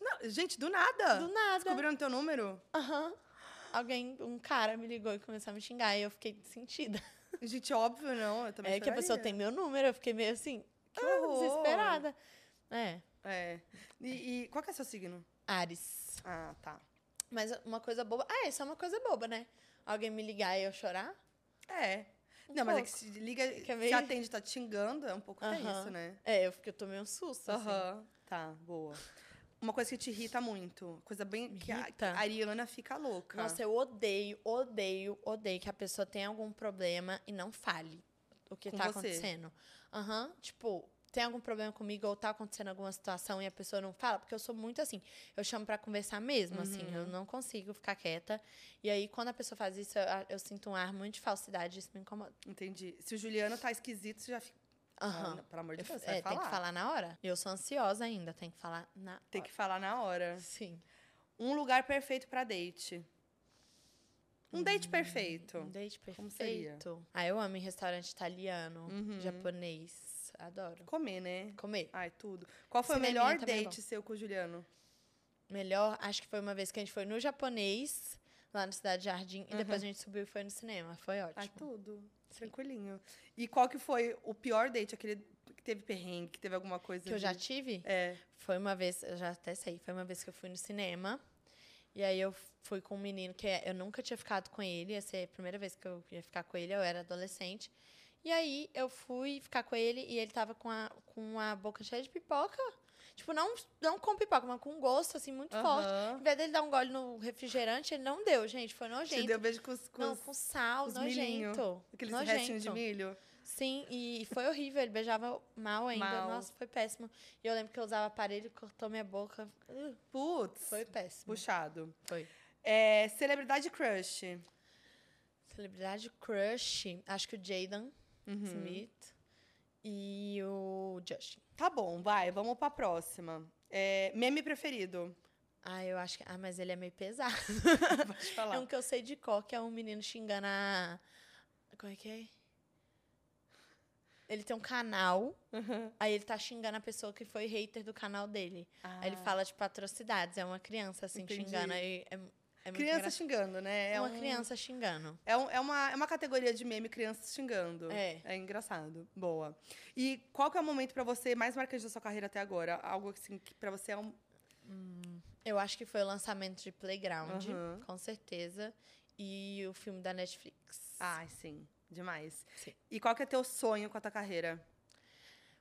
Speaker 1: Não, gente, do nada.
Speaker 2: Do nada.
Speaker 1: Descobriram teu número?
Speaker 2: Aham. Alguém, um cara me ligou e começou a me xingar e eu fiquei sentida.
Speaker 1: Gente, óbvio, não. Eu também
Speaker 2: É que a pessoa tem
Speaker 1: choraria.
Speaker 2: meu número, eu fiquei meio assim,
Speaker 1: Que
Speaker 2: ah,
Speaker 1: horror.
Speaker 2: desesperada. É,
Speaker 1: É. E, e qual que é seu signo?
Speaker 2: Ares.
Speaker 1: Ah, tá.
Speaker 2: Mas uma coisa boba. Ah, isso é uma coisa boba, né? Alguém me ligar e eu chorar?
Speaker 1: É.
Speaker 2: Um
Speaker 1: não, mas é que
Speaker 2: pouco.
Speaker 1: se liga,
Speaker 2: Fica
Speaker 1: se
Speaker 2: meio-
Speaker 1: atende, tá te xingando, é um pouco até
Speaker 2: Aham.
Speaker 1: isso, né?
Speaker 2: É, eu fiquei, eu tomei um susto. assim.
Speaker 1: Aham. Tá, boa. Uma coisa que te irrita muito. Coisa bem.
Speaker 2: Me
Speaker 1: Que a, que
Speaker 2: irrita?
Speaker 1: a Ariana fica louca.
Speaker 2: Nossa, eu odeio, odeio, odeio que a pessoa tenha algum problema e não fale o que
Speaker 1: Com
Speaker 2: tá
Speaker 1: você.
Speaker 2: acontecendo. Aham, tipo, tem algum problema comigo ou tá acontecendo alguma situação e a pessoa não fala? Porque eu sou muito assim, eu chamo pra conversar mesmo, assim,
Speaker 1: Uhum.
Speaker 2: eu não consigo ficar quieta. E aí, quando a pessoa faz isso, eu, eu sinto um ar muito de falsidade, isso me incomoda.
Speaker 1: Entendi. Se o Juliano tá esquisito, você já fica.
Speaker 2: Aham.
Speaker 1: Ah, não, pelo amor de
Speaker 2: Eu-
Speaker 1: Deus, você
Speaker 2: é,
Speaker 1: vai
Speaker 2: tem que falar na hora. Eu sou ansiosa ainda, tem que falar na hora.
Speaker 1: Tem que falar na hora.
Speaker 2: Sim.
Speaker 1: Um lugar perfeito pra date. Um date perfeito.
Speaker 2: Um date perfeito.
Speaker 1: Como seria?
Speaker 2: Ah, eu amo em restaurante italiano,
Speaker 1: Uhum.
Speaker 2: japonês. Adoro.
Speaker 1: Comer, né?
Speaker 2: Comer.
Speaker 1: Ai, tudo. Qual foi o
Speaker 2: Cineminha
Speaker 1: melhor
Speaker 2: também é
Speaker 1: date seu com o Juliano?
Speaker 2: Melhor, acho que foi uma vez que a gente foi no japonês, lá na Cidade Jardim, e depois a gente subiu e foi no cinema. Foi
Speaker 1: Ai,
Speaker 2: ótimo.
Speaker 1: tudo. Tranquilinho. E qual que foi o pior date? Aquele que teve perrengue, que teve alguma coisa.
Speaker 2: que eu já
Speaker 1: de-
Speaker 2: tive?
Speaker 1: É.
Speaker 2: Foi uma vez, eu já até sei, foi uma vez que eu fui no cinema. E aí eu fui com um menino que eu nunca tinha ficado com ele, essa é a primeira vez que eu ia ficar com ele, eu era adolescente. E aí eu fui ficar com ele e ele tava com a, com a boca cheia de pipoca. Tipo, não, não com pipoca, mas com um gosto, assim, muito forte. Ao
Speaker 1: Aham.
Speaker 2: invés dele dar um gole no refrigerante, ele não deu, gente. Foi
Speaker 1: Te
Speaker 2: nojento.
Speaker 1: deu beijo com os. Com
Speaker 2: não,
Speaker 1: os-
Speaker 2: com sal,
Speaker 1: os milhinho,
Speaker 2: nojento.
Speaker 1: Aqueles
Speaker 2: nojento.
Speaker 1: restinhos de milho.
Speaker 2: Sim, e foi horrível. Ele beijava mal ainda.
Speaker 1: Mal.
Speaker 2: Nossa, foi péssimo. E eu lembro que eu usava aparelho, cortou minha boca. Uh,
Speaker 1: Putz.
Speaker 2: Foi péssimo.
Speaker 1: Puxado.
Speaker 2: Foi.
Speaker 1: É, celebridade crush.
Speaker 2: Celebridade crush, acho que o Jaden
Speaker 1: Uhum.
Speaker 2: Smith e o Justin.
Speaker 1: Tá bom, vai. Vamos pra próxima. É, meme preferido.
Speaker 2: Ah, eu acho que. Ah, mas ele é meio pesado.
Speaker 1: Pode falar.
Speaker 2: É um que eu sei de cor, que é um menino xingando a. Como é que é? Ele tem um canal,
Speaker 1: Uhum.
Speaker 2: aí ele tá xingando a pessoa que foi hater do canal dele.
Speaker 1: Ah,
Speaker 2: Aí ele fala de patrocidades, é uma criança assim
Speaker 1: Entendi.
Speaker 2: xingando aí. É, é muito
Speaker 1: criança
Speaker 2: engraçado.
Speaker 1: xingando, né? É
Speaker 2: uma
Speaker 1: um-
Speaker 2: criança xingando.
Speaker 1: É, um- é uma, é uma categoria de meme crianças xingando.
Speaker 2: É.
Speaker 1: engraçado. Boa. E qual que é o momento pra você mais marcante da sua carreira até agora? Algo assim que pra você é um.
Speaker 2: Eu acho que foi o lançamento de Playground,
Speaker 1: Aham.
Speaker 2: com certeza. E o filme da Netflix.
Speaker 1: Ai, sim. Demais.
Speaker 2: Sim.
Speaker 1: E qual que é teu sonho com a tua carreira?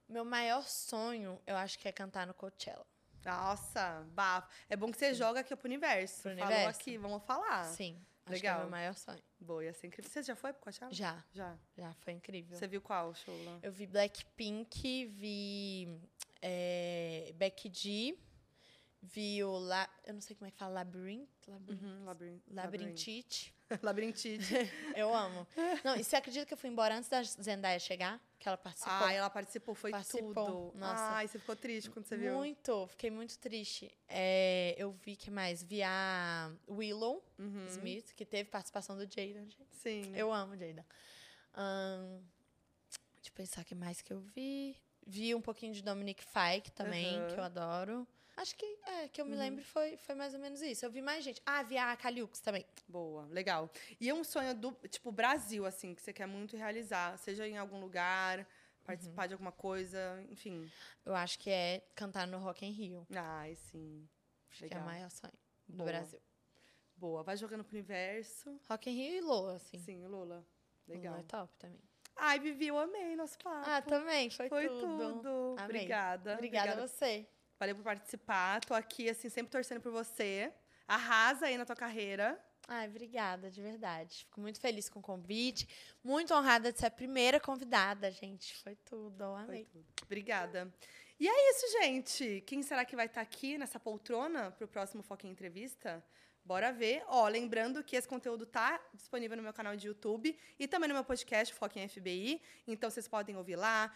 Speaker 2: Meu maior sonho, eu acho que é cantar no Coachella.
Speaker 1: Nossa, bafo. É bom que você joga aqui pro universo.
Speaker 2: Pro
Speaker 1: Falou
Speaker 2: universo.
Speaker 1: aqui, vamos falar.
Speaker 2: Sim. Acho
Speaker 1: Ah. legal. Ah.
Speaker 2: que é meu maior sonho.
Speaker 1: Boa, ia ser incrível. Você já foi pro Coachella?
Speaker 2: Já,
Speaker 1: Já.
Speaker 2: já foi incrível.
Speaker 1: Você viu qual show lá?
Speaker 2: Eu vi Blackpink, vi é, Becky G, vi o La... Eu não sei como é que fala, Labyrinth? Labyrinth.
Speaker 1: Uhum, labirin-
Speaker 2: Labirintite.
Speaker 1: labirin- Labirintite.
Speaker 2: Eu amo. Não, e você acredita que eu fui embora antes da Zendaya chegar? Que ela participou?
Speaker 1: Ai, Ah, ela participou, foi
Speaker 2: Participou.
Speaker 1: tudo.
Speaker 2: Nossa.
Speaker 1: Ai, você ficou triste quando você viu.
Speaker 2: Muito, fiquei muito triste. É, eu vi que mais? Vi a Willow
Speaker 1: Uhum.
Speaker 2: Smith, que teve participação do Jaden.
Speaker 1: Sim.
Speaker 2: Eu amo Jada. Ahn, deixa eu pensar o que mais que eu vi. Vi um pouquinho de Dominic Fike também,
Speaker 1: Aham. Uhum.
Speaker 2: que eu adoro. Acho que é, que eu me lembro foi, foi mais ou menos isso. Eu vi mais gente. Ah, vi a Caliux também.
Speaker 1: Boa, legal. E é um sonho do, tipo, Brasil, assim, que você quer muito realizar. Seja em algum lugar,
Speaker 2: Uhum.
Speaker 1: participar de alguma coisa, enfim.
Speaker 2: Eu acho que é cantar no Rock in Rio.
Speaker 1: Ai, sim.
Speaker 2: Acho que é
Speaker 1: Legal.
Speaker 2: o maior sonho do
Speaker 1: Boa.
Speaker 2: Brasil.
Speaker 1: Boa, vai jogando pro universo.
Speaker 2: Rock in Rio e Lua, assim.
Speaker 1: Sim, Lula. Legal.
Speaker 2: Lua é top também.
Speaker 1: Ai, Vivi, eu amei nosso papo.
Speaker 2: Ah, também. Foi,
Speaker 1: Foi
Speaker 2: tudo.
Speaker 1: tudo.
Speaker 2: Amei.
Speaker 1: Obrigada.
Speaker 2: Obrigada a você.
Speaker 1: Valeu por participar. Tô aqui, assim, sempre torcendo por você. Arrasa aí na tua carreira.
Speaker 2: Ai, obrigada, de verdade. Fico muito feliz com o convite. Muito honrada de ser a primeira convidada, gente. Foi tudo, eu
Speaker 1: Foi
Speaker 2: amei.
Speaker 1: tudo. Obrigada. E é isso, gente. Quem será que vai estar aqui nessa poltrona para o próximo Foca em Entrevista? Bora ver. Ó, lembrando que esse conteúdo tá disponível no meu canal de YouTube e também no meu podcast Foca em FBI. Então vocês podem ouvir lá.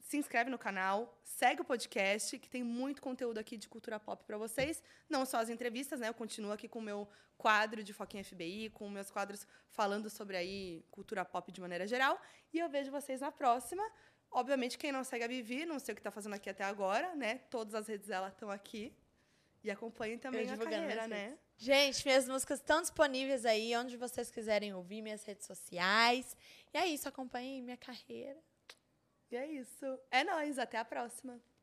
Speaker 1: Se inscreve no canal, segue o podcast, que tem muito conteúdo aqui de cultura pop para vocês. Não só as entrevistas, né? Eu continuo aqui com o meu quadro de Foca em FBI, com meus quadros falando sobre aí cultura pop de maneira geral. E eu vejo vocês na próxima. Obviamente, quem não segue a Vivi, não sei o que tá fazendo aqui até agora, né? Todas as redes dela estão aqui. E acompanhem também a
Speaker 2: divulgando
Speaker 1: carreira,
Speaker 2: nas
Speaker 1: né?
Speaker 2: Gente, minhas músicas estão disponíveis aí, onde vocês quiserem ouvir, minhas redes sociais. E é isso, acompanhem minha carreira.
Speaker 1: E é isso. É nóis, até a próxima.